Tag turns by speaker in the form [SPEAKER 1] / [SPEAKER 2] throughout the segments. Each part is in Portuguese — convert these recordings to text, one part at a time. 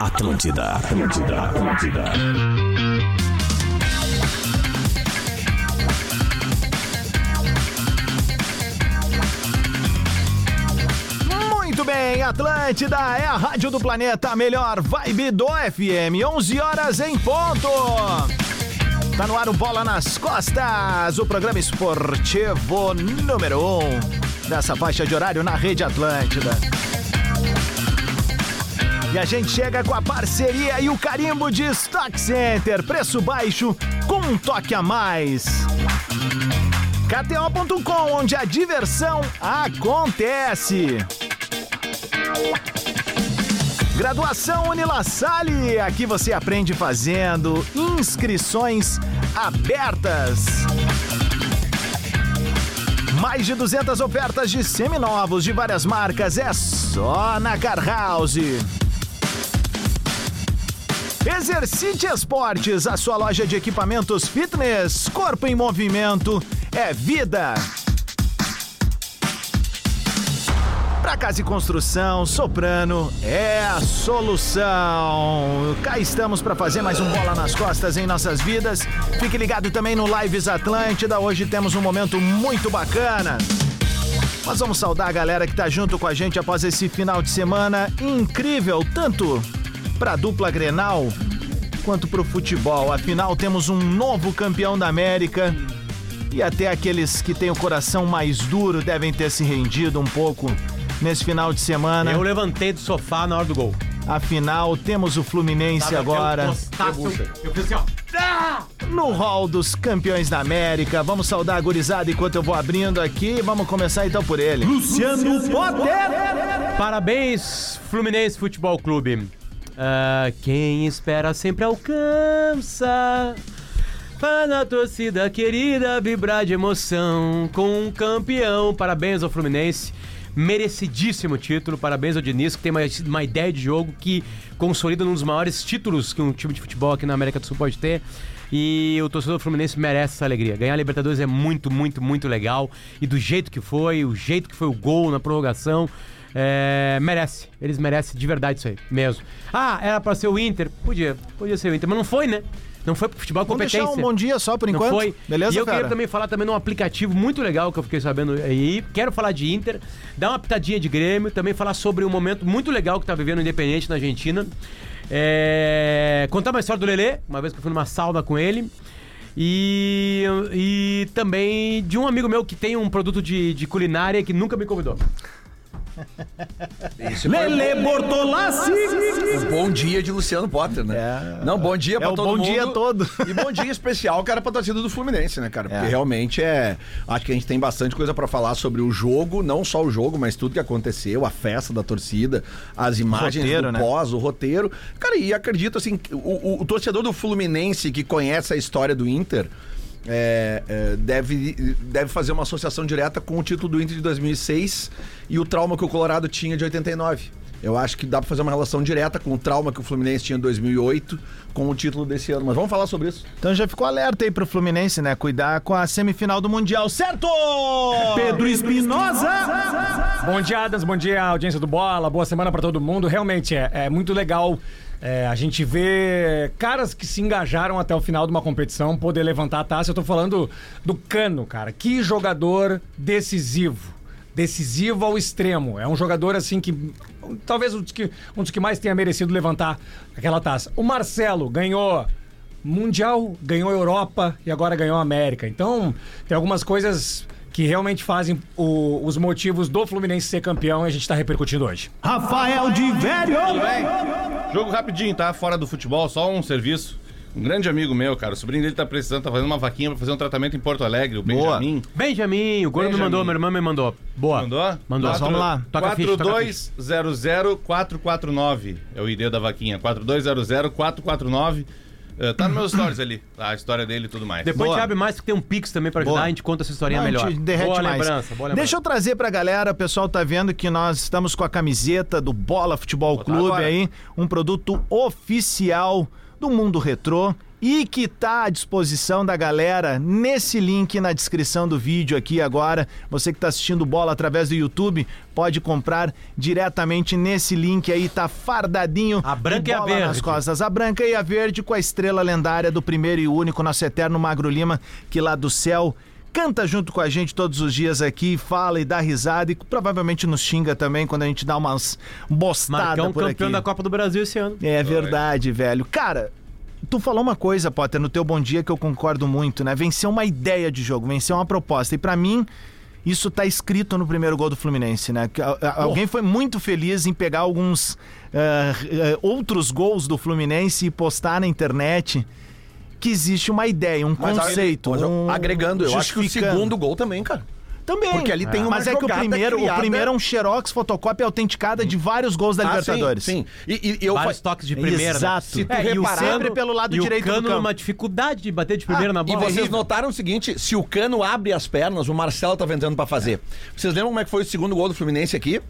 [SPEAKER 1] Atlântida, Atlântida, Atlântida.
[SPEAKER 2] Muito bem, Atlântida é a rádio do planeta, a melhor vibe do FM, 11 horas em ponto. Tá no ar o Bola nas Costas, o programa esportivo número 1 um dessa faixa de horário na Rede Atlântida. E a gente chega com a parceria e o carimbo de Stock Center. Preço baixo com um toque a mais. KTO.com, onde a diversão acontece. Graduação Unilassale, aqui você aprende fazendo inscrições abertas. Mais de 200 ofertas de seminovos de várias marcas é só na Car House. Exercite Esportes, a sua loja de equipamentos fitness, corpo em movimento é vida. Para casa e construção, Soprano é a solução. Cá estamos para fazer mais um bola nas costas em nossas vidas. Fique ligado também no Lives Atlântida. Hoje temos um momento muito bacana. Mas vamos saudar a galera que está junto com a gente após esse final de semana incrível, tanto para a dupla Grenal quanto para o futebol. Afinal, temos um novo campeão da América e até aqueles que têm o coração mais duro devem ter se rendido um pouco nesse final de semana.
[SPEAKER 3] Eu levantei do sofá na hora do gol. um
[SPEAKER 2] Afinal, temos o Fluminense
[SPEAKER 3] Tava
[SPEAKER 2] agora
[SPEAKER 3] aquele tostaço. Eu fiz assim, ó.
[SPEAKER 2] no hall dos campeões da América. Vamos saudar a gurizada enquanto eu vou abrindo aqui. Vamos começar então por ele. Luciano Potter!
[SPEAKER 3] Parabéns, Fluminense Futebol Clube. Ah, quem espera sempre alcança. Faz a torcida querida vibrar de emoção com um campeão. Parabéns ao Fluminense. Merecidíssimo título. Parabéns ao Diniz, que tem uma, uma ideia de jogo que consolida um dos maiores títulos que um time de futebol aqui na América do Sul pode ter. E o torcedor fluminense merece essa alegria. Ganhar a Libertadores é muito, muito, muito legal. E do jeito que foi, o jeito que foi o gol na prorrogação, é, merece. Eles merecem de verdade isso aí, mesmo. Ah, era pra ser o Inter? Podia, podia ser o Inter, mas não foi, né? Não foi pro futebol
[SPEAKER 2] Vamos
[SPEAKER 3] competência.
[SPEAKER 2] deixar um bom dia só por
[SPEAKER 3] Não
[SPEAKER 2] enquanto?
[SPEAKER 3] foi.
[SPEAKER 2] Beleza,
[SPEAKER 3] e eu
[SPEAKER 2] cara?
[SPEAKER 3] queria também falar também de um aplicativo muito legal que eu fiquei sabendo aí. Quero falar de Inter, dar uma pitadinha de Grêmio, também falar sobre um momento muito legal que tá vivendo o Independente na Argentina. É, Contar uma história do Lelê, uma vez que eu fui numa sauna com ele. E, e também de um amigo meu que tem um produto de, de culinária que nunca me convidou.
[SPEAKER 2] Lele Bortolassi!
[SPEAKER 4] Um é bom dia de Luciano Potter, né?
[SPEAKER 2] É.
[SPEAKER 4] Não, bom dia pra
[SPEAKER 2] É o
[SPEAKER 4] todo
[SPEAKER 2] bom
[SPEAKER 4] mundo.
[SPEAKER 2] dia todo.
[SPEAKER 4] E bom dia especial, cara, pra torcida do Fluminense, né, cara? Porque
[SPEAKER 2] É.
[SPEAKER 4] realmente é. Acho que a gente tem bastante coisa pra falar sobre o jogo, não só o jogo, mas tudo que aconteceu, a festa da torcida, as imagens
[SPEAKER 2] Roteiro,
[SPEAKER 4] do
[SPEAKER 2] né?
[SPEAKER 4] pós, o roteiro. Cara, e acredito assim, que o, o- o torcedor do Fluminense que conhece a história do Inter. é, é, deve, deve fazer uma associação direta com o título do Inter de 2006 e o trauma que o Colorado tinha de 89. Eu acho que dá pra fazer uma relação direta com o trauma que o Fluminense tinha em 2008 com o título desse ano. Mas vamos falar sobre isso.
[SPEAKER 2] Então já ficou alerta aí pro Fluminense, né? Cuidar com a semifinal do Mundial, certo? Pedro Espinosa!
[SPEAKER 5] Bom dia, Adams. Bom dia, audiência do Bola. Boa semana pra todo mundo. Realmente é, é muito legal é, a gente ver caras que se engajaram até o final de uma competição poder levantar a taça. Eu tô falando do Cano, cara. Que jogador decisivo. Decisivo ao extremo. É um jogador assim que. Talvez um dos que, um dos que mais tenha merecido levantar aquela taça. O Marcelo ganhou Mundial, ganhou Europa e agora ganhou América. Então, tem algumas coisas que realmente fazem o- os motivos do Fluminense ser campeão e a gente está repercutindo hoje.
[SPEAKER 2] Rafael de Vério!
[SPEAKER 6] Jogo rapidinho, tá? Fora do futebol, só um serviço. Um grande amigo meu, cara, o sobrinho dele tá precisando, tá fazendo uma vaquinha pra fazer um tratamento em Porto Alegre, o
[SPEAKER 2] Boa.
[SPEAKER 6] Benjamin.
[SPEAKER 3] Benjamin, o Gordo me
[SPEAKER 6] Benjamin.
[SPEAKER 3] mandou, minha irmã me mandou. Boa.
[SPEAKER 6] Mandou?
[SPEAKER 3] Ah, Mandou.
[SPEAKER 2] Mas vamos lá.
[SPEAKER 3] Toca a ficha, toca a ficha.
[SPEAKER 6] 4200-449 é o ID da vaquinha. 4200-449. Eh, tá nos meus stories ali, tá? a história dele e tudo mais.
[SPEAKER 3] Depois
[SPEAKER 2] Boa.
[SPEAKER 3] a gente abre mais, que tem um Pix também pra ajudar,
[SPEAKER 2] Boa.
[SPEAKER 3] a gente conta essa historinha
[SPEAKER 2] Não,
[SPEAKER 3] melhor.
[SPEAKER 2] te derrete
[SPEAKER 3] boa
[SPEAKER 2] mais.
[SPEAKER 3] lembrança, boa lembrança.
[SPEAKER 2] Deixa eu trazer pra galera, o pessoal tá vendo que nós estamos com a camiseta do Bola Futebol
[SPEAKER 6] Botar
[SPEAKER 2] Clube
[SPEAKER 6] agora.
[SPEAKER 2] aí, um produto oficial do mundo retrô e que tá à disposição da galera nesse link na descrição do vídeo aqui agora. Você que tá assistindo bola através do YouTube, pode comprar diretamente nesse link aí, tá fardadinho.
[SPEAKER 3] A branca
[SPEAKER 2] de
[SPEAKER 3] e a
[SPEAKER 2] bola
[SPEAKER 3] verde.
[SPEAKER 2] Nas costas, a branca e a verde com a estrela lendária do primeiro e único, nosso eterno Magro Lima, que lá do céu canta junto com a gente todos os dias aqui, fala e dá risada e provavelmente nos xinga também quando a gente dá umas bostadas
[SPEAKER 3] Marcão
[SPEAKER 2] por aqui.
[SPEAKER 3] campeão da Copa do Brasil esse ano.
[SPEAKER 2] É verdade, velho. Cara, tu falou uma coisa, Potter, no teu Bom Dia que eu concordo muito, né? Vencer uma ideia de jogo, vencer uma proposta. E pra mim, isso tá escrito no primeiro gol do Fluminense, né? Que a- a- Alguém foi muito feliz em pegar alguns ah, eh, outros gols do Fluminense e postar na internet que existe uma ideia, um
[SPEAKER 4] Mas a-
[SPEAKER 2] conceito.
[SPEAKER 4] mas eu-
[SPEAKER 2] um-
[SPEAKER 4] agregando, eu acho que o
[SPEAKER 2] justificando.
[SPEAKER 4] segundo gol também, cara.
[SPEAKER 2] Também.
[SPEAKER 4] Porque ali tem uma
[SPEAKER 2] Mas é que o
[SPEAKER 4] jogada
[SPEAKER 2] primeiro, o
[SPEAKER 4] criada-
[SPEAKER 2] primeiro é um xerox, fotocópia autenticada de vários gols da
[SPEAKER 4] Ah,
[SPEAKER 2] Libertadores.
[SPEAKER 4] Sim, sim. E, e- e eu
[SPEAKER 3] Vários
[SPEAKER 4] fa-
[SPEAKER 3] toques de primeira.
[SPEAKER 2] É Exato.
[SPEAKER 3] Né?
[SPEAKER 2] Se tu
[SPEAKER 3] e o
[SPEAKER 4] reparar-
[SPEAKER 2] sempre pelo lado
[SPEAKER 3] e
[SPEAKER 2] direito
[SPEAKER 3] o Cano
[SPEAKER 2] do campo. Ah,
[SPEAKER 3] numa dificuldade de bater de primeira na
[SPEAKER 4] E
[SPEAKER 3] bola.
[SPEAKER 4] vocês
[SPEAKER 3] Horrível.
[SPEAKER 4] notaram o seguinte: se o Cano abre as pernas, o Marcelo tava entrando pra fazer. Vocês lembram como é que foi o segundo gol do Fluminense aqui?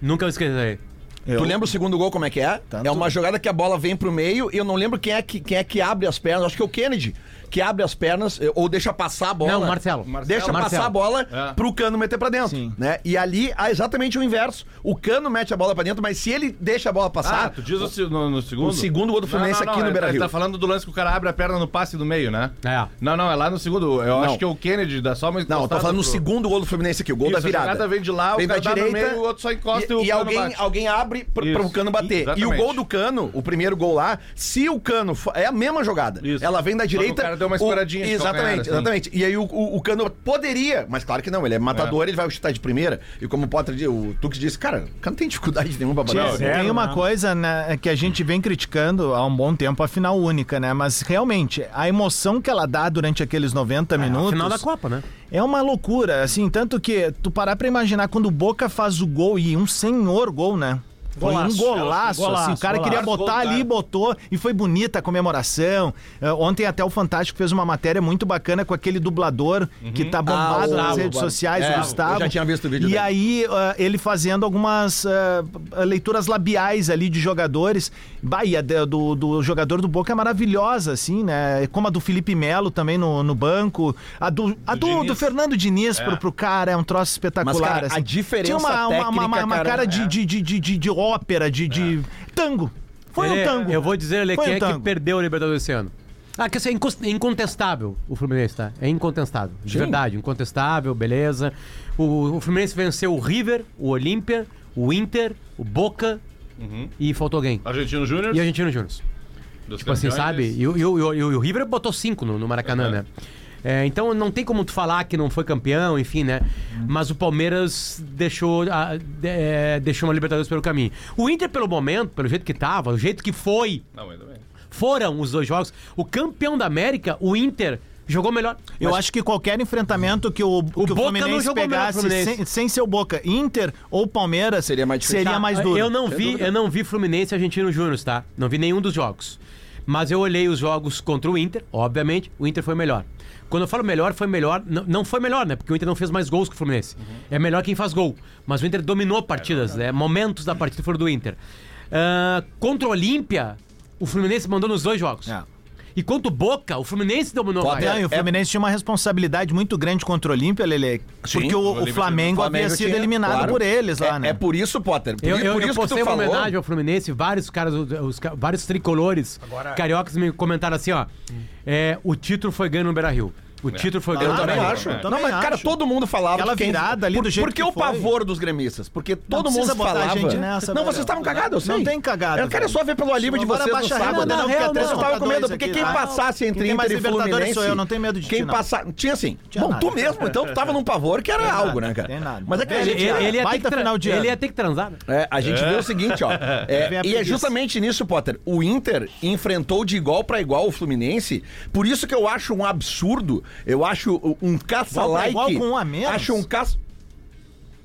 [SPEAKER 3] Nunca eu esqueci aí.
[SPEAKER 2] Eu-
[SPEAKER 4] Tu lembra o segundo gol como é que é?
[SPEAKER 2] Tanto-
[SPEAKER 4] É uma jogada que a bola vem pro meio e eu não lembro quem é que, quem é que abre as pernas. Acho que é o Kennedy que abre as pernas eh, ou deixa passar a bola.
[SPEAKER 3] Não, Marcelo.
[SPEAKER 4] Deixa
[SPEAKER 3] Marcelo.
[SPEAKER 4] passar a bola
[SPEAKER 6] É.
[SPEAKER 4] pro Cano meter pra dentro,
[SPEAKER 2] Sim.
[SPEAKER 4] né? E ali é exatamente o inverso. O Cano mete a bola pra dentro, mas se ele deixa a bola
[SPEAKER 6] Ah,
[SPEAKER 4] passar,
[SPEAKER 6] tu diz o se- no, no segundo?
[SPEAKER 4] O segundo gol do Fluminense aqui no
[SPEAKER 6] ele-
[SPEAKER 4] Beira-Rio.
[SPEAKER 6] Ele tá falando do lance que o cara abre a perna no passe do meio, né?
[SPEAKER 3] É.
[SPEAKER 6] Não, não, é lá no segundo. Eu
[SPEAKER 4] Não.
[SPEAKER 6] acho que é o Kennedy, dá só uma
[SPEAKER 4] Não, eu tô
[SPEAKER 6] encostada
[SPEAKER 4] falando no
[SPEAKER 6] pro-
[SPEAKER 4] segundo gol do Fluminense aqui, o gol
[SPEAKER 6] Isso,
[SPEAKER 4] da virada.
[SPEAKER 6] a jogada vem de lá, o
[SPEAKER 4] vem
[SPEAKER 6] cara
[SPEAKER 4] da
[SPEAKER 6] dá no
[SPEAKER 4] direita,
[SPEAKER 6] meio, o outro só encosta e o
[SPEAKER 4] e, e
[SPEAKER 6] Cano
[SPEAKER 4] alguém,
[SPEAKER 6] bate.
[SPEAKER 4] alguém abre pro,
[SPEAKER 6] Isso,
[SPEAKER 4] pro Cano bater. E o
[SPEAKER 6] exatamente.
[SPEAKER 4] gol do Cano, o primeiro gol lá, se o Cano... fo- É a mesma jogada.
[SPEAKER 6] Isso.
[SPEAKER 4] Ela vem da
[SPEAKER 6] Só que
[SPEAKER 4] direita...
[SPEAKER 6] o cara deu uma escoradinha de
[SPEAKER 4] Exatamente,
[SPEAKER 6] calcanhar, assim.
[SPEAKER 4] exatamente. E aí o, o- o Cano poderia, mas claro que não, ele é matador, ele vai chutar de primeira. E como o Potter, di- o Tux disse, cara, o Cano não tem dificuldade nenhuma pra
[SPEAKER 2] Tia,
[SPEAKER 4] bater.
[SPEAKER 5] zero,
[SPEAKER 2] tem uma
[SPEAKER 5] né?
[SPEAKER 2] coisa né, que a gente vem criticando há um bom tempo a final única, né? Mas realmente, a emoção que ela dá durante aqueles 90 minutos
[SPEAKER 3] É, Final da Copa, né?
[SPEAKER 2] é uma loucura. Assim, tanto que tu parar pra imaginar quando o Boca faz o gol e um senhor gol, né? Foi um
[SPEAKER 5] Golaço.
[SPEAKER 2] golaço,
[SPEAKER 5] Golaço,
[SPEAKER 2] assim, o cara
[SPEAKER 5] golaço.
[SPEAKER 2] queria botar ali, botou, e foi bonita a comemoração. Eh, ontem até o Fantástico fez uma matéria muito bacana com aquele dublador que
[SPEAKER 5] Uhum.
[SPEAKER 2] tá bombado
[SPEAKER 4] Ah, o-
[SPEAKER 2] nas redes sociais,
[SPEAKER 4] É,
[SPEAKER 2] o
[SPEAKER 4] eu
[SPEAKER 2] Gustavo.
[SPEAKER 4] já tinha visto o vídeo
[SPEAKER 2] E
[SPEAKER 4] dele.
[SPEAKER 2] aí aí ah, ele fazendo algumas ah, leituras labiais ali de jogadores. Bahia do, do jogador do Boca é maravilhosa, assim, né? Como a do Felipe Melo também no, no banco. A do, a do,
[SPEAKER 6] Diniz.
[SPEAKER 2] do Fernando Diniz pro, pro cara é um troço espetacular.
[SPEAKER 4] Mas, cara, a
[SPEAKER 2] assim.
[SPEAKER 4] diferença
[SPEAKER 2] Tinha uma, uma, uma, uma,
[SPEAKER 4] técnica,
[SPEAKER 2] uma cara
[SPEAKER 4] cara,
[SPEAKER 2] de,
[SPEAKER 4] é.
[SPEAKER 2] de, de, de, de- de ópera, de, de tango. Foi
[SPEAKER 3] Ele-
[SPEAKER 2] um tango.
[SPEAKER 3] É, Eu vou dizer, ele
[SPEAKER 2] Foi
[SPEAKER 3] quem
[SPEAKER 2] um
[SPEAKER 3] é que
[SPEAKER 2] tango.
[SPEAKER 3] perdeu o Libertadores esse ano. Ah, que isso é incos- incontestável, o Fluminense, tá? É incontestável. De verdade, incontestável, beleza. O, o Fluminense venceu o River, o Olímpia, o Inter, o Boca e faltou alguém.
[SPEAKER 6] Argentino Júnior.
[SPEAKER 3] E o Argentino Júnior.
[SPEAKER 6] dos
[SPEAKER 3] Tipo assim,
[SPEAKER 6] campeões.
[SPEAKER 3] sabe? E, o- e o- e o- e o River botou cinco no, no Maracanã, né? É, então não tem como tu falar que não foi campeão, enfim, né? Mas o Palmeiras deixou, a- de- é, deixou uma Libertadores pelo caminho. O Inter, pelo momento, pelo jeito que tava, o jeito que foi,
[SPEAKER 6] Não, ainda bem.
[SPEAKER 3] foram os dois jogos. O campeão da América, o Inter, jogou melhor.
[SPEAKER 2] Eu acho que qualquer enfrentamento que o, que o
[SPEAKER 3] Boca não
[SPEAKER 2] Fluminense
[SPEAKER 3] jogou melhor que o
[SPEAKER 2] pegasse
[SPEAKER 3] Fluminense.
[SPEAKER 2] sem, sem ser o Boca, Inter ou Palmeiras,
[SPEAKER 4] Seria mais difícil.
[SPEAKER 2] seria
[SPEAKER 3] Tá,
[SPEAKER 2] é mais duro.
[SPEAKER 3] Eu não vi, eu não vi Fluminense e Argentino Júnior, tá? Não vi nenhum dos jogos. Mas eu olhei os jogos contra o Inter, obviamente, o Inter foi melhor. Quando eu falo melhor, foi melhor. Não, não foi melhor, né? Porque o Inter não fez mais gols que o Fluminense.
[SPEAKER 2] Uhum.
[SPEAKER 3] É melhor quem faz gol. Mas o Inter dominou partidas,
[SPEAKER 2] É,
[SPEAKER 3] né? Momentos da partida foram do Inter. Ah, contra o Olímpia, o Fluminense mandou nos dois jogos.
[SPEAKER 2] É.
[SPEAKER 3] E contra o Boca, o Fluminense dominou mais.
[SPEAKER 4] É,
[SPEAKER 2] Não, e o Fluminense tinha uma responsabilidade muito grande contra o Olímpia, Lele.
[SPEAKER 4] Sim,
[SPEAKER 2] Porque o,
[SPEAKER 4] o
[SPEAKER 2] o
[SPEAKER 6] Olímpia
[SPEAKER 2] Flamengo, havia
[SPEAKER 4] Flamengo
[SPEAKER 2] sido
[SPEAKER 4] tinha,
[SPEAKER 2] eliminado
[SPEAKER 4] claro.
[SPEAKER 2] por eles lá,
[SPEAKER 4] é,
[SPEAKER 2] né?
[SPEAKER 4] É por isso, Potter, por,
[SPEAKER 3] Eu,
[SPEAKER 4] i-
[SPEAKER 3] eu,
[SPEAKER 4] por
[SPEAKER 3] eu
[SPEAKER 4] isso que
[SPEAKER 3] postei
[SPEAKER 4] tu
[SPEAKER 3] uma
[SPEAKER 4] falou.
[SPEAKER 3] homenagem ao Fluminense, vários caras, os ca- vários tricolores cariocas me comentaram assim, ó. é, o título foi ganho no Beira Rio. O título foi ganho
[SPEAKER 4] Eu
[SPEAKER 3] no
[SPEAKER 4] também
[SPEAKER 3] Beira-Rio.
[SPEAKER 4] acho.
[SPEAKER 6] também
[SPEAKER 4] Não, mas, cara,
[SPEAKER 2] acho.
[SPEAKER 4] todo mundo falava.
[SPEAKER 2] Aquela
[SPEAKER 4] de quem-
[SPEAKER 2] virada ali
[SPEAKER 4] por,
[SPEAKER 2] do jeito
[SPEAKER 4] Por que
[SPEAKER 2] que
[SPEAKER 4] o
[SPEAKER 2] foi.
[SPEAKER 4] pavor dos gremistas? Porque todo mundo
[SPEAKER 2] precisa botar
[SPEAKER 4] falava.
[SPEAKER 2] a gente nessa,
[SPEAKER 4] não,
[SPEAKER 2] velho.
[SPEAKER 4] vocês estavam cagados, eu sei.
[SPEAKER 2] Não tem cagada,
[SPEAKER 4] Eu quero
[SPEAKER 2] velho.
[SPEAKER 4] só ver pelo alívio de
[SPEAKER 2] Agora
[SPEAKER 4] vocês no
[SPEAKER 2] baixa a régua,
[SPEAKER 4] sábado.
[SPEAKER 2] não,
[SPEAKER 4] Não,
[SPEAKER 2] porque
[SPEAKER 4] eu
[SPEAKER 2] até
[SPEAKER 4] tava
[SPEAKER 2] falta
[SPEAKER 4] com medo,
[SPEAKER 2] dois
[SPEAKER 4] porque
[SPEAKER 2] aqui,
[SPEAKER 4] quem
[SPEAKER 2] tá?
[SPEAKER 4] passasse
[SPEAKER 2] Quem
[SPEAKER 4] entre
[SPEAKER 2] tem mais
[SPEAKER 4] Inter e
[SPEAKER 2] Libertadores
[SPEAKER 4] Fluminense...
[SPEAKER 2] sou eu, não tenho medo de ti,
[SPEAKER 4] Quem
[SPEAKER 2] não.
[SPEAKER 4] passar... Tinha assim.
[SPEAKER 2] Tinha
[SPEAKER 4] bom,
[SPEAKER 2] nada.
[SPEAKER 4] tu mesmo, então, tu tava num pavor que era algo, né, cara?
[SPEAKER 2] tem nada.
[SPEAKER 4] Mas é que a
[SPEAKER 2] Ele-
[SPEAKER 4] gente...
[SPEAKER 3] Ele, ele ia ter
[SPEAKER 2] Baita
[SPEAKER 3] que tran-
[SPEAKER 2] final de
[SPEAKER 3] ele
[SPEAKER 2] ano.
[SPEAKER 3] ia ter que transar, né?
[SPEAKER 4] É, a gente vê o seguinte, ó. é,
[SPEAKER 2] Vem a
[SPEAKER 4] e é
[SPEAKER 2] preguiça.
[SPEAKER 4] justamente nisso, Potter. O Inter enfrentou de igual pra igual o Fluminense. Por isso que eu acho um absurdo. Eu acho um caça-like.
[SPEAKER 2] Igual pra igual com um a menos?
[SPEAKER 4] Acho um caça.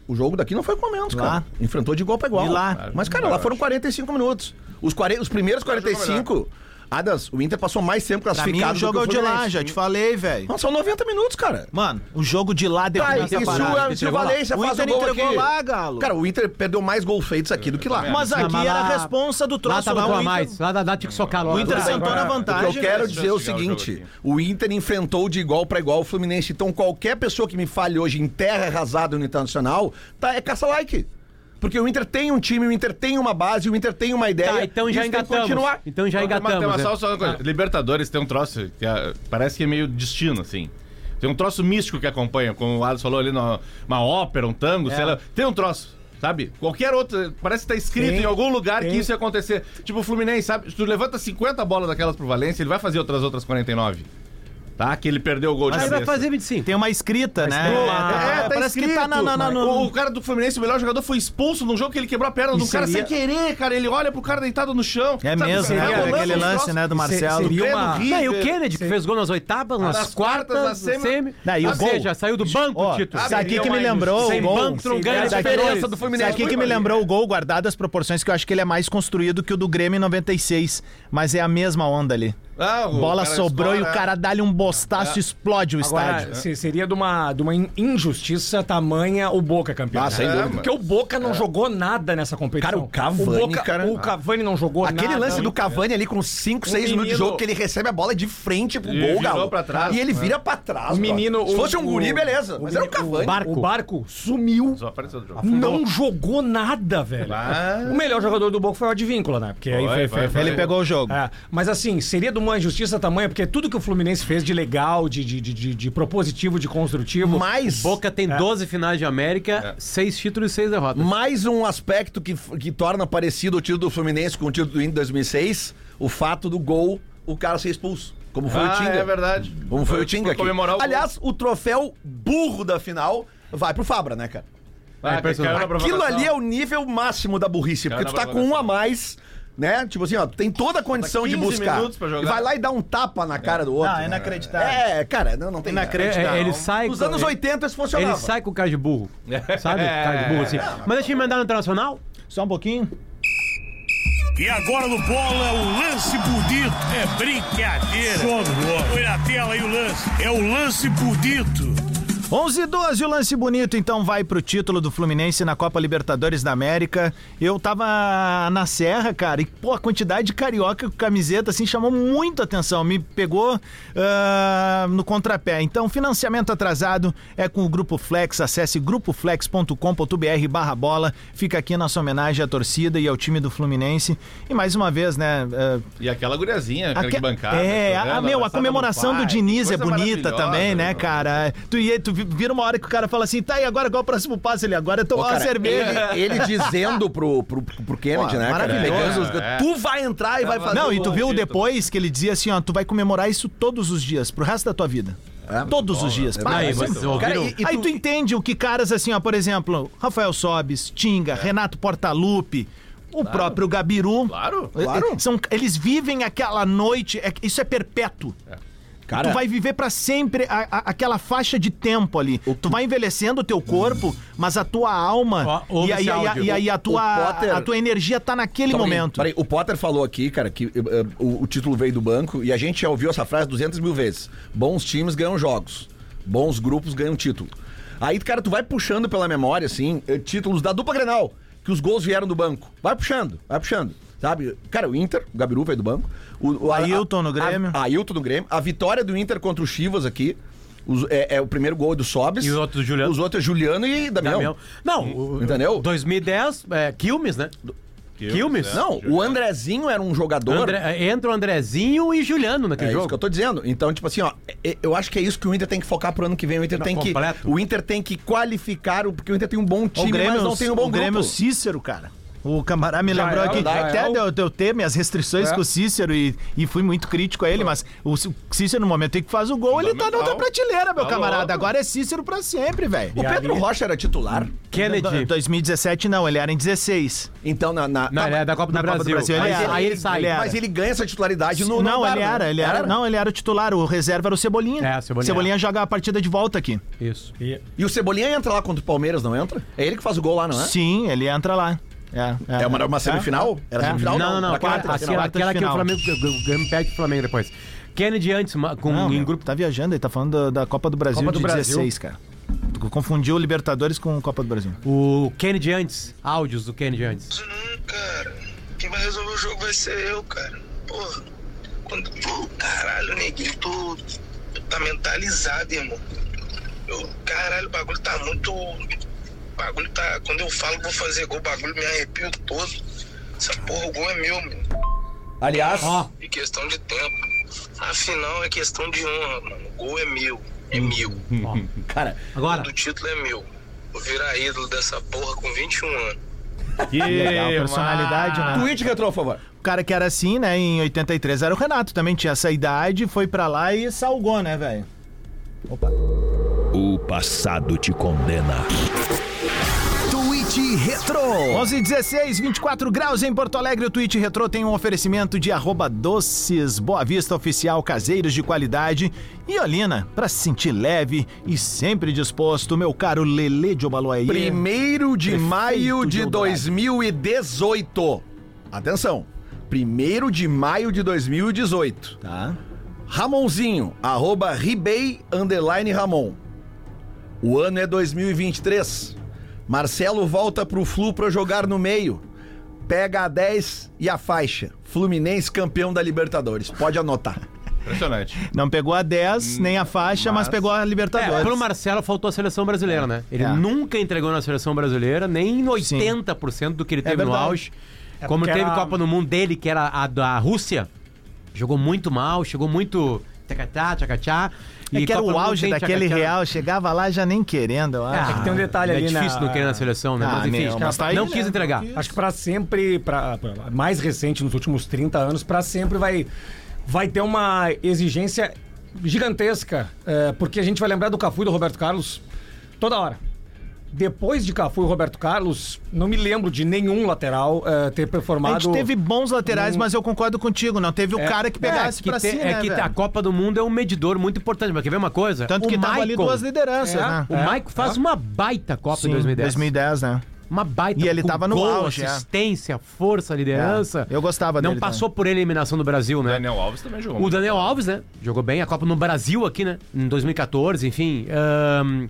[SPEAKER 4] O jogo daqui não foi com a menos,
[SPEAKER 2] Lá.
[SPEAKER 4] cara. Enfrentou de igual pra igual.
[SPEAKER 2] E lá?
[SPEAKER 4] Mas, cara, lá foram 45 minutos. Os, 40 os primeiros 45. Adas, o Inter passou mais tempo
[SPEAKER 2] Pra mim,
[SPEAKER 4] classificado
[SPEAKER 2] o jogo é o de lá,
[SPEAKER 4] Fluminense.
[SPEAKER 2] já te falei, velho.
[SPEAKER 4] Não, são 90 minutos, cara.
[SPEAKER 2] Mano, o jogo de lá
[SPEAKER 4] Tá,
[SPEAKER 2] definiu
[SPEAKER 4] isso
[SPEAKER 2] essa parada.
[SPEAKER 4] é se o Valência
[SPEAKER 2] O
[SPEAKER 4] faz
[SPEAKER 2] Inter
[SPEAKER 4] o gol
[SPEAKER 2] entregou
[SPEAKER 4] aqui.
[SPEAKER 2] lá, Galo.
[SPEAKER 4] Cara, o Inter perdeu mais gol feitos aqui do que lá.
[SPEAKER 2] mas aqui
[SPEAKER 3] Não, mas
[SPEAKER 2] era
[SPEAKER 3] lá-
[SPEAKER 2] a responsa do
[SPEAKER 3] Lá
[SPEAKER 2] troço.
[SPEAKER 3] tava com
[SPEAKER 2] o
[SPEAKER 3] a
[SPEAKER 2] Inter-
[SPEAKER 3] mais. Lá dá, dá tinha que socar logo.
[SPEAKER 2] O Inter
[SPEAKER 3] Vai,
[SPEAKER 2] sentou
[SPEAKER 3] vai.
[SPEAKER 2] na
[SPEAKER 4] O que
[SPEAKER 2] vantagem.
[SPEAKER 4] eu quero
[SPEAKER 6] tivesse
[SPEAKER 4] dizer é o
[SPEAKER 6] chance de ganhar o
[SPEAKER 4] seguinte:
[SPEAKER 6] jogo aqui.
[SPEAKER 4] o Inter enfrentou de igual pra igual o Fluminense. Então, qualquer pessoa que me fale hoje em terra arrasada no Internacional, tá, é caça-like. Porque o Inter tem um time, o Inter tem uma base, o Inter tem uma ideia.
[SPEAKER 3] Tá, então já
[SPEAKER 4] isso tem que
[SPEAKER 3] engatamos.
[SPEAKER 4] continuar.
[SPEAKER 3] Então já
[SPEAKER 6] Mas tem
[SPEAKER 3] engatamos.
[SPEAKER 6] uma-
[SPEAKER 3] né?
[SPEAKER 6] só- só uma coisa. Libertadores tem um troço que é- parece que é meio destino, assim. Tem um troço místico que acompanha, como o Alisson falou ali, numa- uma ópera, um tango,
[SPEAKER 3] É.
[SPEAKER 6] sei lá. Tem um troço. Sabe? Qualquer outro. Parece que tá escrito
[SPEAKER 5] Tem,
[SPEAKER 6] em algum lugar que
[SPEAKER 5] tem.
[SPEAKER 6] isso ia acontecer. Tipo o Fluminense, sabe? Se tu levanta 50 bolas daquelas pro Valência, ele vai fazer outras outras 49. Tá? Que ele perdeu o gol de
[SPEAKER 3] Aí vai
[SPEAKER 6] cabeça.
[SPEAKER 3] fazer 25.
[SPEAKER 2] Tem uma escrita, né?
[SPEAKER 5] tem lá,
[SPEAKER 2] É,
[SPEAKER 5] tá-
[SPEAKER 2] é, parece que tá na. na- na-
[SPEAKER 6] O,
[SPEAKER 2] no-
[SPEAKER 6] o cara do Fluminense, o melhor jogador, foi expulso num jogo que ele quebrou a perna do cara
[SPEAKER 5] seria-
[SPEAKER 6] sem querer, cara. Ele olha pro cara deitado no chão.
[SPEAKER 2] É
[SPEAKER 6] sabe?
[SPEAKER 2] mesmo,
[SPEAKER 6] Tá
[SPEAKER 2] né?
[SPEAKER 6] rolando
[SPEAKER 2] Aquele
[SPEAKER 6] um
[SPEAKER 2] lance,
[SPEAKER 6] troço.
[SPEAKER 2] né, do Marcelo.
[SPEAKER 5] seria
[SPEAKER 6] Grêmio,
[SPEAKER 5] uma-
[SPEAKER 6] River.
[SPEAKER 3] Não, e o Kennedy que fez gol nas oitavas, nas,
[SPEAKER 6] nas
[SPEAKER 3] quartas,
[SPEAKER 6] quartas,
[SPEAKER 3] nas
[SPEAKER 6] na
[SPEAKER 3] semi.
[SPEAKER 6] semi.
[SPEAKER 2] Não, e o
[SPEAKER 3] Ou
[SPEAKER 2] gol-
[SPEAKER 3] seja, saiu do banco
[SPEAKER 2] Ó,
[SPEAKER 3] o título.
[SPEAKER 2] Sabe aqui que me
[SPEAKER 6] Abriria um
[SPEAKER 2] lembrou o
[SPEAKER 3] Sem
[SPEAKER 2] gol?
[SPEAKER 3] banco, tu não ganha
[SPEAKER 5] é,
[SPEAKER 3] de
[SPEAKER 5] daqui-
[SPEAKER 3] diferença do
[SPEAKER 5] Isso
[SPEAKER 2] Isso
[SPEAKER 6] Fluminense
[SPEAKER 2] aqui que
[SPEAKER 6] foi
[SPEAKER 2] me
[SPEAKER 6] pra-
[SPEAKER 2] lembrou o gol, guardado as proporções, que eu acho que ele é mais construído que o do Grêmio em 96. Mas é a mesma onda ali.
[SPEAKER 6] Ah, o
[SPEAKER 2] Bola
[SPEAKER 6] cara
[SPEAKER 2] sobrou e
[SPEAKER 6] estoura. Ah.
[SPEAKER 2] o cara dá-lhe um bostaço e explode o
[SPEAKER 5] Agora,
[SPEAKER 4] né?
[SPEAKER 2] estádio.
[SPEAKER 5] se- seria de uma, de uma in- injustiça tamanha o Boca campeão.
[SPEAKER 4] Ah, sem
[SPEAKER 5] É,
[SPEAKER 4] dúvida.
[SPEAKER 5] Porque o Boca não jogou nada nessa competição.
[SPEAKER 4] Cara, o Cavani,
[SPEAKER 5] o Boca-
[SPEAKER 4] cara-
[SPEAKER 5] o Cavani não jogou
[SPEAKER 4] Aquele
[SPEAKER 5] nada.
[SPEAKER 4] lance do Cavani ali com 5, 6
[SPEAKER 6] menino-
[SPEAKER 4] minutos de jogo, que ele recebe a bola de frente pro
[SPEAKER 6] E
[SPEAKER 4] gol,
[SPEAKER 6] virou
[SPEAKER 4] Galo.
[SPEAKER 6] pra trás,
[SPEAKER 4] e ele
[SPEAKER 6] né?
[SPEAKER 4] vira pra trás.
[SPEAKER 5] O menino.
[SPEAKER 4] ó. Se
[SPEAKER 5] o-
[SPEAKER 4] fosse um guri,
[SPEAKER 5] o-
[SPEAKER 4] beleza.
[SPEAKER 5] o
[SPEAKER 4] mas era o
[SPEAKER 5] menino-
[SPEAKER 4] Cavani.
[SPEAKER 5] barco. O barco sumiu.
[SPEAKER 6] Só apareceu do jogo.
[SPEAKER 5] Não jogou nada, velho.
[SPEAKER 6] Ah.
[SPEAKER 5] O melhor jogador do Boca foi o Advíncula, né? Porque aí
[SPEAKER 6] Foi,
[SPEAKER 5] foi,
[SPEAKER 6] foi,
[SPEAKER 5] foi-
[SPEAKER 6] foi.
[SPEAKER 2] Ele pegou o jogo.
[SPEAKER 5] É, mas assim, seria de uma injustiça tamanha, porque tudo que o Fluminense fez de legal, de, de, de, de- de propositivo, de construtivo.
[SPEAKER 4] Mas.
[SPEAKER 3] Boca tem 12 finais de América, 6 títulos e 6 derrotas.
[SPEAKER 4] Mais um aspecto que, que torna parecido o título do Fluminense com o título do Inter em 2006, o fato do gol, o cara ser expulso. Como foi o
[SPEAKER 6] Ah,
[SPEAKER 4] Tinga.
[SPEAKER 6] é verdade.
[SPEAKER 4] Como foi o Tinga
[SPEAKER 6] Por
[SPEAKER 4] aqui.
[SPEAKER 6] comemorar o
[SPEAKER 4] Aliás, o troféu burro da final vai pro Fabra, né,
[SPEAKER 3] É
[SPEAKER 4] cara?
[SPEAKER 6] Ah, que caiu na
[SPEAKER 4] Aquilo
[SPEAKER 6] provocação.
[SPEAKER 4] ali é o nível máximo da burrice, porque
[SPEAKER 6] Cara,
[SPEAKER 4] tu tá
[SPEAKER 6] na
[SPEAKER 4] com um a mais, né? Tipo assim, ó, tu tem toda a condição de
[SPEAKER 6] 15
[SPEAKER 4] buscar.
[SPEAKER 6] minutos pra jogar.
[SPEAKER 4] E vai lá e dá um tapa na cara do outro.
[SPEAKER 2] Ah, é
[SPEAKER 4] né?
[SPEAKER 2] inacreditável.
[SPEAKER 4] É, cara, não, não
[SPEAKER 3] É,
[SPEAKER 4] tem
[SPEAKER 2] Inacreditável.
[SPEAKER 3] é, ele sai.
[SPEAKER 4] Nos
[SPEAKER 3] com-
[SPEAKER 4] anos
[SPEAKER 3] ele-
[SPEAKER 4] 80 isso funcionava.
[SPEAKER 3] Ele sai com o cara de burro. Sabe? Cara de burro assim. Mas deixa eu emendar no internacional.
[SPEAKER 2] Só um pouquinho.
[SPEAKER 7] E agora no bola, é o lance bonito. É brincadeira. Foi na tela aí o lance. É o lance bonito.
[SPEAKER 2] 11 e 12, o lance bonito então vai pro título do Fluminense na Copa Libertadores da América. Eu tava na Serra, cara, e pô, a quantidade de carioca com camiseta assim chamou muito atenção, me pegou ah, no contrapé. Então, financiamento atrasado é com o Grupo Flex, acesse grupoflex.com.br barra bola. Fica aqui nossa homenagem à torcida e ao time do Fluminense. E mais uma vez, né, ah,
[SPEAKER 6] E aquela guriazinha, cara
[SPEAKER 2] Aque-
[SPEAKER 6] que bancada.
[SPEAKER 2] É,
[SPEAKER 6] tá
[SPEAKER 2] a,
[SPEAKER 6] vendo?
[SPEAKER 2] meu, a
[SPEAKER 6] Abraçada
[SPEAKER 2] comemoração
[SPEAKER 6] no
[SPEAKER 2] do
[SPEAKER 6] pai,
[SPEAKER 2] Diniz é
[SPEAKER 6] coisa
[SPEAKER 2] bonita
[SPEAKER 6] maravilhosa,
[SPEAKER 2] também, né,
[SPEAKER 6] meu.
[SPEAKER 2] cara? Tu, ia- tu vi- vira uma hora que o cara fala assim, tá, e agora qual é o próximo passo? Ele agora é tomar uma
[SPEAKER 4] Cara,
[SPEAKER 2] cerveja.
[SPEAKER 4] Ele, ele dizendo pro, pro, pro Kennedy,
[SPEAKER 2] Pô,
[SPEAKER 4] né? cara?
[SPEAKER 2] maravilhoso.
[SPEAKER 4] Pegando os- Tu vai entrar e vai fazer.
[SPEAKER 2] É. Não,
[SPEAKER 4] o
[SPEAKER 2] e tu
[SPEAKER 4] gol.
[SPEAKER 2] viu depois que ele dizia assim, ó, tu vai comemorar isso todos os dias, pro resto da tua vida.
[SPEAKER 4] É,
[SPEAKER 2] todos os dias. para,
[SPEAKER 3] Aí,
[SPEAKER 2] assim.
[SPEAKER 3] vocês ouviram?
[SPEAKER 4] Cara, e-
[SPEAKER 2] Aí tu entende o que caras assim, ó, por exemplo, Rafael Sobis,
[SPEAKER 4] É.
[SPEAKER 2] Tinga, Renato Portaluppi, o próprio Gabiru.
[SPEAKER 6] Claro.
[SPEAKER 4] Claro.
[SPEAKER 2] São, eles vivem aquela noite, é- isso é perpétuo. tu vai viver pra sempre a- a- aquela faixa de tempo ali. Tu vai envelhecendo o teu corpo, mas a tua alma
[SPEAKER 3] Ó, ouve
[SPEAKER 2] e, aí,
[SPEAKER 3] esse
[SPEAKER 2] e aí-
[SPEAKER 3] áudio.
[SPEAKER 2] e aí a, tua,
[SPEAKER 4] Potter-
[SPEAKER 2] a tua energia tá naquele
[SPEAKER 4] Peraí,
[SPEAKER 2] momento.
[SPEAKER 4] peraí, o Potter falou aqui, cara, que eh, o, o título veio do banco e a gente já ouviu essa frase 200 mil vezes. Bons times ganham jogos, bons grupos ganham título. Aí, cara, tu vai puxando pela memória, assim, eh, títulos da dupla Grenal, que os gols vieram do banco. Vai puxando, vai puxando. Sabe? Cara, o Inter, o Gabiru veio do banco. O, o
[SPEAKER 2] Ailton no
[SPEAKER 4] a-
[SPEAKER 2] Grêmio.
[SPEAKER 4] A, Ailton no Grêmio. A vitória do Inter contra o Chivas aqui. os- é, é o primeiro gol do Sobis.
[SPEAKER 3] E os outros do Juliano.
[SPEAKER 4] Os outros é Juliano e Damião.
[SPEAKER 3] Damião. Não, o-
[SPEAKER 4] Entendeu?
[SPEAKER 3] 2010, é, Quilmes, né? Quilmes.
[SPEAKER 4] Não, o Andrezinho era um jogador.
[SPEAKER 3] André- é, entra o Andrezinho e Juliano naquele
[SPEAKER 4] É isso que
[SPEAKER 3] jogo.
[SPEAKER 4] eu tô dizendo. Então, tipo assim, ó, e- eu acho que é isso que o Inter tem que focar pro ano que vem. O Inter tem que
[SPEAKER 3] completo.
[SPEAKER 4] o Inter tem que qualificar, o- porque o Inter tem um bom time, mas não tem um bom
[SPEAKER 2] o Grêmio
[SPEAKER 4] grupo.
[SPEAKER 2] Cícero, cara. O camarada me lembrou
[SPEAKER 5] é,
[SPEAKER 2] aqui.
[SPEAKER 5] já é.
[SPEAKER 2] Até deu, deu ter minhas restrições
[SPEAKER 4] É.
[SPEAKER 2] com o Cícero e, e fui muito crítico a ele, mas o C- Cícero, no momento em que faz o gol, ele tá na outra
[SPEAKER 6] Fundamental.
[SPEAKER 2] prateleira, meu
[SPEAKER 6] Tá
[SPEAKER 2] camarada.
[SPEAKER 6] louco.
[SPEAKER 2] Agora é Cícero pra sempre, velho.
[SPEAKER 4] O Pedro
[SPEAKER 5] ali-
[SPEAKER 4] Rocha era titular.
[SPEAKER 2] Do-
[SPEAKER 3] Kennedy.
[SPEAKER 2] 2017 não, ele era em 16.
[SPEAKER 4] Então, na, na-
[SPEAKER 3] Não,
[SPEAKER 4] tá,
[SPEAKER 3] ele é da Copa do
[SPEAKER 2] Na Copa do Brasil,
[SPEAKER 3] Brasil.
[SPEAKER 2] ele
[SPEAKER 3] Aí,
[SPEAKER 2] era.
[SPEAKER 3] aí ele sai.
[SPEAKER 2] Ele era.
[SPEAKER 4] mas é- ele ganha essa titularidade no
[SPEAKER 2] não,
[SPEAKER 4] no
[SPEAKER 2] ele
[SPEAKER 4] Barba.
[SPEAKER 2] era, ele era, Não, ele era o titular, o reserva era o Cebolinha.
[SPEAKER 3] É, o Cebolinha.
[SPEAKER 2] joga a partida de volta aqui.
[SPEAKER 3] Isso.
[SPEAKER 5] E-
[SPEAKER 4] E o Cebolinha entra lá contra o Palmeiras, não entra? É ele que faz o gol lá, não é?
[SPEAKER 2] Sim, ele entra lá.
[SPEAKER 4] É uma, uma semifinal? Era semifinal?
[SPEAKER 3] É. Não, não, não.
[SPEAKER 4] Na quarta,
[SPEAKER 3] aquela-
[SPEAKER 4] na final.
[SPEAKER 3] aquela aquela que o
[SPEAKER 2] final.
[SPEAKER 3] Flamengo o Grêmio perde pro Flamengo depois. Kennedy antes, ma- com,
[SPEAKER 2] Não,
[SPEAKER 3] em
[SPEAKER 2] meu,
[SPEAKER 3] grupo.
[SPEAKER 2] tá viajando, ele tá falando da, da Copa do Brasil
[SPEAKER 5] Copa do
[SPEAKER 2] de
[SPEAKER 5] Brasil.
[SPEAKER 2] 16, cara. Tu confundiu Libertadores com Copa do Brasil.
[SPEAKER 3] O Kennedy antes, áudios do Kennedy antes.
[SPEAKER 8] isso não, cara. Quem vai resolver o jogo vai ser eu, cara. Porra. Quando, pô, caralho, neguinho, tu, tu tá mentalizado, irmão. Eu, caralho, o bagulho tá muito. O bagulho tá. Quando eu falo que vou fazer gol, o bagulho me arrepio todo. Essa porra, o gol é meu, mano.
[SPEAKER 4] Aliás,
[SPEAKER 8] E questão de tempo. Afinal, é questão de honra, mano. O gol é meu. É meu.
[SPEAKER 4] cara,
[SPEAKER 3] Agora,
[SPEAKER 8] Do título é meu. Vou virar ídolo dessa porra com 21 anos.
[SPEAKER 6] Que
[SPEAKER 2] Legal, personalidade,
[SPEAKER 3] Ah.
[SPEAKER 2] né?
[SPEAKER 4] tweet retrô, por favor.
[SPEAKER 2] O cara que era assim, né, em 83 era o Renato, também tinha essa idade, foi pra lá e salgou, né, velho?
[SPEAKER 1] O passado te condena. Tweet Retro.
[SPEAKER 2] 11 e 16, 24 graus em Porto Alegre. O Twitch Retro tem um oferecimento de arroba doces Boa Vista Oficial Caseiros de Qualidade e Olina, pra se sentir leve e sempre disposto, meu caro Lele de Obaloaí.
[SPEAKER 4] Primeiro de
[SPEAKER 2] Prefeito
[SPEAKER 4] maio
[SPEAKER 2] de
[SPEAKER 4] de
[SPEAKER 2] Eldorado.
[SPEAKER 4] 2018. Atenção. Primeiro de maio de 2018.
[SPEAKER 2] Tá.
[SPEAKER 4] Ramonzinho, arroba ribei, underline Ramon. O ano é 2023. Marcelo volta pro Flu pra jogar no meio. Pega a 10 e a faixa. Fluminense campeão da Libertadores. Pode anotar.
[SPEAKER 6] Impressionante.
[SPEAKER 2] Não pegou a 10, nem a faixa, Hum, mas,
[SPEAKER 6] mas
[SPEAKER 2] pegou a Libertadores.
[SPEAKER 3] é, pro Marcelo faltou a seleção brasileira, né? Ele
[SPEAKER 2] Tá É.
[SPEAKER 3] nunca entregou na seleção brasileira, nem em
[SPEAKER 2] Sim. É
[SPEAKER 3] 80% do que ele teve no
[SPEAKER 2] verdade. É
[SPEAKER 3] auge. Como
[SPEAKER 5] porque
[SPEAKER 3] teve
[SPEAKER 5] era-
[SPEAKER 3] Copa do Mundo dele, que era a da Rússia, jogou muito mal, chegou muito tchacatá, tchacatá.
[SPEAKER 2] É que era
[SPEAKER 3] Copa
[SPEAKER 2] o
[SPEAKER 3] do Mundo
[SPEAKER 2] auge
[SPEAKER 3] tem
[SPEAKER 2] daquele
[SPEAKER 3] tchacatá.
[SPEAKER 2] real, chegava lá já nem querendo, eu acho.
[SPEAKER 5] É que tem um detalhe
[SPEAKER 3] é
[SPEAKER 5] ali na-
[SPEAKER 3] difícil não querer na seleção, né?
[SPEAKER 2] né? Ah,
[SPEAKER 3] mas enfim,
[SPEAKER 2] meu, mas tá aí,
[SPEAKER 3] não
[SPEAKER 2] né?
[SPEAKER 3] quis entregar.
[SPEAKER 5] Acho que pra sempre, pra, pra- mais recente nos últimos 30 anos, pra sempre vai vai ter uma exigência gigantesca, é, porque a gente vai lembrar do Cafu e do Roberto Carlos toda hora. Depois de Cafu e Roberto Carlos, não me lembro de nenhum lateral é, ter performado.
[SPEAKER 2] A gente teve bons laterais, mas eu concordo contigo. Não teve o
[SPEAKER 5] É.
[SPEAKER 2] cara um- que pegasse
[SPEAKER 3] que
[SPEAKER 2] pra
[SPEAKER 3] te-
[SPEAKER 2] si,
[SPEAKER 3] é
[SPEAKER 2] né,
[SPEAKER 3] que
[SPEAKER 2] velho?
[SPEAKER 3] a Copa do Mundo é um medidor muito importante, mas quer ver uma coisa?
[SPEAKER 2] Tanto
[SPEAKER 3] O
[SPEAKER 2] que tava ali
[SPEAKER 3] Maicon-
[SPEAKER 2] duas lideranças,
[SPEAKER 5] É.
[SPEAKER 2] né?
[SPEAKER 3] O Maicon faz uma baita Copa em 2010.
[SPEAKER 2] 2010, né?
[SPEAKER 3] Uma baita
[SPEAKER 2] E ele
[SPEAKER 3] com
[SPEAKER 2] tava no
[SPEAKER 3] gol,
[SPEAKER 2] auge, é.
[SPEAKER 3] assistência, força, liderança.
[SPEAKER 2] É. Eu gostava
[SPEAKER 3] Não
[SPEAKER 2] dele
[SPEAKER 3] passou por ele a eliminação do Brasil, né?
[SPEAKER 6] Daniel Alves também jogou.
[SPEAKER 3] O Daniel Alves, né? Jogou bem a Copa no Brasil aqui, né? Em 2014, enfim. Ahn,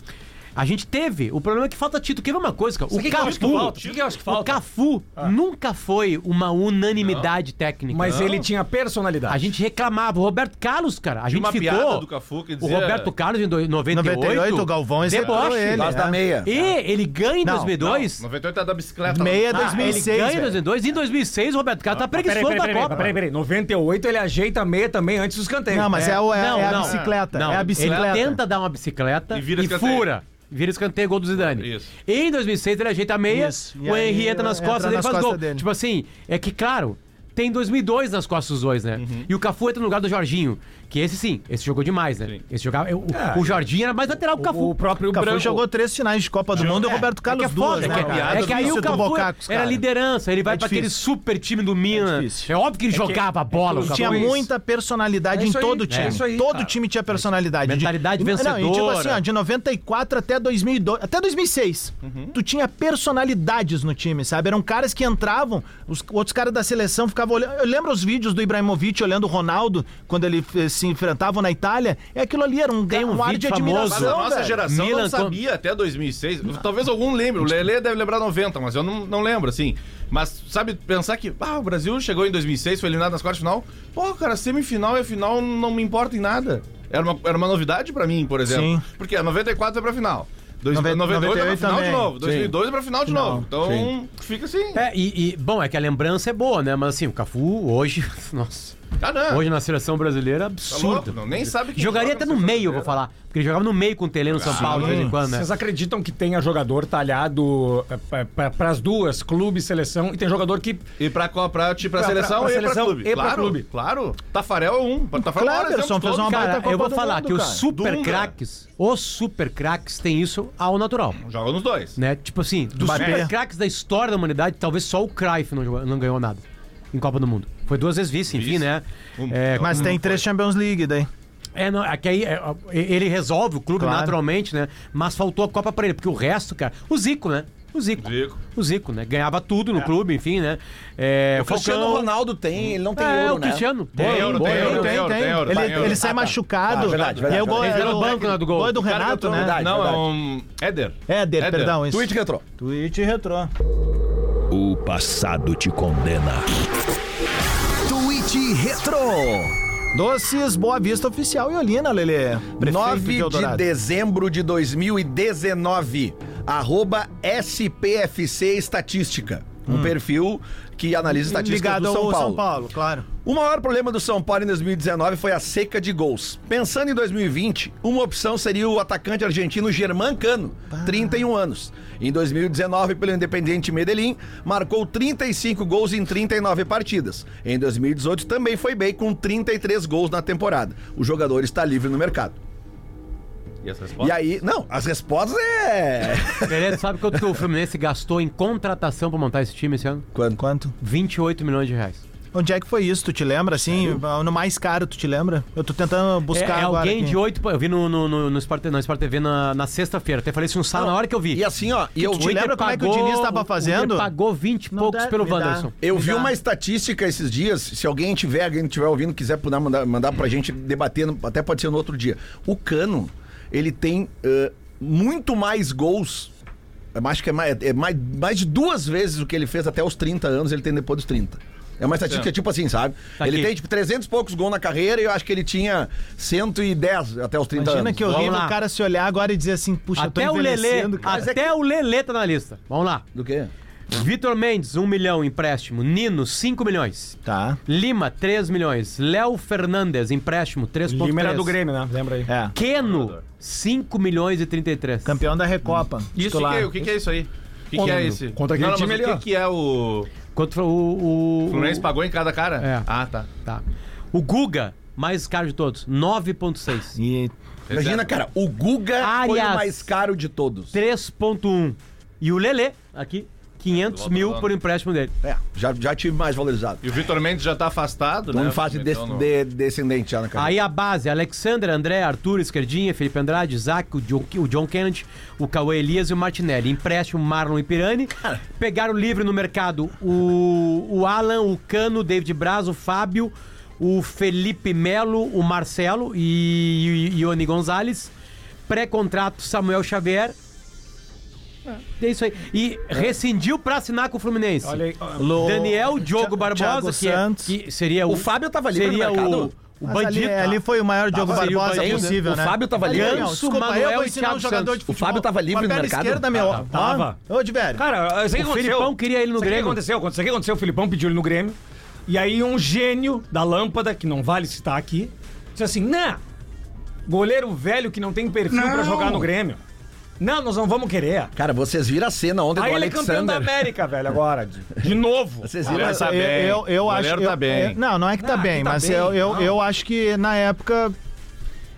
[SPEAKER 3] a gente teve. O problema é que falta título. Quer ver uma coisa, cara? O
[SPEAKER 5] Sabe o que eu acho que falta? Sabe o que eu acho que
[SPEAKER 3] O
[SPEAKER 5] falta? Ah.
[SPEAKER 3] Cafu nunca foi uma unanimidade técnica.
[SPEAKER 5] Mas
[SPEAKER 3] Não.
[SPEAKER 5] ele tinha personalidade.
[SPEAKER 3] A gente reclamava. O Roberto Carlos, cara. A gente
[SPEAKER 6] uma
[SPEAKER 3] ficou...
[SPEAKER 6] piada do Cafu que dizia-
[SPEAKER 3] O Roberto Carlos em do- 98...
[SPEAKER 2] 98, o Galvão exaltou
[SPEAKER 3] deboche.
[SPEAKER 2] ele, é.
[SPEAKER 4] Nós da meia.
[SPEAKER 3] E ele ganha em 2002...
[SPEAKER 6] 98 é da bicicleta.
[SPEAKER 2] Meia
[SPEAKER 3] Ah, ele
[SPEAKER 2] 2006,
[SPEAKER 3] ganha em
[SPEAKER 2] velho.
[SPEAKER 3] 2002 e em 2006 o Roberto Carlos tá
[SPEAKER 5] Peraí,
[SPEAKER 3] preguiçoso
[SPEAKER 5] peraí,
[SPEAKER 3] da
[SPEAKER 5] peraí,
[SPEAKER 3] Copa.
[SPEAKER 5] peraí, peraí. 98 ele ajeita a meia também antes dos canteiros.
[SPEAKER 2] Não, mas é, o- é-
[SPEAKER 3] Não,
[SPEAKER 2] é a
[SPEAKER 3] não.
[SPEAKER 2] bicicleta.
[SPEAKER 3] Não,
[SPEAKER 2] é a bicicleta.
[SPEAKER 3] Ele tenta dar uma bicicleta e,
[SPEAKER 6] E vira escanteio.
[SPEAKER 3] fura. Vira escanteio, gol do Zidane.
[SPEAKER 6] Isso.
[SPEAKER 3] E em 2006 ele ajeita a meia,
[SPEAKER 2] Isso. E
[SPEAKER 3] o Henry
[SPEAKER 2] aí,
[SPEAKER 3] entra nas
[SPEAKER 2] entra
[SPEAKER 3] costas dele e
[SPEAKER 2] nas
[SPEAKER 3] faz
[SPEAKER 2] costas
[SPEAKER 3] gol.
[SPEAKER 2] dele.
[SPEAKER 3] Tipo assim, é que claro, tem 2002 nas costas dos dois, né? E o Cafu entra no lugar do Jorginho, que esse sim, esse jogou demais, né? Esse jogava, o, o Jorginho era mais lateral que o Cafu.
[SPEAKER 5] O próprio
[SPEAKER 2] O Cafu
[SPEAKER 5] Branco.
[SPEAKER 2] jogou três finais de Copa do Mundo e o Roberto Carlos
[SPEAKER 3] é que é
[SPEAKER 2] duas,
[SPEAKER 3] foda,
[SPEAKER 2] né?
[SPEAKER 3] é que-
[SPEAKER 2] cara?
[SPEAKER 3] é que aí
[SPEAKER 2] difícil
[SPEAKER 3] o
[SPEAKER 2] tu
[SPEAKER 3] Cafu
[SPEAKER 2] bocar com os
[SPEAKER 3] era
[SPEAKER 2] caras.
[SPEAKER 3] liderança, ele vai pra aquele
[SPEAKER 2] difícil.
[SPEAKER 3] super time do Minas. É,
[SPEAKER 2] difícil.
[SPEAKER 3] óbvio que ele jogava a bola, o Cafu. é
[SPEAKER 2] Tinha muita personalidade
[SPEAKER 5] É
[SPEAKER 2] em
[SPEAKER 5] isso aí,
[SPEAKER 2] todo
[SPEAKER 5] é
[SPEAKER 2] time.
[SPEAKER 5] isso aí,
[SPEAKER 2] todo
[SPEAKER 5] cara.
[SPEAKER 2] time tinha personalidade. De-
[SPEAKER 3] Mentalidade
[SPEAKER 2] Não, e tipo
[SPEAKER 3] vencedora.
[SPEAKER 2] assim, ó, de 94 até 2002, até 2006, tu tinha personalidades no time, sabe? Eram caras que entravam, os outros caras da seleção ficavam olhando. Eu lembro os vídeos do Ibrahimovic olhando o Ronaldo quando ele eh, se enfrentavam na Itália. É aquilo ali, era um,
[SPEAKER 3] Tem um
[SPEAKER 2] um ar
[SPEAKER 3] vídeo
[SPEAKER 2] de
[SPEAKER 3] famoso.
[SPEAKER 2] admiração.
[SPEAKER 6] Mas a nossa
[SPEAKER 2] velho.
[SPEAKER 6] geração
[SPEAKER 3] Milan
[SPEAKER 6] não sabia até 2006. Talvez algum lembre. O Lele deve lembrar 90, mas eu não, não lembro, assim. Mas, sabe, pensar que ah, o Brasil chegou em 2006, foi eliminado nas quartas de final. Pô, cara, semifinal e final não me importa em nada. Era uma, era uma novidade pra mim, por exemplo.
[SPEAKER 2] Sim.
[SPEAKER 6] Porque a 94 é pra final. Dois,
[SPEAKER 2] Nove-
[SPEAKER 6] 98 é pra
[SPEAKER 2] 98
[SPEAKER 6] final
[SPEAKER 2] também.
[SPEAKER 6] de novo.
[SPEAKER 2] Sim.
[SPEAKER 6] 2002 é pra final de novo. Então, fica assim.
[SPEAKER 3] É, e, e, bom, é que a lembrança é boa, né? Mas assim, o Cafu hoje, nossa,
[SPEAKER 6] Ah, não.
[SPEAKER 3] hoje na seleção brasileira,
[SPEAKER 6] Tá louco,
[SPEAKER 3] absurdo.
[SPEAKER 6] não, nem sabe quem
[SPEAKER 3] Jogaria
[SPEAKER 6] joga
[SPEAKER 3] até
[SPEAKER 6] na
[SPEAKER 3] no meio, eu
[SPEAKER 6] seleção
[SPEAKER 3] vou falar. Porque ele jogava no meio com o Telê no São Paulo de vez em quando, né?
[SPEAKER 5] Vocês acreditam que tenha jogador talhado eh, para as duas, clube e seleção, e tem jogador que.
[SPEAKER 6] E pra, co- pra, pra,
[SPEAKER 5] pra-
[SPEAKER 6] seleção
[SPEAKER 5] pra
[SPEAKER 6] e pra
[SPEAKER 5] seleção
[SPEAKER 6] clube.
[SPEAKER 5] e pra
[SPEAKER 6] claro,
[SPEAKER 5] clube.
[SPEAKER 6] Claro. Tafarel é um. Tafarel é um
[SPEAKER 2] Cleberson
[SPEAKER 6] exemplo
[SPEAKER 2] fez
[SPEAKER 6] todo.
[SPEAKER 2] uma baita
[SPEAKER 3] Cara,
[SPEAKER 2] Copa
[SPEAKER 3] eu vou
[SPEAKER 2] do
[SPEAKER 3] falar
[SPEAKER 2] Mundo,
[SPEAKER 3] que os
[SPEAKER 2] cara.
[SPEAKER 3] super
[SPEAKER 6] Dunga.
[SPEAKER 3] craques, os super craques têm isso ao natural.
[SPEAKER 6] Joga nos dois.
[SPEAKER 3] Né? Tipo assim, dos
[SPEAKER 2] Mbappé.
[SPEAKER 3] super craques da história da humanidade, talvez só o Cruyff não, jogou- não ganhou nada em Copa do Mundo. Foi duas vezes vice, enfim,
[SPEAKER 6] Vice.
[SPEAKER 3] né?
[SPEAKER 6] Um-
[SPEAKER 3] É,
[SPEAKER 2] Mas tem três Champions League daí.
[SPEAKER 3] É, não, é que aí é, ó, ele resolve o clube
[SPEAKER 2] Claro.
[SPEAKER 3] naturalmente, né? Mas faltou a Copa pra ele, porque o resto, cara. O Zico, né? O Zico.
[SPEAKER 6] Zico.
[SPEAKER 3] O Zico, né? Ganhava tudo no clube, enfim, né? É,
[SPEAKER 4] O Cristiano
[SPEAKER 3] Falcão.
[SPEAKER 4] Ronaldo tem, ele não tem
[SPEAKER 3] é,
[SPEAKER 4] euro,
[SPEAKER 3] o
[SPEAKER 4] né?
[SPEAKER 3] Cristiano.
[SPEAKER 6] Tem
[SPEAKER 3] Pô,
[SPEAKER 6] euro,
[SPEAKER 3] bom,
[SPEAKER 6] tem euro, tem
[SPEAKER 2] Tem,
[SPEAKER 6] euro,
[SPEAKER 2] tem.
[SPEAKER 6] tem euro.
[SPEAKER 2] Ele,
[SPEAKER 6] tem euro.
[SPEAKER 2] ele sai
[SPEAKER 4] Ah, tá.
[SPEAKER 2] machucado.
[SPEAKER 4] Ah, verdade, verdade,
[SPEAKER 2] e aí o gol
[SPEAKER 3] verdade.
[SPEAKER 2] é
[SPEAKER 3] Ele
[SPEAKER 2] do,
[SPEAKER 3] virou banco lá do gol.
[SPEAKER 2] é do
[SPEAKER 6] né, O cara
[SPEAKER 2] Renato,
[SPEAKER 6] entrou-
[SPEAKER 2] né?
[SPEAKER 4] Verdade,
[SPEAKER 6] Não,
[SPEAKER 4] verdade.
[SPEAKER 6] é um. Éder.
[SPEAKER 2] Éder,
[SPEAKER 6] Éder.
[SPEAKER 2] perdão, isso.
[SPEAKER 4] Tweet que entrou.
[SPEAKER 2] Twitch retrô.
[SPEAKER 1] O passado te condena.
[SPEAKER 2] Twitch retrô. Doces Boa Vista Oficial e Olina, Lelê. Prefeito
[SPEAKER 4] 9 de
[SPEAKER 2] Eldorado.
[SPEAKER 4] dezembro de 2019. Arroba SPFC Estatística. Um perfil que analisa estatísticas
[SPEAKER 2] Hum. Ligado
[SPEAKER 4] do
[SPEAKER 2] ao
[SPEAKER 4] tá São Paulo.
[SPEAKER 2] São Paulo, claro.
[SPEAKER 4] O maior problema do São Paulo em 2019 foi a seca de gols. Pensando em 2020, uma opção seria o atacante argentino Germán Cano, 31 anos. Em 2019, pelo Independiente Medellín, marcou 35 gols em 39 partidas. Em 2018 também foi bem com 33 gols na temporada. O jogador está livre no mercado.
[SPEAKER 6] E essa
[SPEAKER 4] E
[SPEAKER 6] resposta?
[SPEAKER 4] aí, não, as respostas é.
[SPEAKER 3] Pereira, sabe quanto que o Fluminense gastou em contratação pra montar esse time esse ano?
[SPEAKER 2] Quanto?
[SPEAKER 3] 28 milhões de reais.
[SPEAKER 2] Onde é que foi isso? Tu te lembra, assim? No mais caro, tu te lembra? Eu tô tentando
[SPEAKER 3] É,
[SPEAKER 2] buscar
[SPEAKER 3] é
[SPEAKER 2] agora.
[SPEAKER 3] alguém
[SPEAKER 2] aqui.
[SPEAKER 3] de 8. Eu vi no, no, no, no Sport, na Sport TV na, na sexta-feira. Até falei isso no sala na hora que eu vi.
[SPEAKER 4] E assim, ó, e eu,
[SPEAKER 2] Tu te lembra como é que o Diniz tava
[SPEAKER 3] Inter
[SPEAKER 2] fazendo?
[SPEAKER 3] pagou 20 e
[SPEAKER 2] Não
[SPEAKER 3] poucos
[SPEAKER 2] dá-
[SPEAKER 3] pelo
[SPEAKER 2] me dá.
[SPEAKER 3] Wanderson.
[SPEAKER 4] eu
[SPEAKER 2] Me
[SPEAKER 4] vi
[SPEAKER 2] dá.
[SPEAKER 4] uma estatística esses dias, se alguém tiver, alguém estiver ouvindo, quiser mandar, mandar, mandar pra gente debater, no- até pode ser no outro dia. O Cano, ele tem ãh, muito mais gols. eu Acho que é, mais, é mais, mais de duas vezes o que ele fez até os 30 anos, ele tem depois dos 30. É uma estatística tipo assim, sabe?
[SPEAKER 3] Tá
[SPEAKER 4] ele
[SPEAKER 3] aqui.
[SPEAKER 4] tem tipo 300 e poucos gols na carreira e eu acho que ele tinha 110 até os 30
[SPEAKER 2] Imagina
[SPEAKER 4] anos.
[SPEAKER 2] que horrível
[SPEAKER 3] Vamos lá.
[SPEAKER 2] o cara se olhar agora e dizer assim, puxa, eu
[SPEAKER 3] Até
[SPEAKER 2] tô
[SPEAKER 3] o Lelê,
[SPEAKER 2] envelhecendo, cara.
[SPEAKER 3] até o Lelê tá na lista. Vamos lá.
[SPEAKER 4] Do quê?
[SPEAKER 3] Vitor Mendes, 1 milhão empréstimo. Nino, 5 milhões.
[SPEAKER 2] Tá.
[SPEAKER 3] Lima, 3 milhões. Léo Fernandes, empréstimo, 3.3.
[SPEAKER 5] Lima era do Grêmio, né? Lembra aí.
[SPEAKER 2] É.
[SPEAKER 3] Keno, 5 milhões e 33.
[SPEAKER 2] Campeão da Recopa.
[SPEAKER 6] Isso
[SPEAKER 2] titular.
[SPEAKER 6] que- o que, que é isso aí? O que, que
[SPEAKER 5] Contra-
[SPEAKER 6] é esse?
[SPEAKER 5] contra aquele
[SPEAKER 6] não, não, mas
[SPEAKER 5] time ali,
[SPEAKER 6] O
[SPEAKER 5] ó.
[SPEAKER 6] que, que é o.
[SPEAKER 3] Quanto foi o... o
[SPEAKER 6] O Fluminense pagou em cada cara?
[SPEAKER 3] É.
[SPEAKER 6] Ah, tá.
[SPEAKER 3] Tá. O Guga, mais caro de todos, 9.6.
[SPEAKER 2] E
[SPEAKER 4] Imagina, cara, o Guga foi
[SPEAKER 3] Arias.
[SPEAKER 4] o mais caro de todos.
[SPEAKER 3] 3.1. E o Lelê, aqui, 500
[SPEAKER 6] Volta
[SPEAKER 3] mil
[SPEAKER 6] lá.
[SPEAKER 3] por empréstimo dele.
[SPEAKER 4] É, já, já tive mais valorizado.
[SPEAKER 6] E o Vitor Mendes já tá afastado,
[SPEAKER 4] Tô
[SPEAKER 6] né?
[SPEAKER 4] em fase de,
[SPEAKER 6] Então, não-
[SPEAKER 4] de- descendente já na carreira.
[SPEAKER 3] Aí a base, Alexander, André, Arthur, Esquerdinha, Felipe Andrade, Isaac, o John, o John Kennedy, o Cauê Elias e o Martinelli. Empréstimo Marlon e Pirani. Pegaram livre no mercado o, o Alan, o Cano, o David Braz, o Fábio, o Felipe Melo, o Marcelo e e- e Ione Gonzalez. Pré-contrato Samuel Xavier. É isso aí. E rescindiu pra assinar com o Fluminense.
[SPEAKER 5] Olha aí.
[SPEAKER 2] Lo-
[SPEAKER 3] Daniel Diogo
[SPEAKER 2] Thi-
[SPEAKER 3] Barbosa,
[SPEAKER 2] Thiago
[SPEAKER 3] que, é-
[SPEAKER 2] Santos.
[SPEAKER 3] que seria o. tá
[SPEAKER 4] O Fábio tava livre no
[SPEAKER 3] seria
[SPEAKER 4] mercado?
[SPEAKER 3] O, o
[SPEAKER 2] Mas
[SPEAKER 3] bandido.
[SPEAKER 2] Ali, um ali foi o maior Diogo
[SPEAKER 3] seria o
[SPEAKER 2] Barbosa
[SPEAKER 3] bandido, né?
[SPEAKER 2] possível,
[SPEAKER 4] O
[SPEAKER 2] né?
[SPEAKER 4] Fábio tava
[SPEAKER 2] Ali,
[SPEAKER 4] livre.
[SPEAKER 2] não,
[SPEAKER 3] Ganso,
[SPEAKER 2] desculpa,
[SPEAKER 3] Manuel
[SPEAKER 2] eu vou
[SPEAKER 3] e
[SPEAKER 2] ensinar um
[SPEAKER 3] Thiago
[SPEAKER 2] jogador de
[SPEAKER 3] Santos.
[SPEAKER 4] O Fábio
[SPEAKER 2] futebol.
[SPEAKER 4] tava livre no
[SPEAKER 2] Uma perna
[SPEAKER 4] mercado?
[SPEAKER 2] esquerda, meu.
[SPEAKER 5] Tava, tava.
[SPEAKER 2] Ó, Ô, de velho.
[SPEAKER 5] Cara, eu sei o que
[SPEAKER 3] O
[SPEAKER 5] aconteceu.
[SPEAKER 3] Filipão queria ele no
[SPEAKER 5] Sabe O que
[SPEAKER 3] Grêmio.
[SPEAKER 5] aconteceu? Sabe O que aconteceu? O Filipão pediu ele no Grêmio. E aí um gênio da lâmpada, que não vale citar aqui, disse assim: não, goleiro velho que não tem perfil pra jogar no Grêmio. Não, nós não vamos querer.
[SPEAKER 4] Cara, vocês viram a cena ontem
[SPEAKER 5] Aí
[SPEAKER 4] do
[SPEAKER 5] ele é campeão da
[SPEAKER 4] Alexander.
[SPEAKER 5] América, velho, agora. De, de novo.
[SPEAKER 4] Vocês
[SPEAKER 6] O
[SPEAKER 4] viram
[SPEAKER 6] goleiro
[SPEAKER 4] essa...
[SPEAKER 6] tá
[SPEAKER 2] eu,
[SPEAKER 6] bem.
[SPEAKER 2] eu, eu
[SPEAKER 6] o
[SPEAKER 2] acho
[SPEAKER 6] goleiro
[SPEAKER 2] eu-
[SPEAKER 6] tá bem.
[SPEAKER 2] eu- não, não é que tá
[SPEAKER 5] Ah, que
[SPEAKER 2] bem,
[SPEAKER 5] tá
[SPEAKER 2] mas
[SPEAKER 5] bem,
[SPEAKER 2] eu, eu,
[SPEAKER 5] não.
[SPEAKER 2] eu acho que na época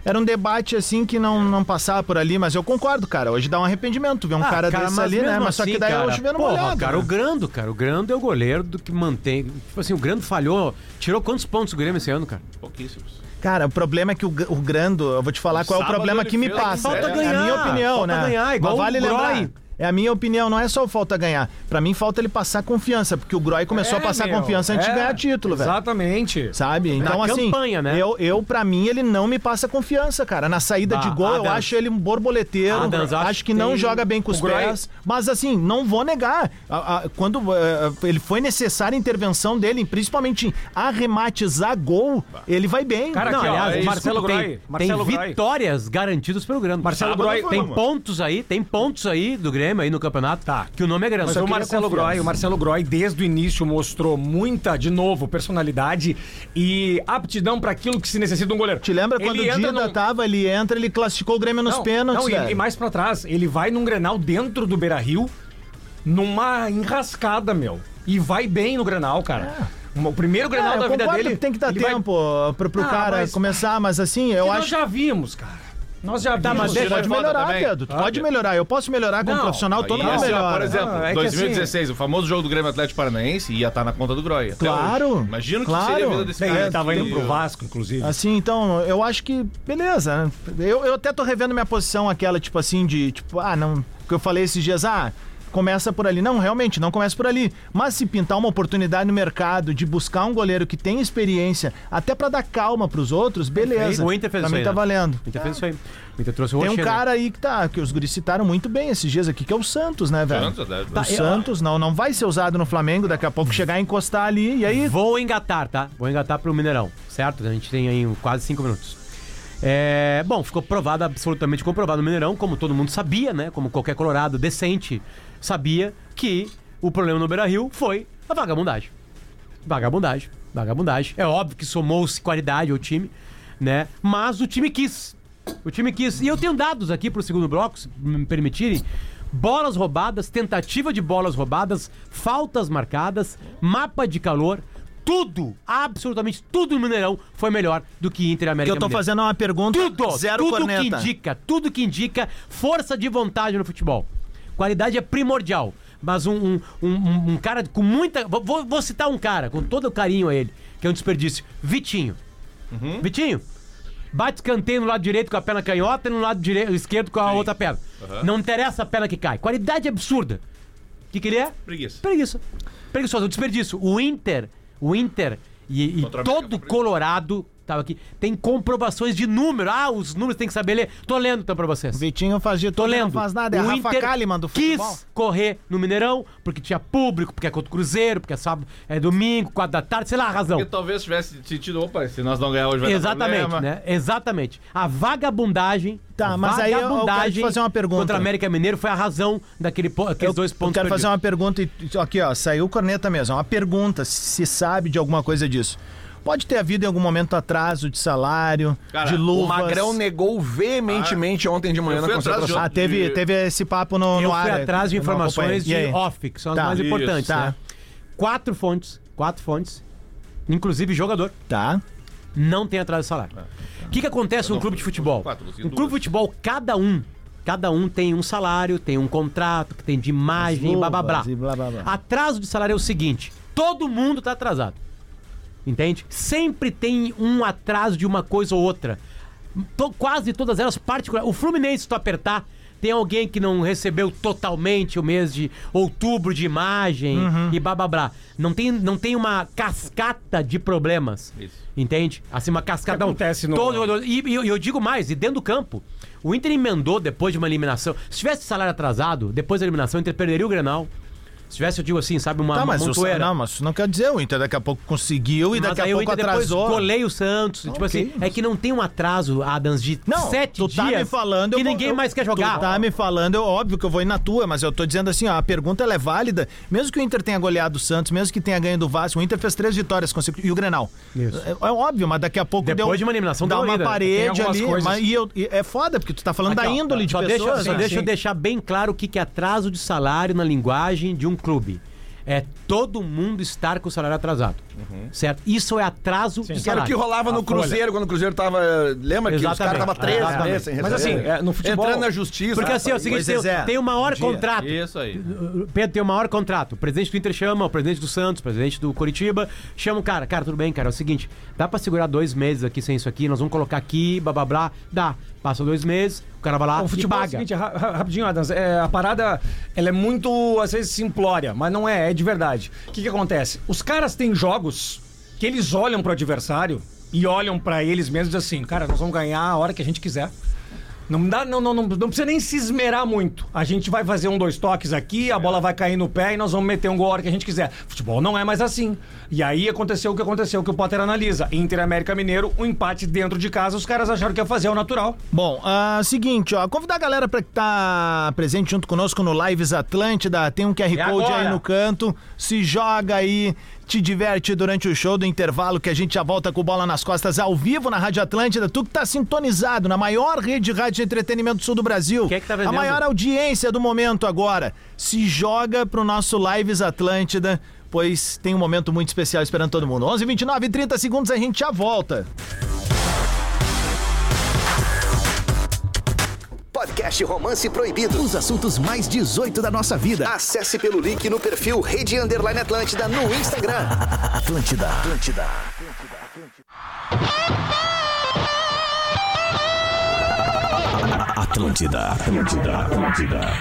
[SPEAKER 2] era um debate assim que não, não passava por ali, mas eu concordo, cara. Hoje dá um arrependimento ver um
[SPEAKER 3] Ah,
[SPEAKER 2] cara, desse
[SPEAKER 3] mas
[SPEAKER 2] ali, né?
[SPEAKER 3] mesmo
[SPEAKER 2] Mas só que
[SPEAKER 3] assim,
[SPEAKER 2] daí
[SPEAKER 3] cara,
[SPEAKER 2] eu chovendo
[SPEAKER 3] porra,
[SPEAKER 2] molhado.
[SPEAKER 3] Cara, o
[SPEAKER 2] né?
[SPEAKER 3] Grando, cara. O Grando é o goleiro do que mantém. Tipo assim, o Grando falhou. Tirou quantos pontos o Grêmio esse ano, cara?
[SPEAKER 6] Pouquíssimos.
[SPEAKER 2] Cara, o problema é que o, G- o Grando, eu vou te falar qual é o
[SPEAKER 6] sábado
[SPEAKER 2] problema
[SPEAKER 6] ele
[SPEAKER 2] que me
[SPEAKER 6] fez,
[SPEAKER 2] passa.
[SPEAKER 6] falta
[SPEAKER 2] é a
[SPEAKER 3] ganhar,
[SPEAKER 2] minha opinião,
[SPEAKER 3] falta
[SPEAKER 2] né?
[SPEAKER 3] ganhar,
[SPEAKER 2] Mas
[SPEAKER 3] igual
[SPEAKER 2] vale
[SPEAKER 3] o
[SPEAKER 2] lembrar.
[SPEAKER 3] Groy.
[SPEAKER 2] É a minha opinião, não é só o falta ganhar. Pra mim falta ele passar confiança, porque o Groy começou
[SPEAKER 5] É,
[SPEAKER 2] a passar
[SPEAKER 5] meu,
[SPEAKER 2] confiança antes
[SPEAKER 5] é,
[SPEAKER 2] de ganhar título, velho.
[SPEAKER 5] Exatamente.
[SPEAKER 2] Sabe? Então, assim,
[SPEAKER 3] campanha, né?
[SPEAKER 2] eu, eu, pra mim, ele não me passa confiança, cara. Na saída
[SPEAKER 3] Bah,
[SPEAKER 2] de gol, eu
[SPEAKER 3] Adams.
[SPEAKER 2] acho ele um borboleteiro.
[SPEAKER 3] Adams,
[SPEAKER 2] acho,
[SPEAKER 3] acho
[SPEAKER 2] que
[SPEAKER 3] que
[SPEAKER 2] não
[SPEAKER 3] tem
[SPEAKER 2] joga bem com os
[SPEAKER 5] o Groy.
[SPEAKER 2] pés. Mas, assim, não vou negar. A- a- quando eh, ele foi necessária a intervenção dele, principalmente em arrematizar gol, ele vai bem.
[SPEAKER 5] Cara,
[SPEAKER 3] Não,
[SPEAKER 5] aqui, ó,
[SPEAKER 3] aliás,
[SPEAKER 5] é
[SPEAKER 3] o
[SPEAKER 5] isso.
[SPEAKER 3] Marcelo
[SPEAKER 5] Marcelo
[SPEAKER 3] tem,
[SPEAKER 5] Groy, Marcelo
[SPEAKER 3] tem
[SPEAKER 5] Groy.
[SPEAKER 3] vitórias garantidas pelo Grêmio.
[SPEAKER 5] Marcelo
[SPEAKER 3] Sábado
[SPEAKER 5] Groy
[SPEAKER 3] tem
[SPEAKER 5] foi, mano.
[SPEAKER 3] pontos aí, tem pontos aí do Grêmio aí no campeonato.
[SPEAKER 5] Tá.
[SPEAKER 3] Que o nome é Grêmio.
[SPEAKER 5] Mas
[SPEAKER 3] Só
[SPEAKER 5] o
[SPEAKER 3] queria
[SPEAKER 5] Marcelo
[SPEAKER 3] confiança.
[SPEAKER 5] Groy, o Marcelo Groy desde o início mostrou muita, de novo, personalidade e aptidão pra aquilo que se necessita de um goleiro.
[SPEAKER 2] Te lembra quando o Dida tava, ele entra, ele classificou o Grêmio nos pênaltis,
[SPEAKER 5] Não, e-
[SPEAKER 2] velho.
[SPEAKER 5] e, mais pra trás, ele vai num Grenal dentro do Beira-Rio, numa enrascada, meu. E vai bem no Grenal, cara. O primeiro
[SPEAKER 2] Ah,
[SPEAKER 5] Grenal
[SPEAKER 2] eu
[SPEAKER 5] da vida
[SPEAKER 2] concordo
[SPEAKER 5] dele...
[SPEAKER 2] que tem que dar
[SPEAKER 5] ele vai-
[SPEAKER 2] tempo pro, pro
[SPEAKER 5] Ah,
[SPEAKER 2] cara
[SPEAKER 5] mas-
[SPEAKER 2] começar, mas assim, eu acho
[SPEAKER 5] Que
[SPEAKER 2] Tá,
[SPEAKER 5] Nós já vimos, cara. Nós já vimos.
[SPEAKER 2] Mas
[SPEAKER 6] Os
[SPEAKER 2] deixa,
[SPEAKER 6] tiros
[SPEAKER 2] pode
[SPEAKER 3] né,
[SPEAKER 6] é foda
[SPEAKER 2] melhorar,
[SPEAKER 6] também.
[SPEAKER 2] Pedro. Tu
[SPEAKER 6] Ah,
[SPEAKER 2] pode
[SPEAKER 6] Pedro.
[SPEAKER 2] melhorar. Eu posso melhorar como
[SPEAKER 5] Não.
[SPEAKER 2] profissional, todo
[SPEAKER 6] Aí,
[SPEAKER 2] mundo
[SPEAKER 6] assim, ó,
[SPEAKER 2] melhora.
[SPEAKER 6] por exemplo,
[SPEAKER 5] Não, é que
[SPEAKER 6] 2016, o famoso jogo do Grêmio Atlético Paranaense ia estar na conta do Groy. até
[SPEAKER 2] Claro,
[SPEAKER 6] hoje. Imagino que
[SPEAKER 2] claro.
[SPEAKER 6] seria a vida desse
[SPEAKER 5] Bem,
[SPEAKER 6] cara.
[SPEAKER 5] ele tava indo pro
[SPEAKER 6] E-
[SPEAKER 5] Vasco, inclusive.
[SPEAKER 2] Assim, então, eu acho que, beleza. né? Eu, eu até tô revendo minha posição, aquela, tipo assim, de, tipo, ah, não. Que eu falei esses dias, ah. começa por ali. Não, realmente, não começa por ali. Mas se pintar uma oportunidade no mercado de buscar um goleiro que tem experiência, até pra dar calma pros outros, beleza.
[SPEAKER 3] O Inter fez
[SPEAKER 2] pra
[SPEAKER 3] isso
[SPEAKER 2] mim
[SPEAKER 3] aí,
[SPEAKER 2] tá
[SPEAKER 3] né?
[SPEAKER 2] valendo.
[SPEAKER 3] O Inter fez isso aí. O Inter trouxe o
[SPEAKER 2] Tem um
[SPEAKER 3] Rocher, né?
[SPEAKER 2] cara aí que tá, que os guris citaram muito bem esses dias aqui, que é o Santos, né, velho?
[SPEAKER 6] Santos, né?
[SPEAKER 2] O Santos não, não vai ser usado no Flamengo, daqui a pouco chegar e encostar ali, e aí
[SPEAKER 3] Vou engatar, tá? Vou engatar pro Mineirão, certo? A gente tem aí um- quase cinco minutos. É, bom, ficou provado, absolutamente comprovado no Mineirão, como todo mundo sabia, né? Como qualquer colorado decente sabia que o problema no Beira-Rio foi a vagabundagem. Vagabundagem, vagabundagem. É óbvio que somou-se qualidade ao time, né? Mas o time quis. O time quis. E eu tenho dados aqui pro segundo bloco, se me permitirem. Bolas roubadas, tentativa de bolas roubadas, faltas marcadas, mapa de calor, tudo, absolutamente tudo no Mineirão foi melhor do que Inter e
[SPEAKER 2] que
[SPEAKER 3] América
[SPEAKER 2] eu tô
[SPEAKER 3] Mineiro.
[SPEAKER 2] fazendo uma pergunta,
[SPEAKER 3] Tudo,
[SPEAKER 2] zero
[SPEAKER 3] tudo que
[SPEAKER 2] corneta.
[SPEAKER 3] indica, tudo que indica força de vontade no futebol. Qualidade é primordial. Mas um, um, um- um- um cara com muita. vou- Vou, vou citar um cara, com todo o carinho a ele, que é um desperdício. Vitinho.
[SPEAKER 2] Uhum.
[SPEAKER 3] Vitinho, bate escanteio no lado direito com a perna canhota e no lado dire... esquerdo com a outra perna. Não interessa a perna que cai. Qualidade absurda. O que, que ele é?
[SPEAKER 6] Preguiça.
[SPEAKER 3] Preguiça. Preguiçoso, um desperdício. O Inter, o Inter e, e
[SPEAKER 6] Contra a América,
[SPEAKER 3] todo
[SPEAKER 6] foi
[SPEAKER 3] Colorado tava aqui. Tem comprovações de número. Ah, os números tem que saber ler. Tô lendo então pra vocês.
[SPEAKER 2] Vitinho faz de
[SPEAKER 3] Tô
[SPEAKER 2] tudo,
[SPEAKER 3] lendo.
[SPEAKER 2] não faz nada, é
[SPEAKER 3] o
[SPEAKER 2] Rafa
[SPEAKER 3] Inter
[SPEAKER 2] Kalimann do futebol.
[SPEAKER 3] quis correr no Mineirão porque tinha público, porque é contra o Cruzeiro, porque é sábado, é domingo, quatro da tarde, sei lá a razão.
[SPEAKER 6] Porque tá talvez tivesse sentido, opa, se nós não ganhar hoje vai dar
[SPEAKER 3] Exatamente,
[SPEAKER 6] problema.
[SPEAKER 3] né? Exatamente. A vagabundagem.
[SPEAKER 2] Tá,
[SPEAKER 3] a
[SPEAKER 2] mas aí eu- eu quero te fazer uma pergunta.
[SPEAKER 3] Contra o América Mineiro foi a razão daquele po- aqueles dois pontos.
[SPEAKER 2] quero fazer
[SPEAKER 3] perdidos.
[SPEAKER 2] uma pergunta. e- Aqui, ó, saiu corneta mesmo. é Uma pergunta: se sabe de alguma coisa disso. Pode ter havido em algum momento atraso de salário,
[SPEAKER 6] Cara,
[SPEAKER 2] de
[SPEAKER 6] o
[SPEAKER 4] O
[SPEAKER 2] luvas.
[SPEAKER 4] Magrão negou veementemente ontem de manhã
[SPEAKER 6] Ah, eu
[SPEAKER 4] na
[SPEAKER 6] fui atrás de
[SPEAKER 4] concentração.
[SPEAKER 2] Ah, teve, teve esse papo no, no
[SPEAKER 3] Eu fui
[SPEAKER 2] ar.
[SPEAKER 3] atrás de
[SPEAKER 2] eu não
[SPEAKER 3] informações de
[SPEAKER 2] acompanhei. E aí?
[SPEAKER 3] off, que são
[SPEAKER 2] Tá.
[SPEAKER 3] as mais
[SPEAKER 2] Isso,
[SPEAKER 3] importantes,
[SPEAKER 2] tá.
[SPEAKER 3] né? Quatro fontes, quatro fontes, inclusive jogador,
[SPEAKER 2] Tá.
[SPEAKER 3] não tem atraso de
[SPEAKER 2] É,
[SPEAKER 3] salário. O que, que acontece no clube de futebol?
[SPEAKER 6] quatro, assim,
[SPEAKER 3] Um
[SPEAKER 6] duas.
[SPEAKER 3] clube de futebol, cada um, cada um tem um salário, tem um contrato, que tem de imagem, blá, blá, blá.
[SPEAKER 2] Luvas e blá, blá, blá.
[SPEAKER 3] Atraso de salário é o seguinte: todo mundo tá atrasado. Entende? Sempre tem um atraso de uma coisa ou outra. To- quase todas elas particulares. O Fluminense, se tu apertar, tem alguém que não recebeu totalmente o mês de outubro de imagem
[SPEAKER 5] Uhum.
[SPEAKER 3] e blá blá blá. Não tem, não tem uma cascata de problemas.
[SPEAKER 6] Isso.
[SPEAKER 3] Entende? Assim, uma cascata. não.
[SPEAKER 5] acontece no-
[SPEAKER 3] Todo jogador- E, e eu- e eu digo mais, e dentro do campo. O Inter emendou depois de uma eliminação. Se tivesse salário atrasado, depois da eliminação, o Inter perderia o Grenal. Se tivesse, eu digo assim, sabe, uma,
[SPEAKER 2] Tá,
[SPEAKER 3] uma
[SPEAKER 2] mas o,
[SPEAKER 3] montoeira.
[SPEAKER 2] não, mas isso não quer dizer o Inter daqui a pouco conseguiu e
[SPEAKER 3] Mas
[SPEAKER 2] daqui a
[SPEAKER 3] aí o
[SPEAKER 2] pouco
[SPEAKER 3] Inter depois
[SPEAKER 2] atrasou.
[SPEAKER 3] colei o Santos. tipo
[SPEAKER 2] ok,
[SPEAKER 3] assim, é
[SPEAKER 2] mas-
[SPEAKER 3] que não tem um atraso, Adams, de
[SPEAKER 2] Não,
[SPEAKER 3] sete
[SPEAKER 2] tu tá
[SPEAKER 3] dias
[SPEAKER 2] me falando, eu
[SPEAKER 3] que
[SPEAKER 2] vou-
[SPEAKER 3] ninguém
[SPEAKER 2] eu-
[SPEAKER 3] mais quer jogar.
[SPEAKER 2] Tu tá me falando, eu, óbvio que eu vou ir na tua, mas eu tô dizendo assim, ó, a pergunta ela é válida. Mesmo que o Inter tenha goleado o Santos, mesmo que tenha ganho do Vasco, o Inter fez três vitórias consecutivas. E o Grenal.
[SPEAKER 3] Isso.
[SPEAKER 2] É, é óbvio, mas daqui a pouco
[SPEAKER 3] Depois
[SPEAKER 2] deu-
[SPEAKER 3] de uma eliminação
[SPEAKER 2] dá uma
[SPEAKER 3] dolorida, tem
[SPEAKER 2] parede
[SPEAKER 5] algumas
[SPEAKER 2] ali.
[SPEAKER 5] coisas.
[SPEAKER 2] mas- e eu- e é foda, porque tu tá falando
[SPEAKER 3] Aqui,
[SPEAKER 2] da
[SPEAKER 3] ó,
[SPEAKER 2] índole de
[SPEAKER 3] só
[SPEAKER 2] pessoas.
[SPEAKER 3] Deixa, só
[SPEAKER 2] né?
[SPEAKER 3] deixa eu
[SPEAKER 5] Sim.
[SPEAKER 3] deixar bem claro o que que é atraso de salário na linguagem de um clube. É todo mundo estar com o salário atrasado.
[SPEAKER 2] Uhum.
[SPEAKER 3] Certo? Isso é atraso de
[SPEAKER 4] Que era
[SPEAKER 3] salário.
[SPEAKER 4] o que rolava no
[SPEAKER 5] folha.
[SPEAKER 4] Cruzeiro, quando o Cruzeiro tava. Lembra que os caras
[SPEAKER 3] Exatamente.
[SPEAKER 4] estavam três
[SPEAKER 3] Exatamente.
[SPEAKER 4] meses sem
[SPEAKER 5] Mas
[SPEAKER 4] receber?
[SPEAKER 5] assim, é, no futebol-
[SPEAKER 4] Entrando na justiça.
[SPEAKER 3] Porque assim, Tipo, é o
[SPEAKER 2] Pois
[SPEAKER 3] seguinte, tem,
[SPEAKER 2] é.
[SPEAKER 3] tem o
[SPEAKER 2] Bom
[SPEAKER 3] maior
[SPEAKER 2] dia.
[SPEAKER 3] contrato.
[SPEAKER 6] Isso aí. Tipo
[SPEAKER 3] Pedro tem o maior contrato. O presidente do Inter chama, o presidente do Santos, o presidente do Curitiba. Chama o cara. Cara, tudo bem, cara. É o seguinte: dá pra segurar dois meses aqui sem isso aqui, nós vamos colocar aqui, blá blá blá. Dá. Passa dois meses, o cara vai lá
[SPEAKER 5] O
[SPEAKER 3] Ah, e
[SPEAKER 5] futebol é o
[SPEAKER 3] paga.
[SPEAKER 5] seguinte, ra- ra- rapidinho, Adams, é, a parada ela é muito, às vezes, simplória, mas não é, é de verdade. O que, que acontece? Os caras têm jogos que eles olham pro adversário e olham pra eles mesmos e dizem assim, cara, nós vamos ganhar a hora que a gente quiser. Não, dá, não, não, não, não precisa nem se esmerar muito. A gente vai fazer um, dois toques aqui, a bola vai cair no pé e nós vamos meter um gol a hora que a gente quiser. Futebol não é mais assim. E aí aconteceu o que aconteceu, o que o Potter analisa. Inter e América Mineiro, um empate dentro de casa, os caras acharam que ia fazer o natural.
[SPEAKER 2] Bom, ah, seguinte, ó, convidar a galera para que tá presente junto conosco no Lives Atlântida, tem um QR
[SPEAKER 3] É
[SPEAKER 2] Code aí no canto, se joga aí, te diverte durante o show do intervalo que a gente já volta com bola nas costas ao vivo na Rádio Atlântida, tu que tá sintonizado na maior rede de rádio de entretenimento do sul do Brasil,
[SPEAKER 3] Quem é que tá
[SPEAKER 2] a
[SPEAKER 3] vendendo?
[SPEAKER 2] maior audiência do momento agora, se joga pro nosso Lives Atlântida, pois tem um momento muito especial esperando todo mundo, 11, 29 30 segundos a gente já volta.
[SPEAKER 9] Podcast Romance Proibido.
[SPEAKER 10] Os assuntos mais 18 da nossa vida.
[SPEAKER 9] Acesse pelo link no perfil Rede Underline Atlântida no Instagram.
[SPEAKER 10] Atlântida. Atlântida. Atlântida. Atlântida. Atlântida.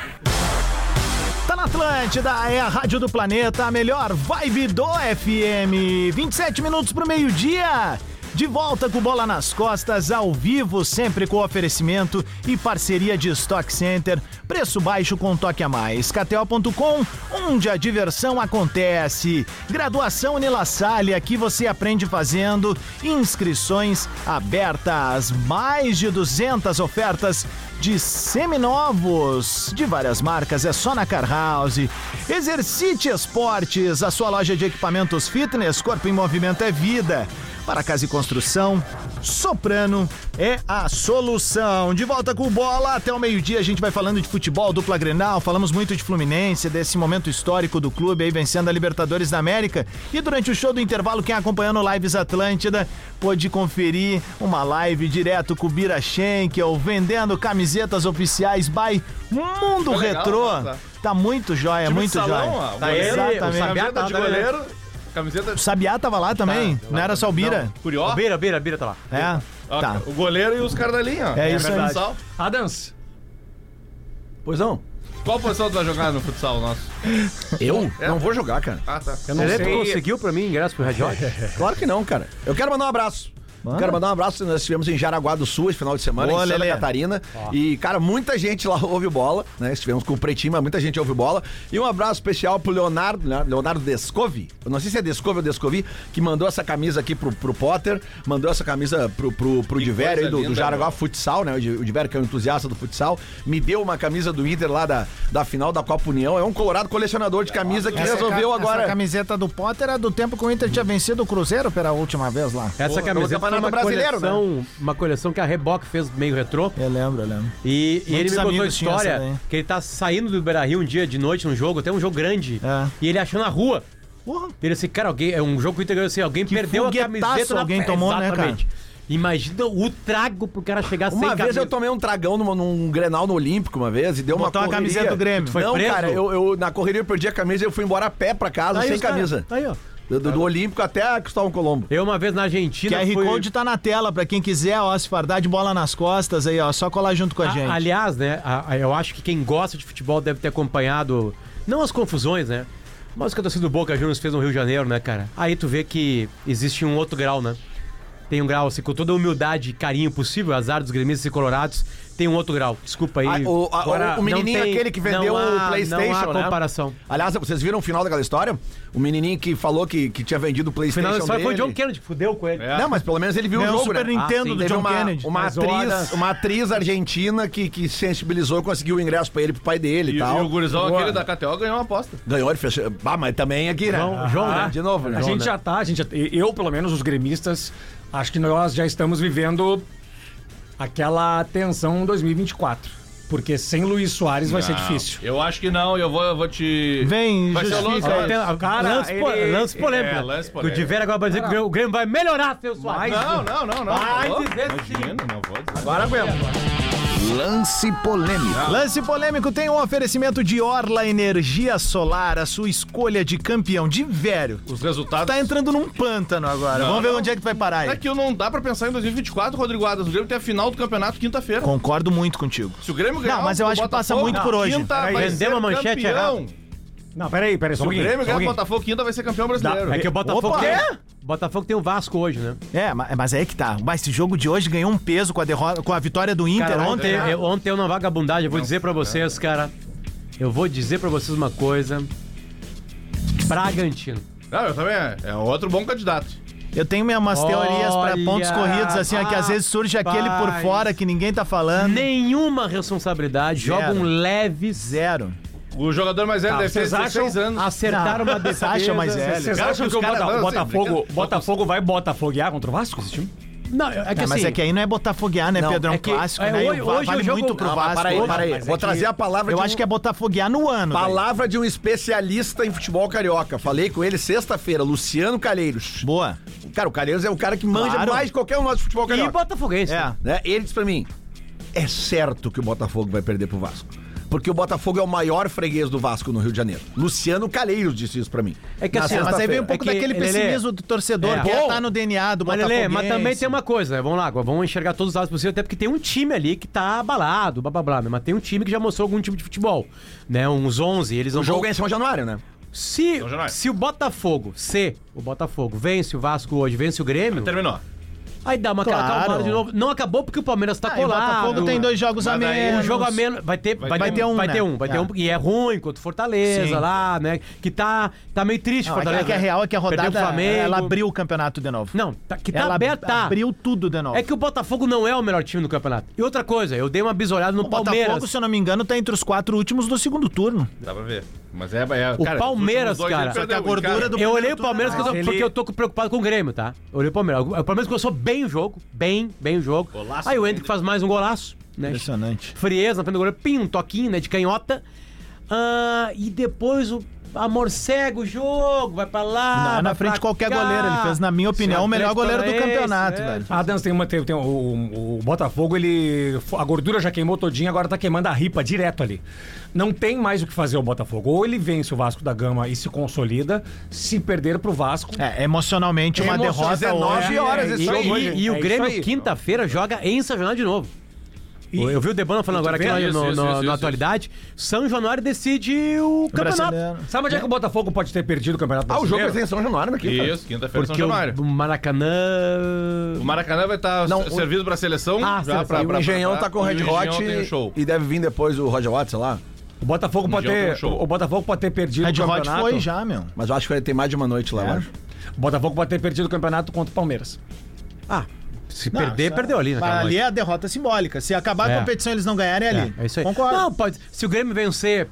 [SPEAKER 2] Tá na Atlântida é a rádio do planeta, a melhor vibe do FM. 27 minutos pro meio-dia. De volta com bola nas costas, ao vivo, sempre com oferecimento e parceria de Stock Center. Preço baixo com um toque a mais. KTO.com, onde a diversão acontece. Graduação Nila Salle, aqui você aprende fazendo. Inscrições abertas. Mais de 200 ofertas de seminovos de várias marcas, é só na Car House. Exercite Esportes, a sua loja de equipamentos fitness, corpo em movimento é vida. Para casa e construção, Soprano é a solução. De volta com bola, até o meio-dia a gente vai falando de futebol, dupla Grenal, falamos muito de Fluminense, desse momento histórico do clube aí vencendo a Libertadores da América. E durante o show do intervalo, quem acompanhando o Lives Atlântida pôde conferir uma live direto com o Bira Schenkel, vendendo camisetas oficiais by Mundo
[SPEAKER 6] Tá legal,
[SPEAKER 2] Retrô.
[SPEAKER 6] nossa.
[SPEAKER 2] Tá muito joia,
[SPEAKER 6] Time
[SPEAKER 2] muito
[SPEAKER 6] de salão,
[SPEAKER 2] joia.
[SPEAKER 6] ó, o
[SPEAKER 2] Tá
[SPEAKER 6] goleiro,
[SPEAKER 2] exatamente.
[SPEAKER 6] o Camiseta de
[SPEAKER 3] tá, né?
[SPEAKER 6] goleiro, camiseta... Ah,
[SPEAKER 2] O Sabiá tava lá também,
[SPEAKER 6] Tá.
[SPEAKER 2] não era só o Bira.
[SPEAKER 6] Curió,
[SPEAKER 3] Beira, beira, beira, tá lá.
[SPEAKER 2] É,
[SPEAKER 6] ó,
[SPEAKER 2] tá.
[SPEAKER 6] o goleiro e os caras da linha. ó.
[SPEAKER 2] É isso aí.
[SPEAKER 6] futsal.
[SPEAKER 5] Adams.
[SPEAKER 4] Pois não.
[SPEAKER 6] Qual posição tu vai jogar no futsal nosso?
[SPEAKER 4] Eu? Não vou jogar, cara.
[SPEAKER 6] Ah, tá.
[SPEAKER 5] Eu não
[SPEAKER 3] Você
[SPEAKER 5] sei.
[SPEAKER 3] conseguiu pra mim ingresso pro Red Hot?
[SPEAKER 4] Claro que não, cara. Eu quero mandar um abraço. Quero mandar um abraço. Nós estivemos em Jaraguá do Sul esse final de semana,
[SPEAKER 2] Boa,
[SPEAKER 4] em Santa
[SPEAKER 2] Lelê.
[SPEAKER 4] Catarina. E, cara, muita gente lá ouve bola, né? Estivemos com o Pretinho, mas muita gente ouve bola. E um abraço especial pro Leonardo, né? Leonardo Descovi. Eu não sei se é Descovi ou Descovi, que mandou essa camisa aqui pro, pro Potter, mandou essa camisa pro, pro, pro Diverio aí do,
[SPEAKER 6] coisa
[SPEAKER 4] do
[SPEAKER 6] linda,
[SPEAKER 4] Jaraguá
[SPEAKER 6] né?
[SPEAKER 4] Futsal, né? O Di- o Diverio, que é um entusiasta do futsal, me deu uma camisa do Inter lá da, da final da Copa União. É um colorado colecionador de camisa que resolveu
[SPEAKER 2] A
[SPEAKER 4] agora.
[SPEAKER 2] camiseta do Potter era do tempo que o Inter tinha vencido o Cruzeiro pela última vez lá.
[SPEAKER 3] Essa
[SPEAKER 4] Pô,
[SPEAKER 3] camiseta foi
[SPEAKER 4] no Campeonato
[SPEAKER 3] uma
[SPEAKER 4] Brasileiro,
[SPEAKER 3] coleção,
[SPEAKER 5] né?
[SPEAKER 3] uma coleção que a Reebok fez meio retrô.
[SPEAKER 2] Eu lembro, eu lembro.
[SPEAKER 3] E, e ele
[SPEAKER 2] Muitos
[SPEAKER 3] me contou a
[SPEAKER 2] amigos tinham essa daí.
[SPEAKER 3] história que ele tá saindo do Beira-Rio um dia de noite num jogo, até um jogo grande,
[SPEAKER 2] É.
[SPEAKER 3] e ele achou na rua.
[SPEAKER 2] Porra.
[SPEAKER 3] Ele assim, cara, alguém, é um jogo que o Inter ganhou assim, alguém perdeu a
[SPEAKER 2] foguetaço
[SPEAKER 3] camiseta.
[SPEAKER 2] alguém
[SPEAKER 3] na...
[SPEAKER 2] tomou, né,
[SPEAKER 3] Exatamente. Imagina o trago pro cara chegar sem
[SPEAKER 4] Uma vez
[SPEAKER 3] camisa.
[SPEAKER 4] eu tomei um tragão numa- num Grenal no Olímpico uma vez e deu
[SPEAKER 2] Botou
[SPEAKER 4] uma
[SPEAKER 2] uma
[SPEAKER 4] correria.
[SPEAKER 2] camiseta do Grêmio.
[SPEAKER 4] Foi
[SPEAKER 3] Foi
[SPEAKER 4] Não,
[SPEAKER 3] preso?
[SPEAKER 4] cara, eu, eu- na correria eu perdi a camisa e eu fui embora a pé pra casa
[SPEAKER 3] Aí
[SPEAKER 4] sem
[SPEAKER 3] os cara-
[SPEAKER 4] camisa.
[SPEAKER 3] Tá aí, ó.
[SPEAKER 4] Do, do- do Olímpico até a Cristóvão Colombo.
[SPEAKER 3] Eu uma vez na Argentina
[SPEAKER 2] QR
[SPEAKER 3] fui...
[SPEAKER 2] Code tá na tela pra quem quiser, ó, se fardar de bola nas costas aí, ó, só colar junto
[SPEAKER 6] Ah,
[SPEAKER 2] com a,
[SPEAKER 3] A-
[SPEAKER 2] gente.
[SPEAKER 3] Aliás, né, a- a- eu acho que quem gosta de futebol deve ter acompanhado, não as confusões, né? Mas o que a torcida do Boca Juniors fez no Rio de Janeiro, né, cara? Aí tu vê que existe um outro grau, né? Tem um grau, assim, com toda a humildade e carinho possível, azar dos gremistas e colorados, tem um outro grau. Desculpa aí.
[SPEAKER 4] Ah, o- a-
[SPEAKER 3] Agora,
[SPEAKER 4] o- o menininho
[SPEAKER 3] não
[SPEAKER 4] aquele que vendeu
[SPEAKER 3] não
[SPEAKER 4] o PlayStation,
[SPEAKER 3] Não
[SPEAKER 4] né?
[SPEAKER 3] há comparação.
[SPEAKER 4] Aliás, vocês viram o final daquela história? O menininho que falou que, que tinha vendido o
[SPEAKER 3] O
[SPEAKER 4] PlayStation.
[SPEAKER 3] final da história foi o
[SPEAKER 4] dele.
[SPEAKER 3] John Kennedy, fudeu com ele.
[SPEAKER 6] É.
[SPEAKER 4] Não, mas pelo menos ele viu
[SPEAKER 2] Ganhou
[SPEAKER 4] o
[SPEAKER 2] o
[SPEAKER 4] jogo,
[SPEAKER 2] Super
[SPEAKER 4] né?
[SPEAKER 2] Nintendo
[SPEAKER 3] Ah, sim.
[SPEAKER 2] do
[SPEAKER 4] Teve
[SPEAKER 2] John
[SPEAKER 4] uma,
[SPEAKER 2] Kennedy.
[SPEAKER 4] uma
[SPEAKER 2] Mas
[SPEAKER 4] atriz,
[SPEAKER 2] horas-
[SPEAKER 4] uma atriz argentina que, que se sensibilizou e conseguiu o ingresso pra ele e pro pai dele e,
[SPEAKER 6] E,
[SPEAKER 4] tal.
[SPEAKER 6] e o gurizão
[SPEAKER 4] tá
[SPEAKER 6] tá-
[SPEAKER 4] Boa.
[SPEAKER 6] aquele da KTO ganhou uma aposta.
[SPEAKER 4] Ganhou, ele fechou. Ah, mas também aqui, né?
[SPEAKER 3] João- João,
[SPEAKER 4] Ah,
[SPEAKER 3] né?
[SPEAKER 4] De novo, né?
[SPEAKER 5] A gente já tá, a gente já- eu pelo menos, os gremistas, acho que nós já estamos vivendo aquela tensão 2024. Porque sem Luiz Soares vai ser
[SPEAKER 6] Não,
[SPEAKER 5] difícil.
[SPEAKER 6] Eu acho que não, eu vou, eu vou te.
[SPEAKER 2] Vem,
[SPEAKER 6] Vai ser
[SPEAKER 2] justifica
[SPEAKER 6] longe,
[SPEAKER 2] aí.
[SPEAKER 6] vai.
[SPEAKER 3] Então, Tem- a-
[SPEAKER 5] Então, Cara,
[SPEAKER 3] lance, po-
[SPEAKER 5] ele-
[SPEAKER 3] lance polêmico.
[SPEAKER 6] é,
[SPEAKER 3] né?
[SPEAKER 6] lance
[SPEAKER 3] Que
[SPEAKER 6] polêmico.
[SPEAKER 3] O Diver agora vai dizer que o Grêmio vai melhorar, seu suave.
[SPEAKER 6] Não, não, não, não.
[SPEAKER 3] Vai
[SPEAKER 6] Alô?
[SPEAKER 3] dizer sim.
[SPEAKER 6] Imagina, não vou dizer.
[SPEAKER 4] Agora aguenta.
[SPEAKER 10] Lance polêmico.
[SPEAKER 2] Lance polêmico tem um oferecimento de Orla Energia Solar, a sua escolha de campeão de velho.
[SPEAKER 6] Os resultados.
[SPEAKER 2] Tá entrando num pântano agora.
[SPEAKER 6] Não,
[SPEAKER 2] Vamos ver
[SPEAKER 6] não.
[SPEAKER 2] onde é que tu vai parar aí.
[SPEAKER 6] É que eu não dá pra pensar em 2024, Rodrigo Adas. O Grêmio tem a final do campeonato quinta-feira.
[SPEAKER 2] Concordo muito contigo.
[SPEAKER 6] Se o Grêmio ganhar.
[SPEAKER 2] Não, mas eu
[SPEAKER 6] o
[SPEAKER 2] acho que passa
[SPEAKER 6] Botafogo,
[SPEAKER 2] muito por hoje.
[SPEAKER 6] Quinta vai
[SPEAKER 3] vendeu
[SPEAKER 6] ser
[SPEAKER 3] uma manchete
[SPEAKER 6] campeão.
[SPEAKER 3] errada.
[SPEAKER 5] Não, peraí, peraí, só
[SPEAKER 6] Se
[SPEAKER 5] um
[SPEAKER 6] o
[SPEAKER 5] pouquinho. só
[SPEAKER 6] Grêmio
[SPEAKER 5] um
[SPEAKER 6] ganhar o
[SPEAKER 5] pouquinho.
[SPEAKER 6] Botafogo quinta vai ser campeão brasileiro.
[SPEAKER 3] É que o Botafogo,
[SPEAKER 2] Opa!
[SPEAKER 3] tem, Botafogo tem o Vasco hoje, né?
[SPEAKER 2] É, ma- mas aí que tá. Mas esse jogo de hoje ganhou um peso com a derrota, com a vitória do Inter
[SPEAKER 3] Cara,
[SPEAKER 2] ontem.
[SPEAKER 3] Ah, ontem, eu, ontem eu na vagabundagem, eu vou dizer pra vocês, cara. Eu vou dizer pra vocês uma coisa. Bragantino.
[SPEAKER 6] Não, eu também. É outro bom candidato.
[SPEAKER 2] Eu tenho minhas umas teorias pra
[SPEAKER 3] Olha,
[SPEAKER 2] pontos corridos, assim, ó, que às vezes surge aquele por
[SPEAKER 3] rapaz.
[SPEAKER 2] fora que ninguém tá falando.
[SPEAKER 3] Nenhuma responsabilidade,
[SPEAKER 2] Zero.
[SPEAKER 3] joga um leve zero.
[SPEAKER 2] Zero.
[SPEAKER 6] O jogador mais velho deve ter
[SPEAKER 5] vocês
[SPEAKER 6] 16
[SPEAKER 5] acham-
[SPEAKER 6] anos.
[SPEAKER 3] Acertaram
[SPEAKER 2] Não,
[SPEAKER 3] uma
[SPEAKER 2] vocês
[SPEAKER 3] defesa.
[SPEAKER 2] acham mais velho?
[SPEAKER 5] Vocês
[SPEAKER 6] Cara,
[SPEAKER 5] acham
[SPEAKER 6] os
[SPEAKER 5] que o
[SPEAKER 6] caras-
[SPEAKER 5] Bota-
[SPEAKER 6] não, assim,
[SPEAKER 5] Botafogo,
[SPEAKER 6] brincando-
[SPEAKER 5] Botafogo vai botafoguear contra o Vasco? esse time?
[SPEAKER 3] Não, é que
[SPEAKER 2] É,
[SPEAKER 3] assim...
[SPEAKER 2] mas é que aí não é botafoguear, né, Pedro? É um
[SPEAKER 3] é que-
[SPEAKER 2] clássico,
[SPEAKER 3] é,
[SPEAKER 2] né? E
[SPEAKER 3] hoje-
[SPEAKER 2] o Va-
[SPEAKER 3] hoje
[SPEAKER 2] vale
[SPEAKER 3] o jogo-
[SPEAKER 2] muito pro
[SPEAKER 3] Não, mas
[SPEAKER 2] Vasco.
[SPEAKER 4] Para aí,
[SPEAKER 2] hoje.
[SPEAKER 4] para aí.
[SPEAKER 5] mas é
[SPEAKER 4] Vou
[SPEAKER 5] que-
[SPEAKER 4] trazer a palavra
[SPEAKER 2] Eu
[SPEAKER 4] de
[SPEAKER 2] acho
[SPEAKER 4] um-
[SPEAKER 2] que é botafoguear no ano. velho.
[SPEAKER 4] Palavra de um especialista em futebol carioca. Falei com ele sexta-feira, Luciano Calheiros.
[SPEAKER 2] Boa.
[SPEAKER 4] Cara, o Calheiros é o cara que manja
[SPEAKER 2] Claro.
[SPEAKER 4] mais de qualquer um nosso futebol
[SPEAKER 3] E
[SPEAKER 4] carioca.
[SPEAKER 3] botafoguense.
[SPEAKER 2] É.
[SPEAKER 4] Né? Ele disse pra mim: é certo que o Botafogo vai perder pro Vasco. Porque o Botafogo é o maior freguês do Vasco no Rio de Janeiro. Luciano Calheiros disse isso pra mim.
[SPEAKER 3] É que
[SPEAKER 4] Na
[SPEAKER 3] assim,
[SPEAKER 2] Mas aí vem um
[SPEAKER 4] sexta-feira.
[SPEAKER 2] pouco
[SPEAKER 3] É que,
[SPEAKER 2] daquele
[SPEAKER 3] Lelê,
[SPEAKER 2] pessimismo do torcedor,
[SPEAKER 3] é.
[SPEAKER 2] que
[SPEAKER 3] Bom,
[SPEAKER 2] tá no DNA do
[SPEAKER 3] Mas,
[SPEAKER 2] Botafogo.
[SPEAKER 3] Lelê, mas também tem uma coisa, né? vamos lá, vamos enxergar todos os lados possíveis, até porque tem um time ali que tá abalado, blá blá blá, né? mas tem um time que já mostrou algum tipo de futebol, né? Uns 11, eles não
[SPEAKER 4] O jogo é em São Januário, né?
[SPEAKER 3] Se,
[SPEAKER 6] São Januário.
[SPEAKER 3] se o Botafogo, se o Botafogo vence o Vasco hoje, vence o Grêmio,
[SPEAKER 6] Terminou.
[SPEAKER 3] aí dá uma aquela
[SPEAKER 2] Claro.
[SPEAKER 3] acalmada de novo. Não acabou porque o Palmeiras tá
[SPEAKER 2] Ah, e o
[SPEAKER 3] colado.
[SPEAKER 2] Botafogo tem dois jogos a
[SPEAKER 6] Mas daí
[SPEAKER 2] menos.
[SPEAKER 3] Um jogo a menos. Vai ter, vai, ter, um, vai
[SPEAKER 2] né?
[SPEAKER 3] ter um, vai ter
[SPEAKER 2] É.
[SPEAKER 3] um. E é ruim contra o Fortaleza
[SPEAKER 2] Sim.
[SPEAKER 3] lá, né? Que tá, tá meio triste
[SPEAKER 2] Não,
[SPEAKER 3] o Fortaleza.
[SPEAKER 2] é que a real é que a
[SPEAKER 3] Perdeu
[SPEAKER 2] rodada
[SPEAKER 3] pro Flamengo.
[SPEAKER 2] ela abriu o campeonato de novo.
[SPEAKER 3] Não, tá- que tá
[SPEAKER 2] ela ab-
[SPEAKER 3] aberta.
[SPEAKER 2] abriu tudo de novo.
[SPEAKER 3] É que o Botafogo não é o melhor time do campeonato. E outra coisa, eu dei uma bisolhada no
[SPEAKER 2] o
[SPEAKER 3] Palmeiras.
[SPEAKER 2] Botafogo, se eu não me engano, tá entre os quatro últimos do segundo turno.
[SPEAKER 6] Dá pra ver. Mas é. é
[SPEAKER 3] O Palmeiras,
[SPEAKER 6] os últimos dois
[SPEAKER 3] cara.
[SPEAKER 6] ele
[SPEAKER 3] Só
[SPEAKER 2] que a
[SPEAKER 6] perdeu,
[SPEAKER 2] gordura
[SPEAKER 6] cara. É,
[SPEAKER 2] do-
[SPEAKER 3] Eu olhei o Palmeiras
[SPEAKER 5] Mas
[SPEAKER 3] porque eu tô-
[SPEAKER 5] ele-
[SPEAKER 3] porque eu tô preocupado com o Grêmio, tá? Eu olhei o Palmeiras. O Palmeiras começou bem o jogo, bem, bem o jogo.
[SPEAKER 6] Golaço
[SPEAKER 3] Aí o
[SPEAKER 6] do
[SPEAKER 3] Hendrick
[SPEAKER 6] Hendrick.
[SPEAKER 3] faz mais um golaço, né?
[SPEAKER 2] Impressionante.
[SPEAKER 3] Frieza na frente do goleiro, pim, um toquinho, né, de canhota. Ah, e depois o amor cega o jogo, vai pra lá.
[SPEAKER 2] Não, é na
[SPEAKER 3] vai
[SPEAKER 2] frente
[SPEAKER 3] pra
[SPEAKER 2] de qualquer
[SPEAKER 3] cá.
[SPEAKER 2] goleiro. Ele fez, na minha opinião, o melhor
[SPEAKER 3] Atlético
[SPEAKER 2] goleiro do
[SPEAKER 3] Paranaense,
[SPEAKER 2] campeonato,
[SPEAKER 3] né?
[SPEAKER 2] velho.
[SPEAKER 5] Ah, Adams tem uma. Tem, tem o, o- o Botafogo, ele. A gordura já queimou todinha, agora tá queimando a ripa direto ali. Não tem mais o que fazer o Botafogo. Ou ele vence o Vasco da Gama e se consolida, se perder pro Vasco.
[SPEAKER 2] É, emocionalmente, uma
[SPEAKER 4] Emoção,
[SPEAKER 2] derrota
[SPEAKER 4] 19
[SPEAKER 2] hoje.
[SPEAKER 4] horas. esse
[SPEAKER 3] E,
[SPEAKER 4] jogo
[SPEAKER 3] e-
[SPEAKER 4] hoje.
[SPEAKER 3] e o
[SPEAKER 5] É isso
[SPEAKER 3] Grêmio,
[SPEAKER 5] aí.
[SPEAKER 3] quinta-feira, joga em São Januário de novo. eu vi o Debano falando agora aqui
[SPEAKER 6] vendo
[SPEAKER 3] no-
[SPEAKER 6] isso,
[SPEAKER 3] no-
[SPEAKER 6] isso,
[SPEAKER 3] no-
[SPEAKER 6] isso,
[SPEAKER 3] na
[SPEAKER 6] isso.
[SPEAKER 3] atualidade. São Januário decide o campeonato.
[SPEAKER 2] Brasileiro.
[SPEAKER 5] Sabe onde é que o Botafogo pode ter perdido o Campeonato
[SPEAKER 4] Ah, o jogo
[SPEAKER 5] Brasileiro?
[SPEAKER 4] é em São Januário, né? quinta?
[SPEAKER 6] Isso, quinta-feira São
[SPEAKER 3] Porque
[SPEAKER 6] Januário.
[SPEAKER 3] o, o Maracanã.
[SPEAKER 6] O Maracanã vai estar
[SPEAKER 4] Não, o-
[SPEAKER 6] servido pra seleção.
[SPEAKER 3] Ah, seleção.
[SPEAKER 4] E o Engenhão tá com o Red
[SPEAKER 6] e o Engenhão
[SPEAKER 4] Hot
[SPEAKER 6] tem o show.
[SPEAKER 4] e deve vir depois o Roger Watts, sei lá.
[SPEAKER 5] O Botafogo pode
[SPEAKER 6] Mundial tem um
[SPEAKER 5] ter.
[SPEAKER 6] show.
[SPEAKER 5] O Botafogo pode ter perdido
[SPEAKER 2] Red
[SPEAKER 5] o
[SPEAKER 2] Hot
[SPEAKER 5] campeonato.
[SPEAKER 2] foi já, meu.
[SPEAKER 4] Mas eu acho que vai ter mais de uma noite lá, eu acho.
[SPEAKER 5] O Botafogo pode ter perdido o campeonato contra o Palmeiras.
[SPEAKER 3] Ah, se perder,
[SPEAKER 2] Nossa.
[SPEAKER 3] perdeu ali, né? cara?
[SPEAKER 2] Ali é a derrota simbólica. Se acabar a
[SPEAKER 3] É.
[SPEAKER 2] competição e eles não ganharem, é ali.
[SPEAKER 3] É, é isso aí.
[SPEAKER 2] Concordo.
[SPEAKER 3] Não, pode. Se o Grêmio vencer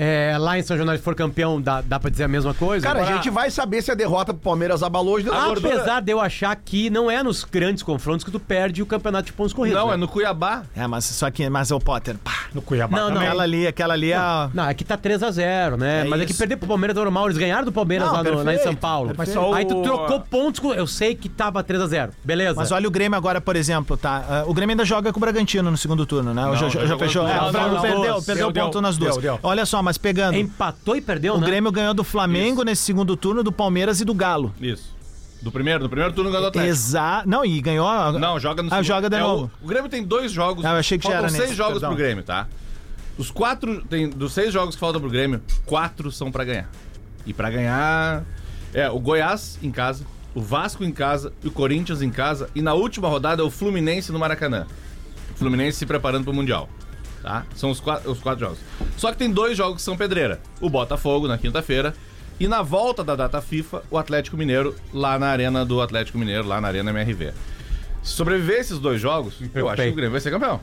[SPEAKER 3] é, lá em São Januário e for campeão, dá, dá pra dizer a mesma coisa?
[SPEAKER 4] Cara,
[SPEAKER 3] Agora,
[SPEAKER 4] a gente vai saber se a derrota pro Palmeiras abalou hoje.
[SPEAKER 3] Apesar
[SPEAKER 4] Gordura.
[SPEAKER 3] de eu achar que não é nos grandes confrontos que tu perde o campeonato de pontos corridos.
[SPEAKER 6] Não,
[SPEAKER 3] né?
[SPEAKER 6] é no Cuiabá.
[SPEAKER 2] É, mas só que mas o Potter, pá,
[SPEAKER 5] No Cuiabá.
[SPEAKER 3] Não, não.
[SPEAKER 5] também.
[SPEAKER 2] aquela ali, aquela ali é a...
[SPEAKER 3] Não, aqui tá 3x0, né?
[SPEAKER 2] É
[SPEAKER 3] Mas é que
[SPEAKER 2] isso.
[SPEAKER 3] perder pro Palmeiras é normal, eles ganharam do Palmeiras
[SPEAKER 2] Não,
[SPEAKER 3] lá, no- lá em
[SPEAKER 2] perfeito,
[SPEAKER 3] São Paulo.
[SPEAKER 5] Mas só
[SPEAKER 3] Aí tu
[SPEAKER 5] o-
[SPEAKER 3] trocou pontos com. Eu sei que tava 3x0. Beleza.
[SPEAKER 2] Mas olha o Grêmio agora, por exemplo, tá? Ah, o Grêmio ainda joga com o Bragantino no segundo turno, né? já, já- já
[SPEAKER 6] jogou
[SPEAKER 2] fechou.
[SPEAKER 6] as
[SPEAKER 2] É,
[SPEAKER 6] duas.
[SPEAKER 2] o Grêmio
[SPEAKER 3] Não, não,
[SPEAKER 2] perdeu,
[SPEAKER 3] duas.
[SPEAKER 2] perdeu
[SPEAKER 5] Deu,
[SPEAKER 2] ponto
[SPEAKER 5] deu,
[SPEAKER 2] nas duas.
[SPEAKER 5] deu, deu.
[SPEAKER 2] Olha só, mas pegando.
[SPEAKER 5] É
[SPEAKER 3] Empatou e perdeu,
[SPEAKER 2] O
[SPEAKER 3] né?
[SPEAKER 2] Grêmio ganhou do Flamengo nesse segundo turno, do Palmeiras e do Galo.
[SPEAKER 6] Isso. Do primeiro, do primeiro turno ganhou o Atlético.
[SPEAKER 2] Exa... Não, e ganhou.
[SPEAKER 6] Não, joga no
[SPEAKER 2] Ah, joga de
[SPEAKER 6] É,
[SPEAKER 2] novo.
[SPEAKER 6] O, o Grêmio tem dois jogos.
[SPEAKER 2] Ah, eu achei que já
[SPEAKER 6] faltam
[SPEAKER 2] era
[SPEAKER 6] seis
[SPEAKER 2] nesse,
[SPEAKER 6] jogos
[SPEAKER 2] perdão.
[SPEAKER 6] pro Grêmio, tá? Os quatro. Tem, dos seis jogos que faltam pro Grêmio, quatro são pra ganhar. E pra ganhar. É, o Goiás em casa, o Vasco em casa e o Corinthians em casa. E na última rodada é o Fluminense no Maracanã. O Fluminense se preparando pro Mundial. Tá? São os quatro, os quatro jogos. Só que tem dois jogos que são pedreira: o Botafogo na quinta-feira. E na volta da data FIFA, o Atlético Mineiro lá na Arena do Atlético Mineiro, lá na Arena MRV. Se sobreviver esses dois jogos, eu acho que o Grêmio vai ser campeão.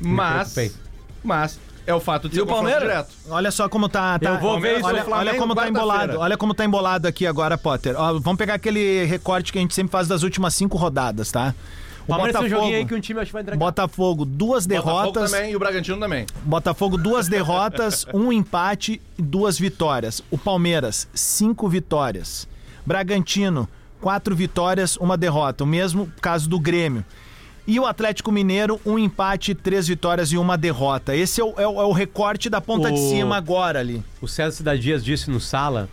[SPEAKER 6] Mas.
[SPEAKER 3] preocupei.
[SPEAKER 6] Mas é o fato de ser
[SPEAKER 4] o Palmeiras?
[SPEAKER 6] confronto direto.
[SPEAKER 2] Olha só como tá. tá-
[SPEAKER 3] Eu vou ver isso,
[SPEAKER 2] olha,
[SPEAKER 6] Flamengo,
[SPEAKER 2] olha como tá
[SPEAKER 6] quarta-feira.
[SPEAKER 2] embolado. Olha como tá embolado aqui agora, Potter. Ó, vamos pegar aquele recorte que a gente sempre faz das últimas cinco rodadas, tá? O
[SPEAKER 3] Palmeiras tem um joguinho aí que
[SPEAKER 2] Botafogo.
[SPEAKER 3] um time acho que vai entregar.
[SPEAKER 2] Botafogo, duas
[SPEAKER 6] Botafogo
[SPEAKER 2] derrotas.
[SPEAKER 6] também e o Bragantino também.
[SPEAKER 2] Botafogo, duas derrotas, um empate e duas vitórias. O Palmeiras, cinco vitórias. Bragantino, quatro vitórias, uma derrota. O mesmo caso do Grêmio. E o Atlético Mineiro, um empate, três vitórias e uma derrota. Esse é o, é o- é o recorte da ponta de
[SPEAKER 3] O-
[SPEAKER 2] cima agora ali.
[SPEAKER 3] O César Cidade Dias disse no Sala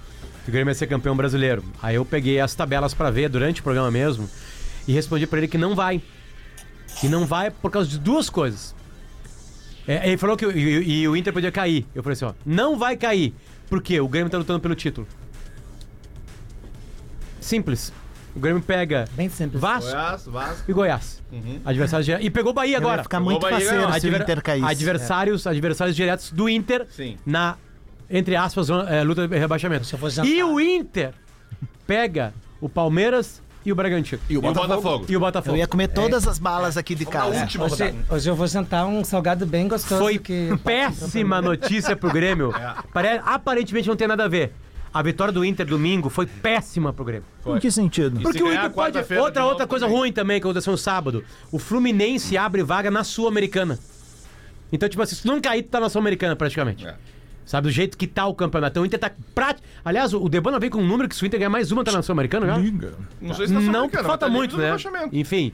[SPEAKER 3] que o Grêmio ia ser campeão brasileiro. Aí eu peguei as tabelas pra ver durante o programa mesmo e respondi pra ele que não vai. Que não vai por causa de duas coisas. É, ele falou que o- e, e o Inter podia cair. Eu falei assim, ó, não vai cair. Por quê? O Grêmio tá lutando pelo título. Simples. O Grêmio pega
[SPEAKER 11] Bem simples.
[SPEAKER 3] Vasco
[SPEAKER 6] Goiás, Vasco.
[SPEAKER 3] e Goiás. Adversários diretos. E pegou o Bahia
[SPEAKER 2] Agora,
[SPEAKER 3] agora.
[SPEAKER 2] ia ficar
[SPEAKER 6] o
[SPEAKER 2] muito
[SPEAKER 6] Bahia
[SPEAKER 2] parceiro
[SPEAKER 6] ganhou.
[SPEAKER 2] se o
[SPEAKER 3] Adver-
[SPEAKER 2] Inter caísse.
[SPEAKER 3] Adversários, adversários diretos do Inter
[SPEAKER 6] Sim.
[SPEAKER 3] na, entre aspas, zona- é, luta de rebaixamento.
[SPEAKER 11] Se eu fosse
[SPEAKER 3] E
[SPEAKER 11] jantar.
[SPEAKER 3] o Inter pega o Palmeiras e o Bragantino.
[SPEAKER 6] E o Botafogo.
[SPEAKER 3] E o
[SPEAKER 2] Eu
[SPEAKER 3] Botafogo.
[SPEAKER 2] ia comer todas as balas aqui de
[SPEAKER 6] A
[SPEAKER 2] casa.
[SPEAKER 6] última
[SPEAKER 11] Hoje,
[SPEAKER 6] rodada.
[SPEAKER 11] hoje eu vou jantar um salgado bem gostoso.
[SPEAKER 3] Foi
[SPEAKER 11] que...
[SPEAKER 5] um
[SPEAKER 3] péssima notícia pro Grêmio.
[SPEAKER 6] É.
[SPEAKER 3] Pare- Aparentemente não tem nada a ver. A vitória do Inter domingo foi péssima pro Grêmio.
[SPEAKER 2] Em que sentido?
[SPEAKER 6] E se
[SPEAKER 3] Porque o
[SPEAKER 6] ganhar
[SPEAKER 3] Inter pode.
[SPEAKER 6] quarta-feira de
[SPEAKER 3] Outra,
[SPEAKER 6] novo
[SPEAKER 3] outra coisa
[SPEAKER 6] também.
[SPEAKER 3] ruim também que aconteceu no sábado. O Fluminense abre vaga na Sul-Americana. Então, tipo assim, se tu não cair, tu tá na Sul-Americana praticamente.
[SPEAKER 6] É.
[SPEAKER 3] Sabe, do jeito que tá o campeonato. Então, o Inter tá. Prat... Aliás, o Debana veio com um número que se o Inter ganhar mais uma, tá na Sul-Americana já?
[SPEAKER 6] Não sei se tá
[SPEAKER 3] não,
[SPEAKER 6] sul-americano,
[SPEAKER 3] porque
[SPEAKER 6] mas
[SPEAKER 3] falta
[SPEAKER 6] tá livre
[SPEAKER 3] muito,
[SPEAKER 6] do
[SPEAKER 3] né?
[SPEAKER 6] rebaixamento.
[SPEAKER 3] Enfim.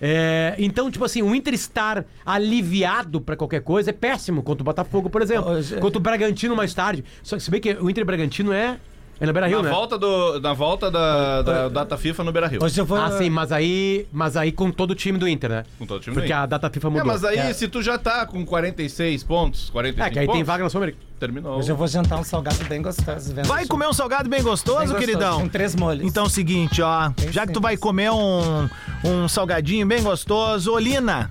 [SPEAKER 3] É, então, tipo assim, o Inter estar aliviado pra qualquer coisa é péssimo contra o Botafogo, por exemplo. Contra o Bragantino mais tarde. Só que se bem que o Inter e Bragantino é. É na Beira Rio, né?
[SPEAKER 6] na, volta do, na volta da, da data FIFA no Beira Rio.
[SPEAKER 3] Ah, sim, mas aí, mas aí com todo o time do Inter, né?
[SPEAKER 6] Com todo o time do
[SPEAKER 3] Porque
[SPEAKER 6] Inter.
[SPEAKER 3] a data FIFA mudou.
[SPEAKER 6] É, mas aí
[SPEAKER 3] É.
[SPEAKER 6] se tu já tá com 46 pontos, 45
[SPEAKER 3] É, que aí tem
[SPEAKER 6] pontos,
[SPEAKER 3] vaga na Sul-Americana.
[SPEAKER 6] Terminou.
[SPEAKER 11] Hoje eu vou jantar um salgado bem gostoso. vendo
[SPEAKER 2] Vai
[SPEAKER 11] isso.
[SPEAKER 2] comer um salgado bem gostoso,
[SPEAKER 11] Bem gostoso,
[SPEAKER 2] queridão?
[SPEAKER 11] com três molhos.
[SPEAKER 2] Então é o seguinte, ó. já que tu vai comer um, um salgadinho bem gostoso, Olina.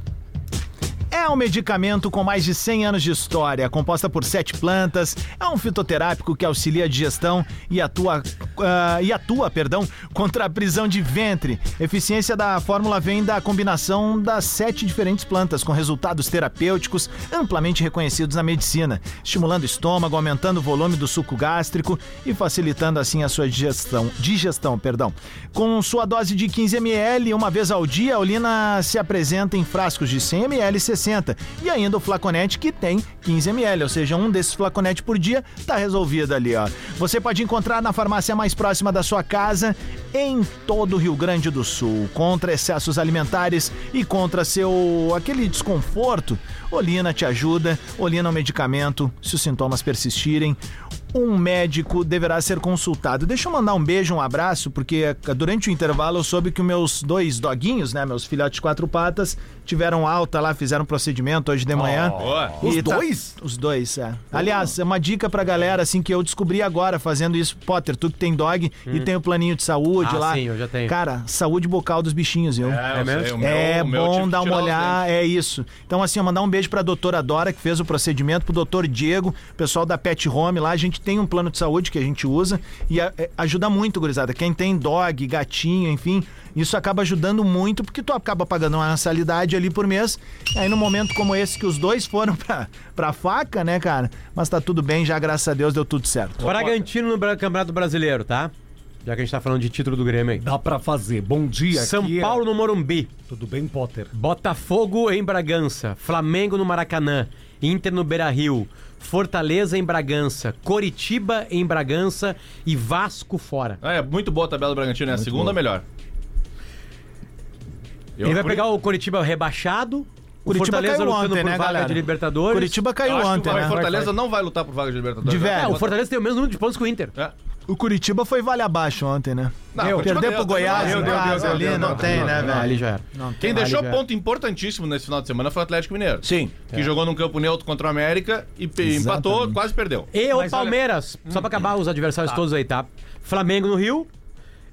[SPEAKER 2] É um medicamento com mais de 100 anos de história, composta por sete plantas. É um fitoterápico que auxilia a digestão e atua, ah, e atua perdão, contra a prisão de ventre. Eficiência da fórmula vem da combinação das sete diferentes plantas, com resultados terapêuticos amplamente reconhecidos na medicina, estimulando o estômago, aumentando o volume do suco gástrico e facilitando assim a sua digestão. digestão perdão. Com sua dose de 15 ml, uma vez ao dia, a olina se apresenta em frascos de 100 ml e 60 e ainda o flaconete que tem 15 ml, ou seja, um desses flaconetes por dia tá resolvido ali, ó. Você pode encontrar na farmácia mais próxima da sua casa em todo o Rio Grande do Sul. Contra excessos alimentares e contra seu aquele desconforto, Olina te ajuda. Olina é um medicamento. Se os sintomas persistirem, um médico deverá ser consultado. Deixa eu mandar um beijo, um abraço, porque durante o intervalo eu soube que os meus dois doguinhos, né, meus filhotes de quatro patas, tiveram alta lá, fizeram um procedimento hoje de manhã.
[SPEAKER 6] Ó,
[SPEAKER 2] E tá
[SPEAKER 10] Os dois?
[SPEAKER 2] Os dois, é. Aliás, é uma dica pra galera, assim, que eu descobri agora fazendo isso. Potter, tu que tem dog e tem o planinho de saúde
[SPEAKER 3] Ah,
[SPEAKER 2] lá.
[SPEAKER 3] sim, eu já tenho.
[SPEAKER 2] Cara, saúde bucal dos bichinhos, viu?
[SPEAKER 6] É, eu sei, o meu-
[SPEAKER 2] É
[SPEAKER 6] o meu tive
[SPEAKER 2] bom
[SPEAKER 6] que
[SPEAKER 2] dar uma
[SPEAKER 6] tirar os
[SPEAKER 2] olhada, é isso. Então, assim, eu mandar um beijo pra doutora Dora, que fez o procedimento, pro doutor Diego, pessoal da Pet Home lá. A gente tem um plano de saúde que a gente usa e a- é- ajuda muito, gurizada. Quem tem dog, gatinho, enfim, isso acaba ajudando muito, porque tu acaba pagando uma mensalidade ali por mês. Aí, num momento como esse, que os dois foram pra, pra faca, né, cara? Mas tá tudo bem, já graças a Deus deu tudo certo.
[SPEAKER 3] Bragantino no Bra- Campeonato Brasileiro, tá? Já que a gente tá falando de título do Grêmio aí.
[SPEAKER 5] Dá pra fazer. Bom dia,
[SPEAKER 3] São
[SPEAKER 5] aqui é-
[SPEAKER 3] Paulo no Morumbi.
[SPEAKER 5] Tudo bem, Potter?
[SPEAKER 3] Botafogo em Bragança, Flamengo no Maracanã, Inter no Beira-Rio, Fortaleza em Bragança, Coritiba em Bragança e Vasco fora.
[SPEAKER 6] É, muito boa a tabela do Bragantino, é a segunda melhor. Eu-
[SPEAKER 3] Ele vai
[SPEAKER 6] por-
[SPEAKER 3] pegar o Coritiba rebaixado, o
[SPEAKER 2] Curitiba
[SPEAKER 3] Fortaleza
[SPEAKER 2] caiu
[SPEAKER 3] lutando
[SPEAKER 2] ontem,
[SPEAKER 3] por
[SPEAKER 2] né,
[SPEAKER 3] vaga
[SPEAKER 2] galera?
[SPEAKER 3] de Libertadores.
[SPEAKER 2] Curitiba
[SPEAKER 6] eu
[SPEAKER 2] caiu
[SPEAKER 6] acho que
[SPEAKER 2] ontem,
[SPEAKER 6] o
[SPEAKER 2] né?
[SPEAKER 6] Fortaleza não vai lutar por vaga de Libertadores.
[SPEAKER 2] De
[SPEAKER 6] Eu acho
[SPEAKER 2] velho.
[SPEAKER 3] É,
[SPEAKER 6] que
[SPEAKER 3] o Fortaleza tem o mesmo número de pontos que o Inter.
[SPEAKER 6] É.
[SPEAKER 2] O Curitiba foi vale abaixo ontem, né?
[SPEAKER 6] Não, o Curitiba
[SPEAKER 2] Perder
[SPEAKER 6] deu,
[SPEAKER 2] pro Goiás,
[SPEAKER 6] deu,
[SPEAKER 2] em
[SPEAKER 6] deu,
[SPEAKER 2] casa
[SPEAKER 6] deu,
[SPEAKER 2] ali,
[SPEAKER 6] deu,
[SPEAKER 2] não
[SPEAKER 6] deu,
[SPEAKER 2] tem,
[SPEAKER 6] deu,
[SPEAKER 2] né,
[SPEAKER 6] deu,
[SPEAKER 2] velho?
[SPEAKER 3] Ah, ali já era.
[SPEAKER 6] Quem deixou
[SPEAKER 3] já-
[SPEAKER 6] ponto importantíssimo nesse final de semana foi o Atlético Mineiro.
[SPEAKER 4] Sim.
[SPEAKER 6] Que jogou num campo neutro contra o América e pe- empatou, quase perdeu.
[SPEAKER 3] E o
[SPEAKER 5] Mas olha-
[SPEAKER 3] Palmeiras, só pra acabar os adversários todos aí, tá? Flamengo no Rio,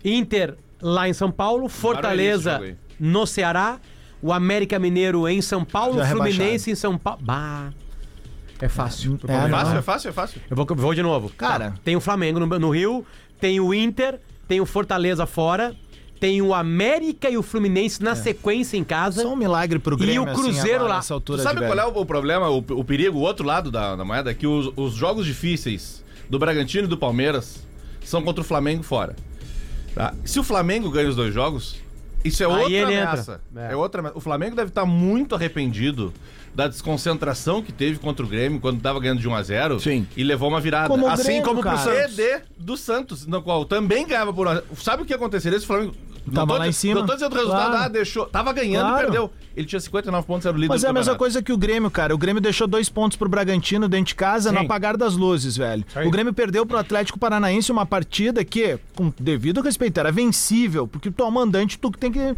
[SPEAKER 3] Inter lá em São Paulo, Fortaleza
[SPEAKER 6] esse jogo aí.
[SPEAKER 3] no Ceará, o América Mineiro em São Paulo,
[SPEAKER 2] Já
[SPEAKER 3] Fluminense
[SPEAKER 2] rebaixado.
[SPEAKER 3] em São Paulo. Bah, é fácil. pro
[SPEAKER 2] É,
[SPEAKER 6] É
[SPEAKER 3] Palmeiras.
[SPEAKER 6] fácil,
[SPEAKER 2] não.
[SPEAKER 6] é fácil, é fácil.
[SPEAKER 3] Eu vou, vou de novo.
[SPEAKER 2] Cara.
[SPEAKER 3] Tá, Tem o Flamengo no, no Rio, tem o Inter, tem o Fortaleza fora, tem o América e o Fluminense
[SPEAKER 2] É.
[SPEAKER 3] na sequência em casa.
[SPEAKER 2] Só um milagre pro Grêmio.
[SPEAKER 3] o Cruzeiro
[SPEAKER 2] agora,
[SPEAKER 3] lá.
[SPEAKER 2] nessa
[SPEAKER 6] Tu
[SPEAKER 2] altura
[SPEAKER 6] sabe
[SPEAKER 2] de
[SPEAKER 6] qual é
[SPEAKER 2] velho.
[SPEAKER 6] o, o problema, o, o perigo, o outro lado da, da moeda? É que os, os jogos difíceis do Bragantino e do Palmeiras são contra o Flamengo fora. tá? Se o Flamengo ganha os dois jogos, isso é
[SPEAKER 3] ele
[SPEAKER 6] outra
[SPEAKER 3] entra.
[SPEAKER 6] ameaça.
[SPEAKER 3] É.
[SPEAKER 6] É. outra ameaça. O Flamengo deve estar muito arrependido da desconcentração que teve contra o Grêmio quando estava ganhando de 1 a 0
[SPEAKER 4] Sim.
[SPEAKER 6] e levou uma virada.
[SPEAKER 2] Como o
[SPEAKER 6] assim
[SPEAKER 2] Grêmio,
[SPEAKER 6] como pro
[SPEAKER 2] cara.
[SPEAKER 6] CD do Santos, no qual também ganhava por 1 a 0. Sabe o que aconteceria se o Flamengo não
[SPEAKER 2] Tava
[SPEAKER 6] tô
[SPEAKER 2] lá
[SPEAKER 6] di-
[SPEAKER 2] em cima.
[SPEAKER 6] Não tô dizendo o resultado,
[SPEAKER 2] Claro.
[SPEAKER 6] ah, deixou, tava ganhando
[SPEAKER 2] Claro.
[SPEAKER 6] e perdeu. Ele tinha 59 pontos, era o líder
[SPEAKER 2] Mas
[SPEAKER 6] do
[SPEAKER 2] é a mesma
[SPEAKER 6] campeonato.
[SPEAKER 2] coisa que o Grêmio, cara. O Grêmio deixou dois pontos pro Bragantino dentro de casa no apagar das luzes, velho. O Grêmio perdeu pro Atlético Paranaense uma partida que, com devido respeito, era vencível, porque tu é o mandante, tu que tem que eh,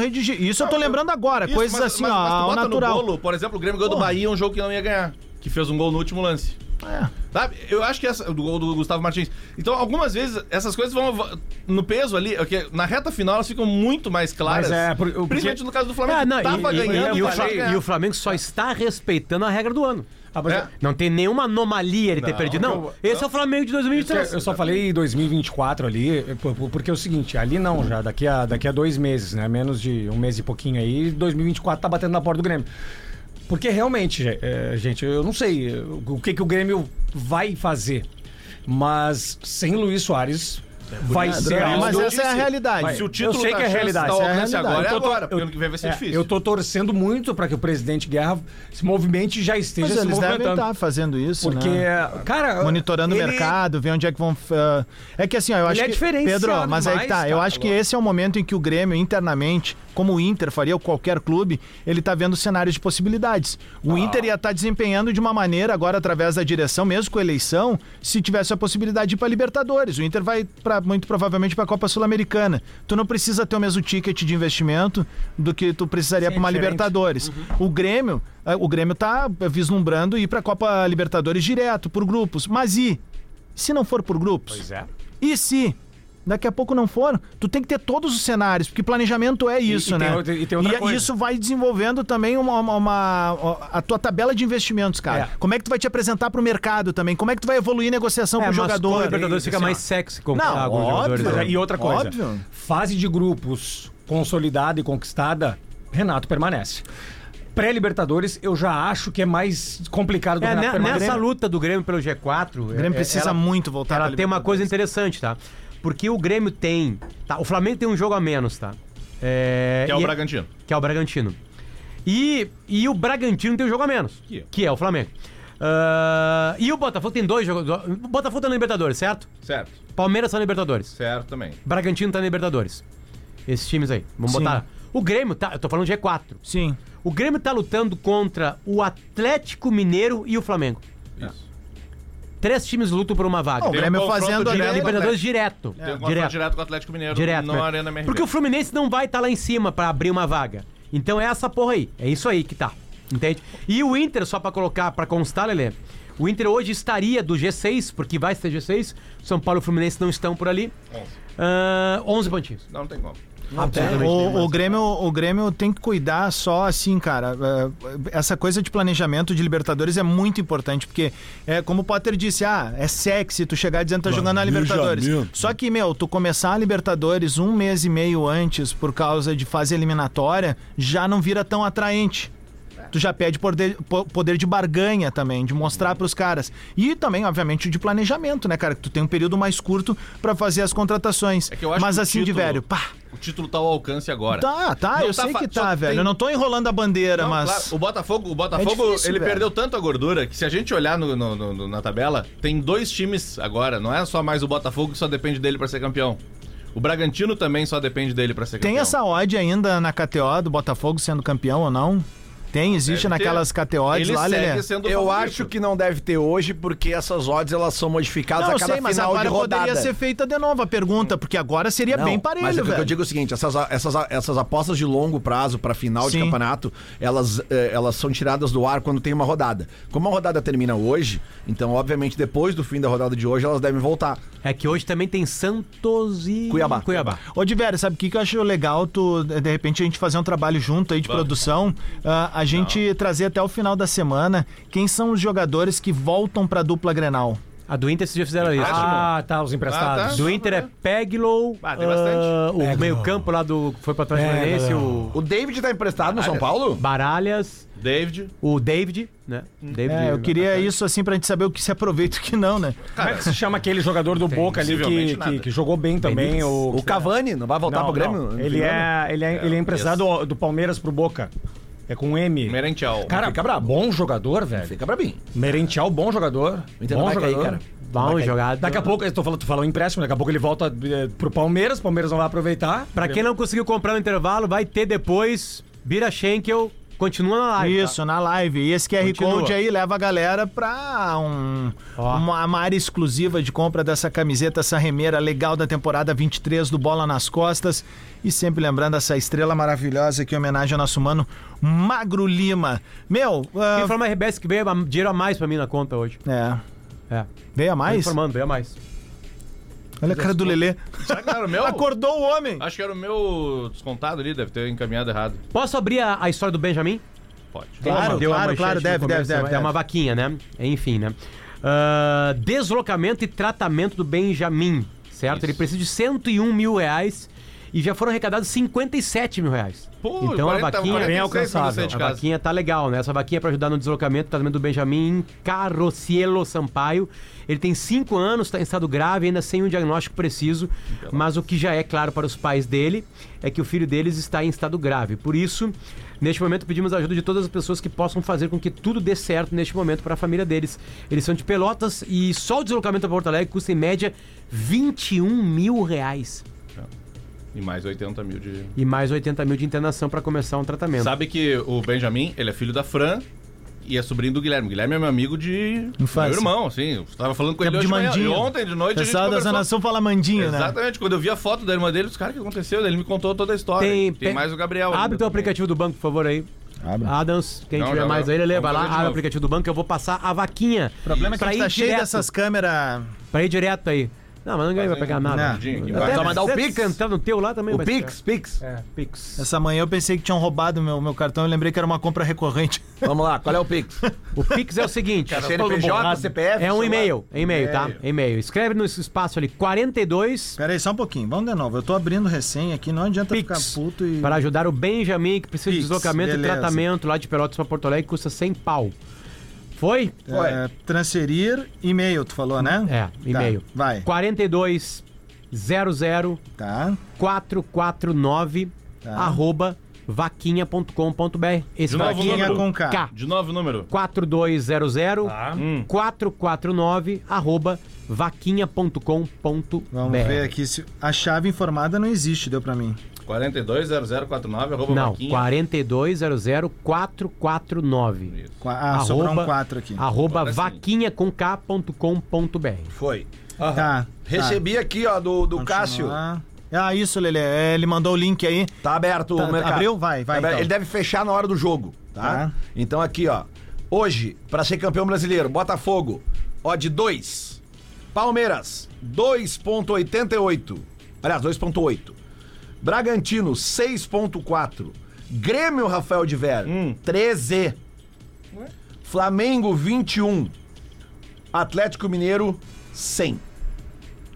[SPEAKER 2] redigir. Isso eu tô lembrando agora,
[SPEAKER 6] Isso,
[SPEAKER 2] coisas
[SPEAKER 6] mas-
[SPEAKER 2] assim,
[SPEAKER 6] mas-
[SPEAKER 2] ó,
[SPEAKER 6] mas tu
[SPEAKER 2] ao
[SPEAKER 6] bota no
[SPEAKER 2] natural.
[SPEAKER 6] bolo, por exemplo, o Grêmio ganhou do Bahia, um jogo que não ia ganhar. Que fez um gol no último lance.
[SPEAKER 2] É,
[SPEAKER 6] Sabe? Eu acho que essa. Do gol do Gustavo Martins. Então, algumas vezes, essas coisas vão. No peso ali, é que na reta final elas ficam muito mais claras.
[SPEAKER 5] Mas é, por- porque-
[SPEAKER 6] principalmente no caso do Flamengo.
[SPEAKER 3] Ah,
[SPEAKER 6] que
[SPEAKER 3] não,
[SPEAKER 6] tava
[SPEAKER 3] e, e-
[SPEAKER 6] ganhando,
[SPEAKER 3] e o
[SPEAKER 6] tava
[SPEAKER 3] Fla-
[SPEAKER 6] ganhando.
[SPEAKER 3] e o Flamengo só está respeitando a regra do ano.
[SPEAKER 5] Ah, mas
[SPEAKER 6] É.
[SPEAKER 5] eu-
[SPEAKER 3] Não tem nenhuma anomalia ele ter
[SPEAKER 6] Não,
[SPEAKER 3] perdido. Não,
[SPEAKER 6] eu-
[SPEAKER 3] esse é o Flamengo de 2023.
[SPEAKER 5] Eu só falei 2024 ali, por- por- porque é o seguinte, ali não, já daqui a, daqui a dois meses, né? Menos de um mês e pouquinho aí, 2024 tá batendo na porta do Grêmio. Porque realmente, ge- é, gente, eu não sei o que, que o Grêmio vai fazer. Mas sem Luiz Soares, vai ser
[SPEAKER 2] É, Mas
[SPEAKER 5] algo-
[SPEAKER 2] essa é a realidade.
[SPEAKER 5] Vai-
[SPEAKER 6] Se o título
[SPEAKER 5] eu sei
[SPEAKER 6] da
[SPEAKER 5] que é a
[SPEAKER 6] chance
[SPEAKER 5] realidade.
[SPEAKER 6] tá ao
[SPEAKER 5] essa é a
[SPEAKER 6] alcance
[SPEAKER 5] realidade.
[SPEAKER 6] agora, é
[SPEAKER 5] Eu tô-
[SPEAKER 6] agora, porque
[SPEAKER 5] eu-
[SPEAKER 6] ano que vem vai ser
[SPEAKER 5] é,
[SPEAKER 6] difícil.
[SPEAKER 5] Eu tô torcendo muito para que o presidente Guerra se movimente e já esteja
[SPEAKER 2] Mas
[SPEAKER 5] se
[SPEAKER 2] eles devem
[SPEAKER 5] movimentando.
[SPEAKER 2] estar fazendo isso,
[SPEAKER 5] Porque,
[SPEAKER 6] eh,
[SPEAKER 2] né?
[SPEAKER 5] cara,
[SPEAKER 2] Monitorando o
[SPEAKER 5] ele-
[SPEAKER 2] mercado, ver onde é que vão. eh, É que assim, ó, eu
[SPEAKER 5] Ele
[SPEAKER 2] acho
[SPEAKER 5] é
[SPEAKER 2] que.
[SPEAKER 5] diferenciado
[SPEAKER 2] Pedro, mas aí que tá.
[SPEAKER 5] demais,
[SPEAKER 2] eu
[SPEAKER 5] cara,
[SPEAKER 2] acho que esse é o momento em que o Grêmio, internamente, como o Inter faria, ou qualquer clube, ele tá vendo cenários de possibilidades. O
[SPEAKER 5] Ah.
[SPEAKER 2] Inter ia estar desempenhando de uma maneira, agora através da direção, mesmo com eleição, se tivesse a possibilidade de ir pra Libertadores. O Inter vai, pra, muito provavelmente, pra Copa Sul-Americana. Tu não precisa ter o mesmo ticket de investimento do que tu precisaria
[SPEAKER 5] Sim,
[SPEAKER 2] pra uma
[SPEAKER 5] diferente. Uhum.
[SPEAKER 2] Libertadores. Libertadores. O Grêmio, eh, o Grêmio tá vislumbrando ir para a Copa Libertadores direto por grupos. Mas e se não for por grupos? Pois
[SPEAKER 5] é.
[SPEAKER 2] E se daqui a pouco não for? Tu tem que ter todos os cenários, porque planejamento é isso,
[SPEAKER 5] e tem
[SPEAKER 2] né?
[SPEAKER 5] outra- e tem outra
[SPEAKER 2] é-
[SPEAKER 5] coisa.
[SPEAKER 2] isso vai desenvolvendo também uma, uma- uma- ó, a tua tabela de investimentos, cara.
[SPEAKER 5] É.
[SPEAKER 2] Como é que tu vai te apresentar pro mercado também? Como é que tu vai evoluir
[SPEAKER 3] É,
[SPEAKER 2] negociação com o um jogador? Assim,
[SPEAKER 3] o Libertadores fica mais sexy comparar
[SPEAKER 2] Não,
[SPEAKER 3] com os jogadores.
[SPEAKER 2] óbvio.
[SPEAKER 3] né?
[SPEAKER 5] E outra coisa,
[SPEAKER 2] Óbvio.
[SPEAKER 5] fase de grupos consolidada e conquistada, Renato permanece. Pré-Libertadores, eu já acho que é mais complicado do
[SPEAKER 3] É,
[SPEAKER 5] Renato
[SPEAKER 3] né-
[SPEAKER 5] permanecer.
[SPEAKER 3] nessa luta do Grêmio pelo G4,
[SPEAKER 2] O
[SPEAKER 5] é,
[SPEAKER 2] Grêmio precisa muito voltar
[SPEAKER 3] ela
[SPEAKER 2] pra
[SPEAKER 3] tem uma
[SPEAKER 2] Libertadores.
[SPEAKER 3] coisa interessante, tá? Porque o Grêmio tem. tá, o Flamengo tem um jogo a menos, tá? É,
[SPEAKER 6] Que é o
[SPEAKER 3] e
[SPEAKER 6] Bragantino.
[SPEAKER 3] Que é o Bragantino. E, e o Bragantino tem um jogo a menos,
[SPEAKER 6] Que é.
[SPEAKER 3] que é o Flamengo. Ah, e o Botafogo tem dois jogos. O Botafogo tá na Libertadores, certo?
[SPEAKER 6] Certo,
[SPEAKER 3] Palmeiras tá na Libertadores.
[SPEAKER 6] certo também.
[SPEAKER 3] Bragantino tá na Libertadores. Esses times aí. Vamos
[SPEAKER 2] Sim.
[SPEAKER 3] botar. O Grêmio tá. Eu tô falando G4.
[SPEAKER 2] Sim.
[SPEAKER 3] O Grêmio tá lutando contra o Atlético Mineiro e o Flamengo.
[SPEAKER 6] Isso.
[SPEAKER 3] Três times lutam por uma vaga.
[SPEAKER 2] Não, o
[SPEAKER 6] Tem um
[SPEAKER 2] Grêmio
[SPEAKER 6] confronto
[SPEAKER 2] fazendo ali a
[SPEAKER 6] direto com o
[SPEAKER 2] Libertadores.
[SPEAKER 3] Libertadores direto.
[SPEAKER 6] Tem um confronto
[SPEAKER 3] direto. Direto.
[SPEAKER 6] direto com o Atlético Mineiro na
[SPEAKER 3] né?
[SPEAKER 6] Arena MRV.
[SPEAKER 3] Porque o Fluminense não vai estar lá em cima pra abrir uma vaga. Então é essa porra aí. É isso aí que tá. Entende? E o Inter, só pra colocar, pra constar, Lelê. O Inter hoje estaria do G6, porque vai ser G6. São Paulo e Fluminense não estão por ali.
[SPEAKER 6] Onze.
[SPEAKER 3] Ah, 11 pontinhos.
[SPEAKER 6] Não, não tem como.
[SPEAKER 2] O, o Grêmio, o Grêmio tem que cuidar só assim, cara. eh, Essa coisa de planejamento de Libertadores é muito importante, porque é como o Potter disse, ah, é sexy tu chegar dizendo que tá jogando a Libertadores. Só que, meu, tu começar a Libertadores um mês e meio antes por causa de fase eliminatória, já não vira tão atraente. Tu já pede poder, po- poder de barganha também, de mostrar pros caras. E também, obviamente, de planejamento, né, cara? Que tu tem um período mais curto pra fazer as contratações.
[SPEAKER 6] É que eu acho
[SPEAKER 2] Mas
[SPEAKER 6] que o
[SPEAKER 2] assim,
[SPEAKER 6] título-
[SPEAKER 2] de velho, pá.
[SPEAKER 6] O título tá ao alcance agora.
[SPEAKER 2] Tá, tá,
[SPEAKER 6] Não
[SPEAKER 2] eu
[SPEAKER 6] tá
[SPEAKER 2] sei
[SPEAKER 6] fa-
[SPEAKER 2] que
[SPEAKER 6] só
[SPEAKER 2] tá, velho.
[SPEAKER 6] tem-
[SPEAKER 2] Eu não tô enrolando a bandeira,
[SPEAKER 6] Não,
[SPEAKER 2] mas. É
[SPEAKER 6] claro, o Botafogo, o Botafogo
[SPEAKER 2] difícil,
[SPEAKER 6] ele
[SPEAKER 2] velho.
[SPEAKER 6] perdeu tanto a gordura que se a gente olhar no- no- no- na tabela, tem dois times agora. Não é só mais o Botafogo que só depende dele pra ser campeão. O Bragantino também só depende dele pra ser
[SPEAKER 2] Tem
[SPEAKER 6] campeão.
[SPEAKER 2] essa odd ainda na KTO do Botafogo sendo campeão ou não? Tem, existe
[SPEAKER 6] Deve ter.
[SPEAKER 2] naquelas KTOs
[SPEAKER 6] Ele
[SPEAKER 2] lá,
[SPEAKER 6] segue
[SPEAKER 2] Lelê.
[SPEAKER 6] sendo o
[SPEAKER 4] Eu
[SPEAKER 6] favorito.
[SPEAKER 4] acho que não deve ter hoje, porque essas odds elas são modificadas
[SPEAKER 2] Não,
[SPEAKER 4] a
[SPEAKER 2] eu
[SPEAKER 4] cada
[SPEAKER 2] sei, mas
[SPEAKER 4] final de
[SPEAKER 2] agora
[SPEAKER 4] rodada.
[SPEAKER 2] poderia ser feita de novo a pergunta, porque agora seria
[SPEAKER 4] Não,
[SPEAKER 2] bem parelho,
[SPEAKER 4] mas é que
[SPEAKER 2] velho.
[SPEAKER 4] eu digo o seguinte, essas, essas, essas apostas de longo prazo para final
[SPEAKER 2] Sim.
[SPEAKER 4] de campeonato, elas, eh, elas são tiradas do ar quando tem uma rodada. Como a rodada termina hoje, então obviamente depois do fim da rodada de hoje elas devem voltar.
[SPEAKER 3] É que hoje também tem Santos e
[SPEAKER 4] Cuiabá.
[SPEAKER 3] Cuiabá.
[SPEAKER 2] Ô, Diverio, sabe o que, que eu acho legal? Tu, de repente a gente fazer um trabalho junto aí de produção, ah, a gente trazer até o final da semana quem são os jogadores que voltam pra dupla Grenal.
[SPEAKER 3] A do Inter se já fizeram isso.
[SPEAKER 5] Ah, tá, os
[SPEAKER 6] Ah,
[SPEAKER 5] emprestados.
[SPEAKER 6] tá.
[SPEAKER 3] Do Inter é Peglow.
[SPEAKER 6] Ah, tem bastante.
[SPEAKER 3] ah, o
[SPEAKER 5] Peglow.
[SPEAKER 3] meio-campo lá do. Foi pra trás do
[SPEAKER 5] Peglow.
[SPEAKER 3] Fluminense, o
[SPEAKER 4] O David tá emprestado no São Paulo?
[SPEAKER 3] Baralhas,
[SPEAKER 6] David.
[SPEAKER 3] o David, né?
[SPEAKER 6] Hum.
[SPEAKER 3] David
[SPEAKER 2] É, eu
[SPEAKER 4] né,
[SPEAKER 2] queria isso assim pra gente saber o que se aproveita e o que não, né?
[SPEAKER 5] Como é que se chama aquele jogador do Boca ali
[SPEAKER 6] possivelmente
[SPEAKER 5] que,
[SPEAKER 6] nada.
[SPEAKER 5] que, que jogou bem também?
[SPEAKER 3] Benítez.
[SPEAKER 5] O,
[SPEAKER 4] O Cavani não vai voltar
[SPEAKER 5] Não,
[SPEAKER 4] pro Grêmio?
[SPEAKER 5] não.
[SPEAKER 4] no
[SPEAKER 5] Ele
[SPEAKER 4] fim do ano?
[SPEAKER 5] é, ele é, ele é emprestado do, do Palmeiras pro Boca. É com M.
[SPEAKER 6] Merentiel.
[SPEAKER 5] Cara, bom jogador, velho.
[SPEAKER 4] Fica pra mim.
[SPEAKER 5] Merentiel, bom jogador.
[SPEAKER 4] Inter
[SPEAKER 6] Então
[SPEAKER 4] não
[SPEAKER 5] bom
[SPEAKER 4] vai cair,
[SPEAKER 5] jogador.
[SPEAKER 4] cara.
[SPEAKER 3] Bom jogado.
[SPEAKER 5] Daqui a pouco, eu tô falando, tu falou empréstimo, daqui a pouco ele volta eh, pro Palmeiras, o Palmeiras não vai aproveitar.
[SPEAKER 3] Pra quem não conseguiu comprar no intervalo, vai ter depois. Bira Schenkel, continua na
[SPEAKER 6] tá.
[SPEAKER 3] live.
[SPEAKER 2] Isso, na live. E esse QR
[SPEAKER 3] Continua.
[SPEAKER 2] Code aí leva a galera pra um, uma, uma área exclusiva de compra dessa camiseta, essa remeira legal da temporada 23 do Bola nas Costas. E sempre lembrando essa estrela maravilhosa que homenagem ao nosso mano Magro Lima. Meu,
[SPEAKER 3] Tá?
[SPEAKER 2] ah,
[SPEAKER 3] Informa a RBS que veio a- dinheiro a mais pra mim na conta hoje.
[SPEAKER 2] é,
[SPEAKER 3] É.
[SPEAKER 6] Tá
[SPEAKER 2] veio a
[SPEAKER 3] Tô
[SPEAKER 2] mais?
[SPEAKER 3] Informando, veio a mais.
[SPEAKER 2] Olha a cara do Lelê.
[SPEAKER 6] Será que era o meu?
[SPEAKER 2] Acordou o homem.
[SPEAKER 6] Acho que era o meu descontado ali, deve ter encaminhado errado.
[SPEAKER 3] Posso abrir a, a história do Benjamin?
[SPEAKER 6] Pode.
[SPEAKER 2] Claro,
[SPEAKER 3] Deu a
[SPEAKER 2] claro,
[SPEAKER 3] manchete
[SPEAKER 2] claro,
[SPEAKER 3] no
[SPEAKER 2] deve,
[SPEAKER 3] começo,
[SPEAKER 2] deve,
[SPEAKER 3] é uma-
[SPEAKER 2] deve.
[SPEAKER 3] É uma vaquinha, né? Enfim, né? Ah, deslocamento e tratamento do Benjamin, certo? Ele precisa de 101 mil reais e já foram arrecadados 57 mil reais.
[SPEAKER 6] Pô,
[SPEAKER 3] então
[SPEAKER 6] 40,
[SPEAKER 3] a vaquinha
[SPEAKER 6] 46
[SPEAKER 3] bem
[SPEAKER 6] quando você é
[SPEAKER 3] alcançável.
[SPEAKER 6] de
[SPEAKER 3] A
[SPEAKER 6] casa.
[SPEAKER 3] vaquinha tá legal, né? Essa vaquinha é pra ajudar no deslocamento, tratamento do Benjamin Carrocielo Sampaio. Ele tem 5 anos, está em estado grave, ainda sem um diagnóstico preciso,
[SPEAKER 6] Então.
[SPEAKER 3] mas o que já é claro para os pais dele é que o filho deles está em estado grave. Por isso, neste momento pedimos a ajuda de todas as pessoas que possam fazer com que tudo dê certo neste momento para a família deles. Eles são de Pelotas e só o deslocamento a Porto Alegre custa em média 21 mil reais.
[SPEAKER 6] E mais 80 mil de.
[SPEAKER 3] E mais 80 mil de internação para começar um tratamento.
[SPEAKER 6] Sabe que o Benjamin, ele é filho da Fran e é sobrinho do Guilherme. O Guilherme é meu amigo de.
[SPEAKER 2] Infância.
[SPEAKER 6] Meu irmão, assim. Eu tava falando com
[SPEAKER 2] Tempo
[SPEAKER 6] ele hoje
[SPEAKER 2] de
[SPEAKER 6] manhã.
[SPEAKER 2] mandinho.
[SPEAKER 6] E ontem de noite. a gente
[SPEAKER 2] Pessoal da
[SPEAKER 6] conversou.
[SPEAKER 2] Zona Sul fala mandinho, né?
[SPEAKER 6] Exatamente. Quando eu vi a foto da irmã dele, os caras, o que aconteceu? Ele me contou toda a história. Tem, mais o Gabriel.
[SPEAKER 3] Abre
[SPEAKER 6] ainda
[SPEAKER 3] teu
[SPEAKER 6] também.
[SPEAKER 3] aplicativo do banco, por favor, aí. Abre. Adams, quem
[SPEAKER 6] Não,
[SPEAKER 3] tiver
[SPEAKER 6] já
[SPEAKER 3] mais
[SPEAKER 6] não.
[SPEAKER 3] aí, Lele,
[SPEAKER 6] Vamos
[SPEAKER 3] vai lá,
[SPEAKER 6] fazer de
[SPEAKER 3] abre o
[SPEAKER 6] novo.
[SPEAKER 3] aplicativo do banco, eu vou passar a vaquinha. O
[SPEAKER 2] problema é que a gente tá cheio dessas câmeras.
[SPEAKER 3] Pra ir direto aí. Não, mas ninguém vai pegar nada.
[SPEAKER 2] Rapidinho aqui,
[SPEAKER 3] Até
[SPEAKER 2] vai. Só mandar o
[SPEAKER 3] você
[SPEAKER 2] Pix.
[SPEAKER 3] Tentando o teu lá também.
[SPEAKER 2] O
[SPEAKER 3] vai
[SPEAKER 2] Pix,
[SPEAKER 3] ficar.
[SPEAKER 4] Pix.
[SPEAKER 3] É, Pix.
[SPEAKER 2] Essa manhã eu pensei que tinham roubado meu, meu cartão e lembrei que era uma compra recorrente.
[SPEAKER 4] Vamos lá, qual é o Pix?
[SPEAKER 3] O Pix é o seguinte:
[SPEAKER 4] Cara, CNPJ,
[SPEAKER 3] borrado.
[SPEAKER 4] CPF,
[SPEAKER 3] É um
[SPEAKER 4] celular.
[SPEAKER 3] e-mail, é e-mail, tá?
[SPEAKER 2] E-mail.
[SPEAKER 3] E-mail. Escreve no espaço ali 42
[SPEAKER 2] Peraí, só um pouquinho. Vamos de novo. Eu tô abrindo recém aqui, não adianta
[SPEAKER 3] Pix.
[SPEAKER 2] ficar puto e.
[SPEAKER 3] para ajudar o Benjamin, que precisa de
[SPEAKER 2] Pix,
[SPEAKER 3] deslocamento
[SPEAKER 2] beleza.
[SPEAKER 3] e tratamento lá de Pelotas para Porto Alegre, custa 100 pau. Foi?
[SPEAKER 2] É, transferir e-mail, tu falou, né?
[SPEAKER 3] É, e-mail.
[SPEAKER 2] Tá, vai.
[SPEAKER 3] 42 00
[SPEAKER 2] tá.
[SPEAKER 3] 449 arroba vaquinha.com.br. Esse
[SPEAKER 6] De novo,
[SPEAKER 3] vaquinha
[SPEAKER 2] é
[SPEAKER 6] número.
[SPEAKER 3] com K.
[SPEAKER 6] De novo o número.
[SPEAKER 3] 4200
[SPEAKER 6] Hum.
[SPEAKER 3] 449 arroba vaquinha.com.br.
[SPEAKER 2] Vamos ver aqui se. A chave informada não existe, deu pra mim.
[SPEAKER 6] 420049, arroba
[SPEAKER 3] Não,
[SPEAKER 6] vaquinha.
[SPEAKER 3] 4200449.
[SPEAKER 2] Qua- Ah, sobrou um 4 aqui.
[SPEAKER 3] Arroba
[SPEAKER 2] Agora sim.
[SPEAKER 3] vaquinha com k.com.br.
[SPEAKER 4] Foi.
[SPEAKER 2] Tá.
[SPEAKER 4] Recebi aqui, ó, do, do Cássio.
[SPEAKER 2] Ah, isso, Lelê. É, Ele mandou o link aí.
[SPEAKER 4] Tá aberto
[SPEAKER 2] Tá-
[SPEAKER 4] o mercado.
[SPEAKER 2] abriu? Vai, vai,
[SPEAKER 4] Tá aberto.
[SPEAKER 2] então.
[SPEAKER 4] Ele deve fechar na hora do jogo, tá?
[SPEAKER 2] Tá.
[SPEAKER 4] Então aqui, ó. Hoje, pra ser campeão brasileiro, Botafogo, ó de 2. Palmeiras, 2.88. Aliás, 2.8. Bragantino, 6.4. Grêmio, Rafael de Vera,
[SPEAKER 2] Hum.
[SPEAKER 4] 13. Flamengo, 21. Atlético Mineiro, 100.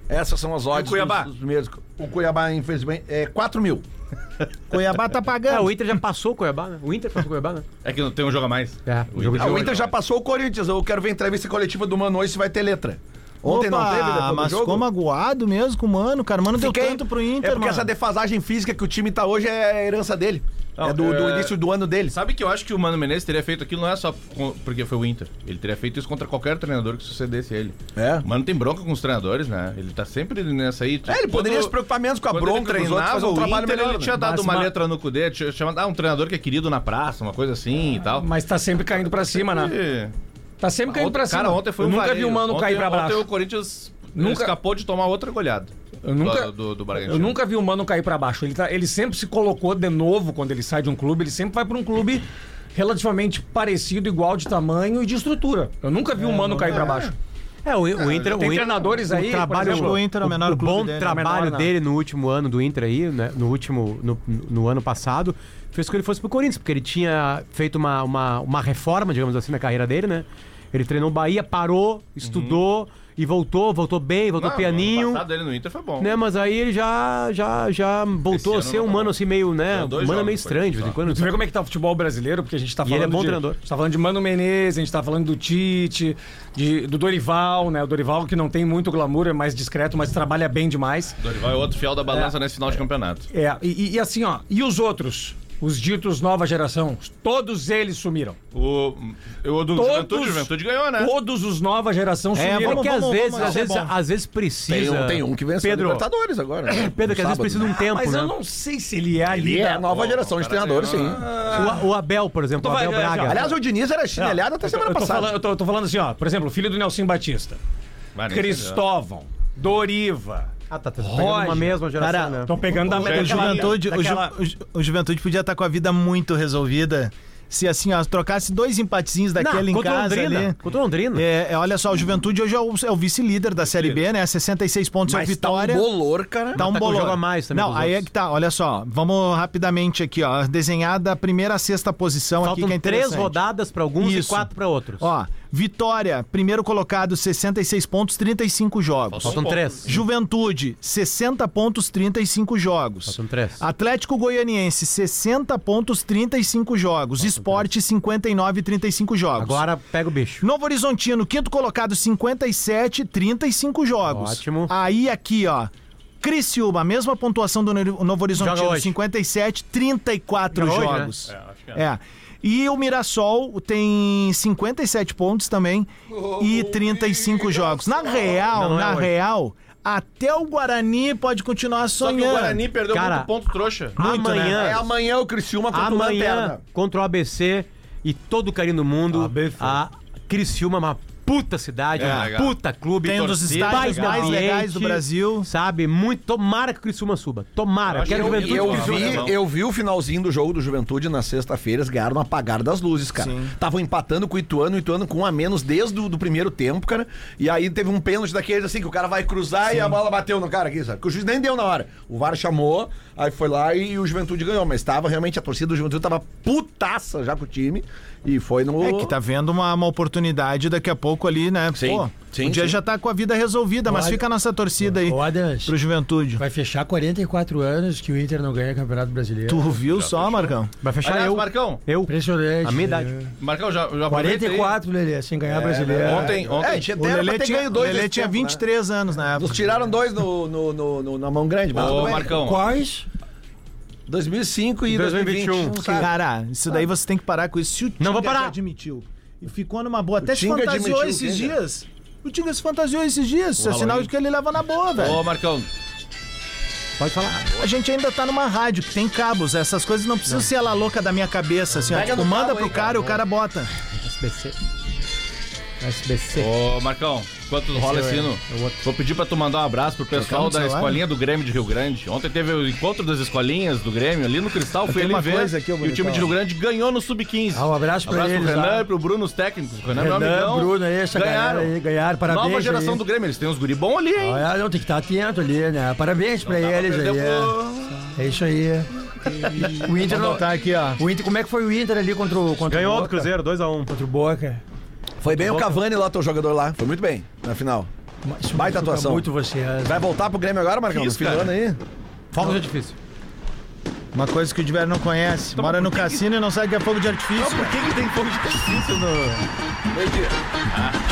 [SPEAKER 4] Essas são as odds
[SPEAKER 6] Cuiabá?
[SPEAKER 4] Dos, dos primeiros. O Cuiabá, infelizmente, é 4 mil.
[SPEAKER 2] Cuiabá tá
[SPEAKER 3] É,
[SPEAKER 2] pagando.
[SPEAKER 3] o Inter já passou o Cuiabá, né? O Inter passou o Cuiabá, né?
[SPEAKER 6] É que não tem um jogo a mais.
[SPEAKER 3] É, o jogo de
[SPEAKER 4] Ah, o
[SPEAKER 3] hoje.
[SPEAKER 4] Inter já passou o Corinthians. Eu quero ver a entrevista coletiva do Mano hoje se vai ter letra. Ontem
[SPEAKER 2] Opa,
[SPEAKER 4] não teve depois
[SPEAKER 2] mas
[SPEAKER 4] do jogo.
[SPEAKER 2] ficou magoado mesmo com o Mano, cara. O Mano
[SPEAKER 4] Fiquei-
[SPEAKER 2] deu tanto pro Inter,
[SPEAKER 4] É porque
[SPEAKER 2] mano.
[SPEAKER 4] essa defasagem física que o time tá hoje é a herança dele.
[SPEAKER 6] Não,
[SPEAKER 4] é do, do
[SPEAKER 6] é-
[SPEAKER 4] início do ano dele.
[SPEAKER 6] Sabe que eu acho que o Mano Menezes teria feito aquilo não é só com- porque foi o Inter. Ele teria feito isso contra qualquer treinador que sucedesse ele.
[SPEAKER 4] É.
[SPEAKER 6] O Mano tem bronca com os treinadores, né? Ele tá sempre nessa aí.
[SPEAKER 4] É, ele poderia
[SPEAKER 6] Quando-
[SPEAKER 4] se preocupar menos com a
[SPEAKER 6] Quando
[SPEAKER 4] bronca
[SPEAKER 6] ele
[SPEAKER 4] dos outros,
[SPEAKER 6] treinava
[SPEAKER 4] fazer
[SPEAKER 6] o
[SPEAKER 4] um trabalho
[SPEAKER 6] Inter,
[SPEAKER 4] melhor.
[SPEAKER 6] ele tinha
[SPEAKER 4] né?
[SPEAKER 6] dado
[SPEAKER 5] Mas
[SPEAKER 6] uma
[SPEAKER 5] uma-
[SPEAKER 6] letra no Cudê, tinha chamado ah, um treinador que é querido na praça, uma coisa assim e tal.
[SPEAKER 5] Mas tá sempre caindo pra cima, né?
[SPEAKER 6] E-
[SPEAKER 5] Tá sempre caindo
[SPEAKER 6] Ontem-
[SPEAKER 5] pra cima.
[SPEAKER 6] Ah, Cara, ontem foi
[SPEAKER 5] eu
[SPEAKER 6] um
[SPEAKER 5] nunca vi
[SPEAKER 6] vareio.
[SPEAKER 5] o Mano
[SPEAKER 6] Ontem-
[SPEAKER 5] cair pra
[SPEAKER 6] Ontem o
[SPEAKER 5] baixo.
[SPEAKER 6] Corinthians
[SPEAKER 5] Nunca-
[SPEAKER 6] escapou de tomar outra goleada.
[SPEAKER 5] Eu nunca-
[SPEAKER 6] Do, do, do Bragantino.
[SPEAKER 5] Eu nunca vi o Mano cair pra baixo. Ele, tá- ele sempre se colocou de novo quando ele sai de um clube. Ele sempre vai pra um clube relativamente parecido, igual de tamanho e de estrutura. Eu nunca vi o Mano cair pra baixo.
[SPEAKER 3] É, o, o Inter.
[SPEAKER 5] tem
[SPEAKER 3] o Inter-
[SPEAKER 5] treinadores aí,
[SPEAKER 3] O
[SPEAKER 5] por
[SPEAKER 3] trabalho,
[SPEAKER 5] exemplo,
[SPEAKER 2] o Inter é o menor
[SPEAKER 3] o
[SPEAKER 2] clube
[SPEAKER 3] bom
[SPEAKER 2] dele, é o
[SPEAKER 3] trabalho
[SPEAKER 5] menor, né?
[SPEAKER 3] dele no último ano do Inter aí, né? No último. No, no ano passado, fez com que ele fosse pro Corinthians, porque ele tinha feito uma, uma, uma reforma, digamos assim, na carreira dele, né? Ele treinou Bahia, parou, estudou e voltou, voltou bem, voltou
[SPEAKER 6] Não,
[SPEAKER 3] pianinho.
[SPEAKER 6] O passado dele no Inter foi bom.
[SPEAKER 3] Né, mas aí ele já, já, já voltou a
[SPEAKER 6] Esse
[SPEAKER 3] ser
[SPEAKER 6] ano
[SPEAKER 3] um
[SPEAKER 6] não.
[SPEAKER 3] mano assim meio, né?
[SPEAKER 6] Deu dois
[SPEAKER 3] Um mano
[SPEAKER 6] jogos,
[SPEAKER 3] meio estranho, de vez em quando.
[SPEAKER 5] Tu vê como é que tá o futebol brasileiro, porque a gente tá
[SPEAKER 3] E
[SPEAKER 5] falando.
[SPEAKER 3] ele é bom
[SPEAKER 5] de,
[SPEAKER 3] treinador.
[SPEAKER 5] A gente tá falando de Mano Menezes, a gente tá falando do Tite, de- do Dorival, né? O Dorival que não tem muito glamour, é mais discreto, mas trabalha bem demais.
[SPEAKER 6] Dorival é outro fiel da balança nesse final de campeonato.
[SPEAKER 5] É, e, e- e assim, ó, e os outros? Os ditos nova geração, todos eles sumiram.
[SPEAKER 6] O, eu, do
[SPEAKER 5] Todos-
[SPEAKER 6] Juventude, Juventude ganhou, né?
[SPEAKER 5] Todos os nova geração
[SPEAKER 3] É,
[SPEAKER 5] sumiram.
[SPEAKER 3] porque às vezes, às
[SPEAKER 2] isso é
[SPEAKER 3] vezes,
[SPEAKER 2] bom.
[SPEAKER 3] às vezes precisa.
[SPEAKER 4] Tem um, tem um que venceu
[SPEAKER 3] Pedro,
[SPEAKER 4] a Libertadores agora. né?
[SPEAKER 3] Pedro, que às vezes
[SPEAKER 4] Sábado,
[SPEAKER 3] precisa de
[SPEAKER 4] né?
[SPEAKER 3] um tempo,
[SPEAKER 5] Mas
[SPEAKER 3] né?
[SPEAKER 5] eu não sei se ele é ali.
[SPEAKER 4] Ele é
[SPEAKER 5] da-
[SPEAKER 4] a nova
[SPEAKER 6] Pô,
[SPEAKER 4] geração de
[SPEAKER 6] cara,
[SPEAKER 4] treinadores,
[SPEAKER 6] tem
[SPEAKER 4] sim.
[SPEAKER 6] uma-
[SPEAKER 3] O, o Abel, por exemplo, o
[SPEAKER 5] vai-
[SPEAKER 3] Abel
[SPEAKER 5] é, já.
[SPEAKER 3] Braga.
[SPEAKER 4] Aliás, o Diniz era
[SPEAKER 5] Não,
[SPEAKER 3] é
[SPEAKER 4] chinelhado até
[SPEAKER 5] eu tô-
[SPEAKER 4] semana
[SPEAKER 5] eu tô
[SPEAKER 4] passada.
[SPEAKER 5] Falando, eu, tô, eu tô falando assim, ó, por exemplo, o filho do Nelson Batista,
[SPEAKER 6] Vai, nem sei né?
[SPEAKER 5] Cristóvão, Doriva.
[SPEAKER 3] Ah, tá, tá
[SPEAKER 5] Roger.
[SPEAKER 3] pegando uma mesma geração,
[SPEAKER 2] Cara,
[SPEAKER 3] né?
[SPEAKER 5] Tô pegando da
[SPEAKER 6] O
[SPEAKER 2] O
[SPEAKER 5] daquela-
[SPEAKER 2] Juventude, tá o Ju-
[SPEAKER 5] daquela-
[SPEAKER 2] o Ju- o Juventude podia estar com a vida muito resolvida se assim, ó, trocasse dois empatezinhos daquele
[SPEAKER 3] Não,
[SPEAKER 2] em
[SPEAKER 3] contra
[SPEAKER 2] casa
[SPEAKER 3] Londrina,
[SPEAKER 2] ali.
[SPEAKER 3] contra Londrina.
[SPEAKER 2] É, é, olha só, o Juventude hoje é o, é o vice-líder da Série B, né? 66 pontos é o
[SPEAKER 4] Mas tá um
[SPEAKER 2] Vitória.
[SPEAKER 4] bolor, cara.
[SPEAKER 2] Tá um
[SPEAKER 3] Mas tá com
[SPEAKER 2] bolor.
[SPEAKER 3] jogo a mais também
[SPEAKER 2] Não,
[SPEAKER 3] dos
[SPEAKER 2] aí é
[SPEAKER 3] outros.
[SPEAKER 2] que tá, olha só. Vamos rapidamente aqui, ó. Desenhar da primeira à sexta posição aqui
[SPEAKER 3] Faltam
[SPEAKER 2] que é
[SPEAKER 3] três
[SPEAKER 2] interessante.
[SPEAKER 3] rodadas pra alguns
[SPEAKER 2] Isso.
[SPEAKER 3] e quatro pra outros.
[SPEAKER 2] Ó, Vitória, primeiro colocado, 66 pontos, 35 jogos.
[SPEAKER 3] Faltam três.
[SPEAKER 2] Juventude, 60 pontos, 35 jogos.
[SPEAKER 3] Faltam três.
[SPEAKER 2] Atlético Goianiense, 60 pontos, 35 jogos. Esporte, 59, 35 jogos.
[SPEAKER 3] Agora pega o bicho.
[SPEAKER 2] Novo Horizontino, quinto colocado, 57, 35 jogos.
[SPEAKER 3] Ótimo.
[SPEAKER 2] Aí aqui, ó. Criciúma, a mesma pontuação do Nor- Novo
[SPEAKER 3] Joga
[SPEAKER 2] Horizontino,
[SPEAKER 3] hoje.
[SPEAKER 2] 57, 34
[SPEAKER 3] Joga hoje, né?
[SPEAKER 2] jogos.
[SPEAKER 6] É, acho que é.
[SPEAKER 2] é. E o Mirassol tem 57 pontos também
[SPEAKER 6] Oh,
[SPEAKER 2] e 35 jogos. Na real,
[SPEAKER 3] Não, não é
[SPEAKER 2] na
[SPEAKER 3] hoje.
[SPEAKER 2] real, até o Guarani pode continuar
[SPEAKER 6] Só que
[SPEAKER 2] sonhando.
[SPEAKER 6] o Guarani perdeu
[SPEAKER 3] Cara,
[SPEAKER 6] muito ponto trouxa.
[SPEAKER 2] Muito, né?
[SPEAKER 3] amanhã,
[SPEAKER 4] É amanhã o Criciúma contra o
[SPEAKER 3] amanhã
[SPEAKER 4] Lanterna.
[SPEAKER 3] contra o ABC e todo o carinho do mundo, a Criciúma é uma puta cidade,
[SPEAKER 6] É,
[SPEAKER 3] uma
[SPEAKER 6] legal.
[SPEAKER 3] puta clube.
[SPEAKER 2] Tem um dos
[SPEAKER 3] torcida,
[SPEAKER 2] estádios
[SPEAKER 3] baita
[SPEAKER 2] mais legais do Brasil.
[SPEAKER 3] Sabe? Muito, tomara que o Criciúma suba. Tomara.
[SPEAKER 6] Eu
[SPEAKER 3] Eu
[SPEAKER 6] acho
[SPEAKER 3] quero
[SPEAKER 6] que eu-
[SPEAKER 3] juventude.
[SPEAKER 4] Eu
[SPEAKER 6] Não,
[SPEAKER 3] Criciúma.
[SPEAKER 6] não.
[SPEAKER 4] vi, eu vi o finalzinho do jogo do Juventude na sexta-feira, eles ganharam no apagar das luzes, cara. Estavam empatando com o Ituano, o Ituano com um a menos desde o do primeiro tempo, cara. E aí teve um pênalti daqueles assim, que o cara vai cruzar e a bola bateu no cara aqui, sabe? Que o juiz nem deu na hora. O VAR chamou, aí foi lá e o Juventude ganhou. Mas tava realmente, a torcida do Juventude tava putaça já com o time. E foi no.
[SPEAKER 2] É que tá vendo uma, uma oportunidade daqui a pouco ali, né?
[SPEAKER 4] Sim,
[SPEAKER 2] Pô,
[SPEAKER 4] sim,
[SPEAKER 2] o dia
[SPEAKER 4] sim.
[SPEAKER 2] já tá com a vida resolvida, mas
[SPEAKER 11] Olha-
[SPEAKER 2] fica a nossa torcida aí
[SPEAKER 11] Ô, Adams,
[SPEAKER 2] pro Juventude.
[SPEAKER 11] vai fechar 44 anos que o Inter não ganha Campeonato Brasileiro.
[SPEAKER 2] Tu viu só, Marcão?
[SPEAKER 3] Vai fechar
[SPEAKER 6] Aliás,
[SPEAKER 3] eu.
[SPEAKER 6] Marcão,
[SPEAKER 3] Eu.
[SPEAKER 11] Impressionante.
[SPEAKER 3] A minha idade.
[SPEAKER 11] né?
[SPEAKER 6] Marcão, já, já aproveita aí.
[SPEAKER 11] 44, Lelê, sem ganhar Brasileiro.
[SPEAKER 6] Ontem,
[SPEAKER 4] É,
[SPEAKER 6] ontem.
[SPEAKER 4] tinha
[SPEAKER 2] O
[SPEAKER 4] até era pra
[SPEAKER 2] Lelê
[SPEAKER 4] ter
[SPEAKER 2] tinha,
[SPEAKER 4] ganho dois.
[SPEAKER 2] o Lelê
[SPEAKER 4] desse
[SPEAKER 2] tinha
[SPEAKER 4] tempo, né?
[SPEAKER 2] 23 anos na época.
[SPEAKER 4] Nos tiraram dois no, no, no- no- na mão grande, mas tudo
[SPEAKER 6] Ô,
[SPEAKER 4] bem.
[SPEAKER 6] Marcão.
[SPEAKER 11] Quais?
[SPEAKER 4] 2005 e 2021.
[SPEAKER 3] 2021,
[SPEAKER 4] sabe?
[SPEAKER 2] Cara, isso daí você tem que parar com isso. Se o Tinga
[SPEAKER 3] vou parar.
[SPEAKER 2] já admitiu e ficou numa boa, até se
[SPEAKER 4] Tinga
[SPEAKER 2] fantasiou
[SPEAKER 4] admitiu,
[SPEAKER 2] esses
[SPEAKER 4] quem já?
[SPEAKER 2] dias. O Tinga se fantasiou esses dias. Isso é sinal de que ele leva na boa, velho.
[SPEAKER 6] Ô, Marcão,
[SPEAKER 3] Pode falar.
[SPEAKER 2] A gente ainda tá numa rádio que tem cabos. Essas coisas não precisam ser a la louca da minha cabeça, assim, ó.
[SPEAKER 4] Pega
[SPEAKER 2] Tipo,
[SPEAKER 4] no
[SPEAKER 2] manda
[SPEAKER 4] cabo
[SPEAKER 2] pro
[SPEAKER 4] aí,
[SPEAKER 2] cara e o cara bota.
[SPEAKER 3] SBC. SBC.
[SPEAKER 6] Ô, Marcão, enquanto rola
[SPEAKER 11] é
[SPEAKER 6] esse hino, vou pedir pra tu mandar um abraço pro pessoal
[SPEAKER 2] Trocamos
[SPEAKER 6] da
[SPEAKER 2] celular?
[SPEAKER 6] Escolinha do Grêmio de Rio Grande. Ontem teve o encontro das escolinhas do Grêmio ali no Cristal, fui ali
[SPEAKER 2] uma
[SPEAKER 6] ver.
[SPEAKER 2] coisa aqui, ô,
[SPEAKER 6] e o time
[SPEAKER 2] bonitão.
[SPEAKER 6] de Rio Grande ganhou no Sub-15.
[SPEAKER 11] Ah, um abraço pra
[SPEAKER 6] abraço
[SPEAKER 11] eles tá?
[SPEAKER 6] pro Renan
[SPEAKER 11] lá.
[SPEAKER 6] e pro Bruno, os técnicos. O Renan, é meu
[SPEAKER 11] Renan,
[SPEAKER 6] amigão.
[SPEAKER 11] Bruno, aí, essa
[SPEAKER 6] ganharam.
[SPEAKER 11] galera aí, ganharam, parabéns
[SPEAKER 6] Nova geração
[SPEAKER 11] aí.
[SPEAKER 6] do Grêmio, eles têm uns guri bom ali, hein?
[SPEAKER 11] Ah, não, tem que estar atento ali, né? Parabéns pra eles aí.
[SPEAKER 6] Perdeu
[SPEAKER 11] é.
[SPEAKER 6] pro-
[SPEAKER 11] É isso aí. O Inter não.
[SPEAKER 2] Tá aqui, ó.
[SPEAKER 11] O Inter, como é que foi o Inter ali contra o contra o
[SPEAKER 3] Ganhou do
[SPEAKER 11] Boca?
[SPEAKER 3] Cruzeiro, 2x1.
[SPEAKER 11] Contra o Boca.
[SPEAKER 4] Foi
[SPEAKER 6] Tá
[SPEAKER 4] bem o Cavani lá, teu jogador lá. Foi muito bem na final.
[SPEAKER 11] Isso
[SPEAKER 4] Baita
[SPEAKER 11] machuca
[SPEAKER 4] atuação.
[SPEAKER 11] Muito você.
[SPEAKER 4] Vai voltar pro Grêmio agora, Marcão?
[SPEAKER 6] Isso,
[SPEAKER 4] no fim do
[SPEAKER 6] cara.
[SPEAKER 4] ano aí?
[SPEAKER 3] Fogos de artifício.
[SPEAKER 2] Uma coisa que o Diver não conhece. Mora no cassino e não sabe que é fogo de artifício.
[SPEAKER 6] Por que, que tem fogo de artifício no.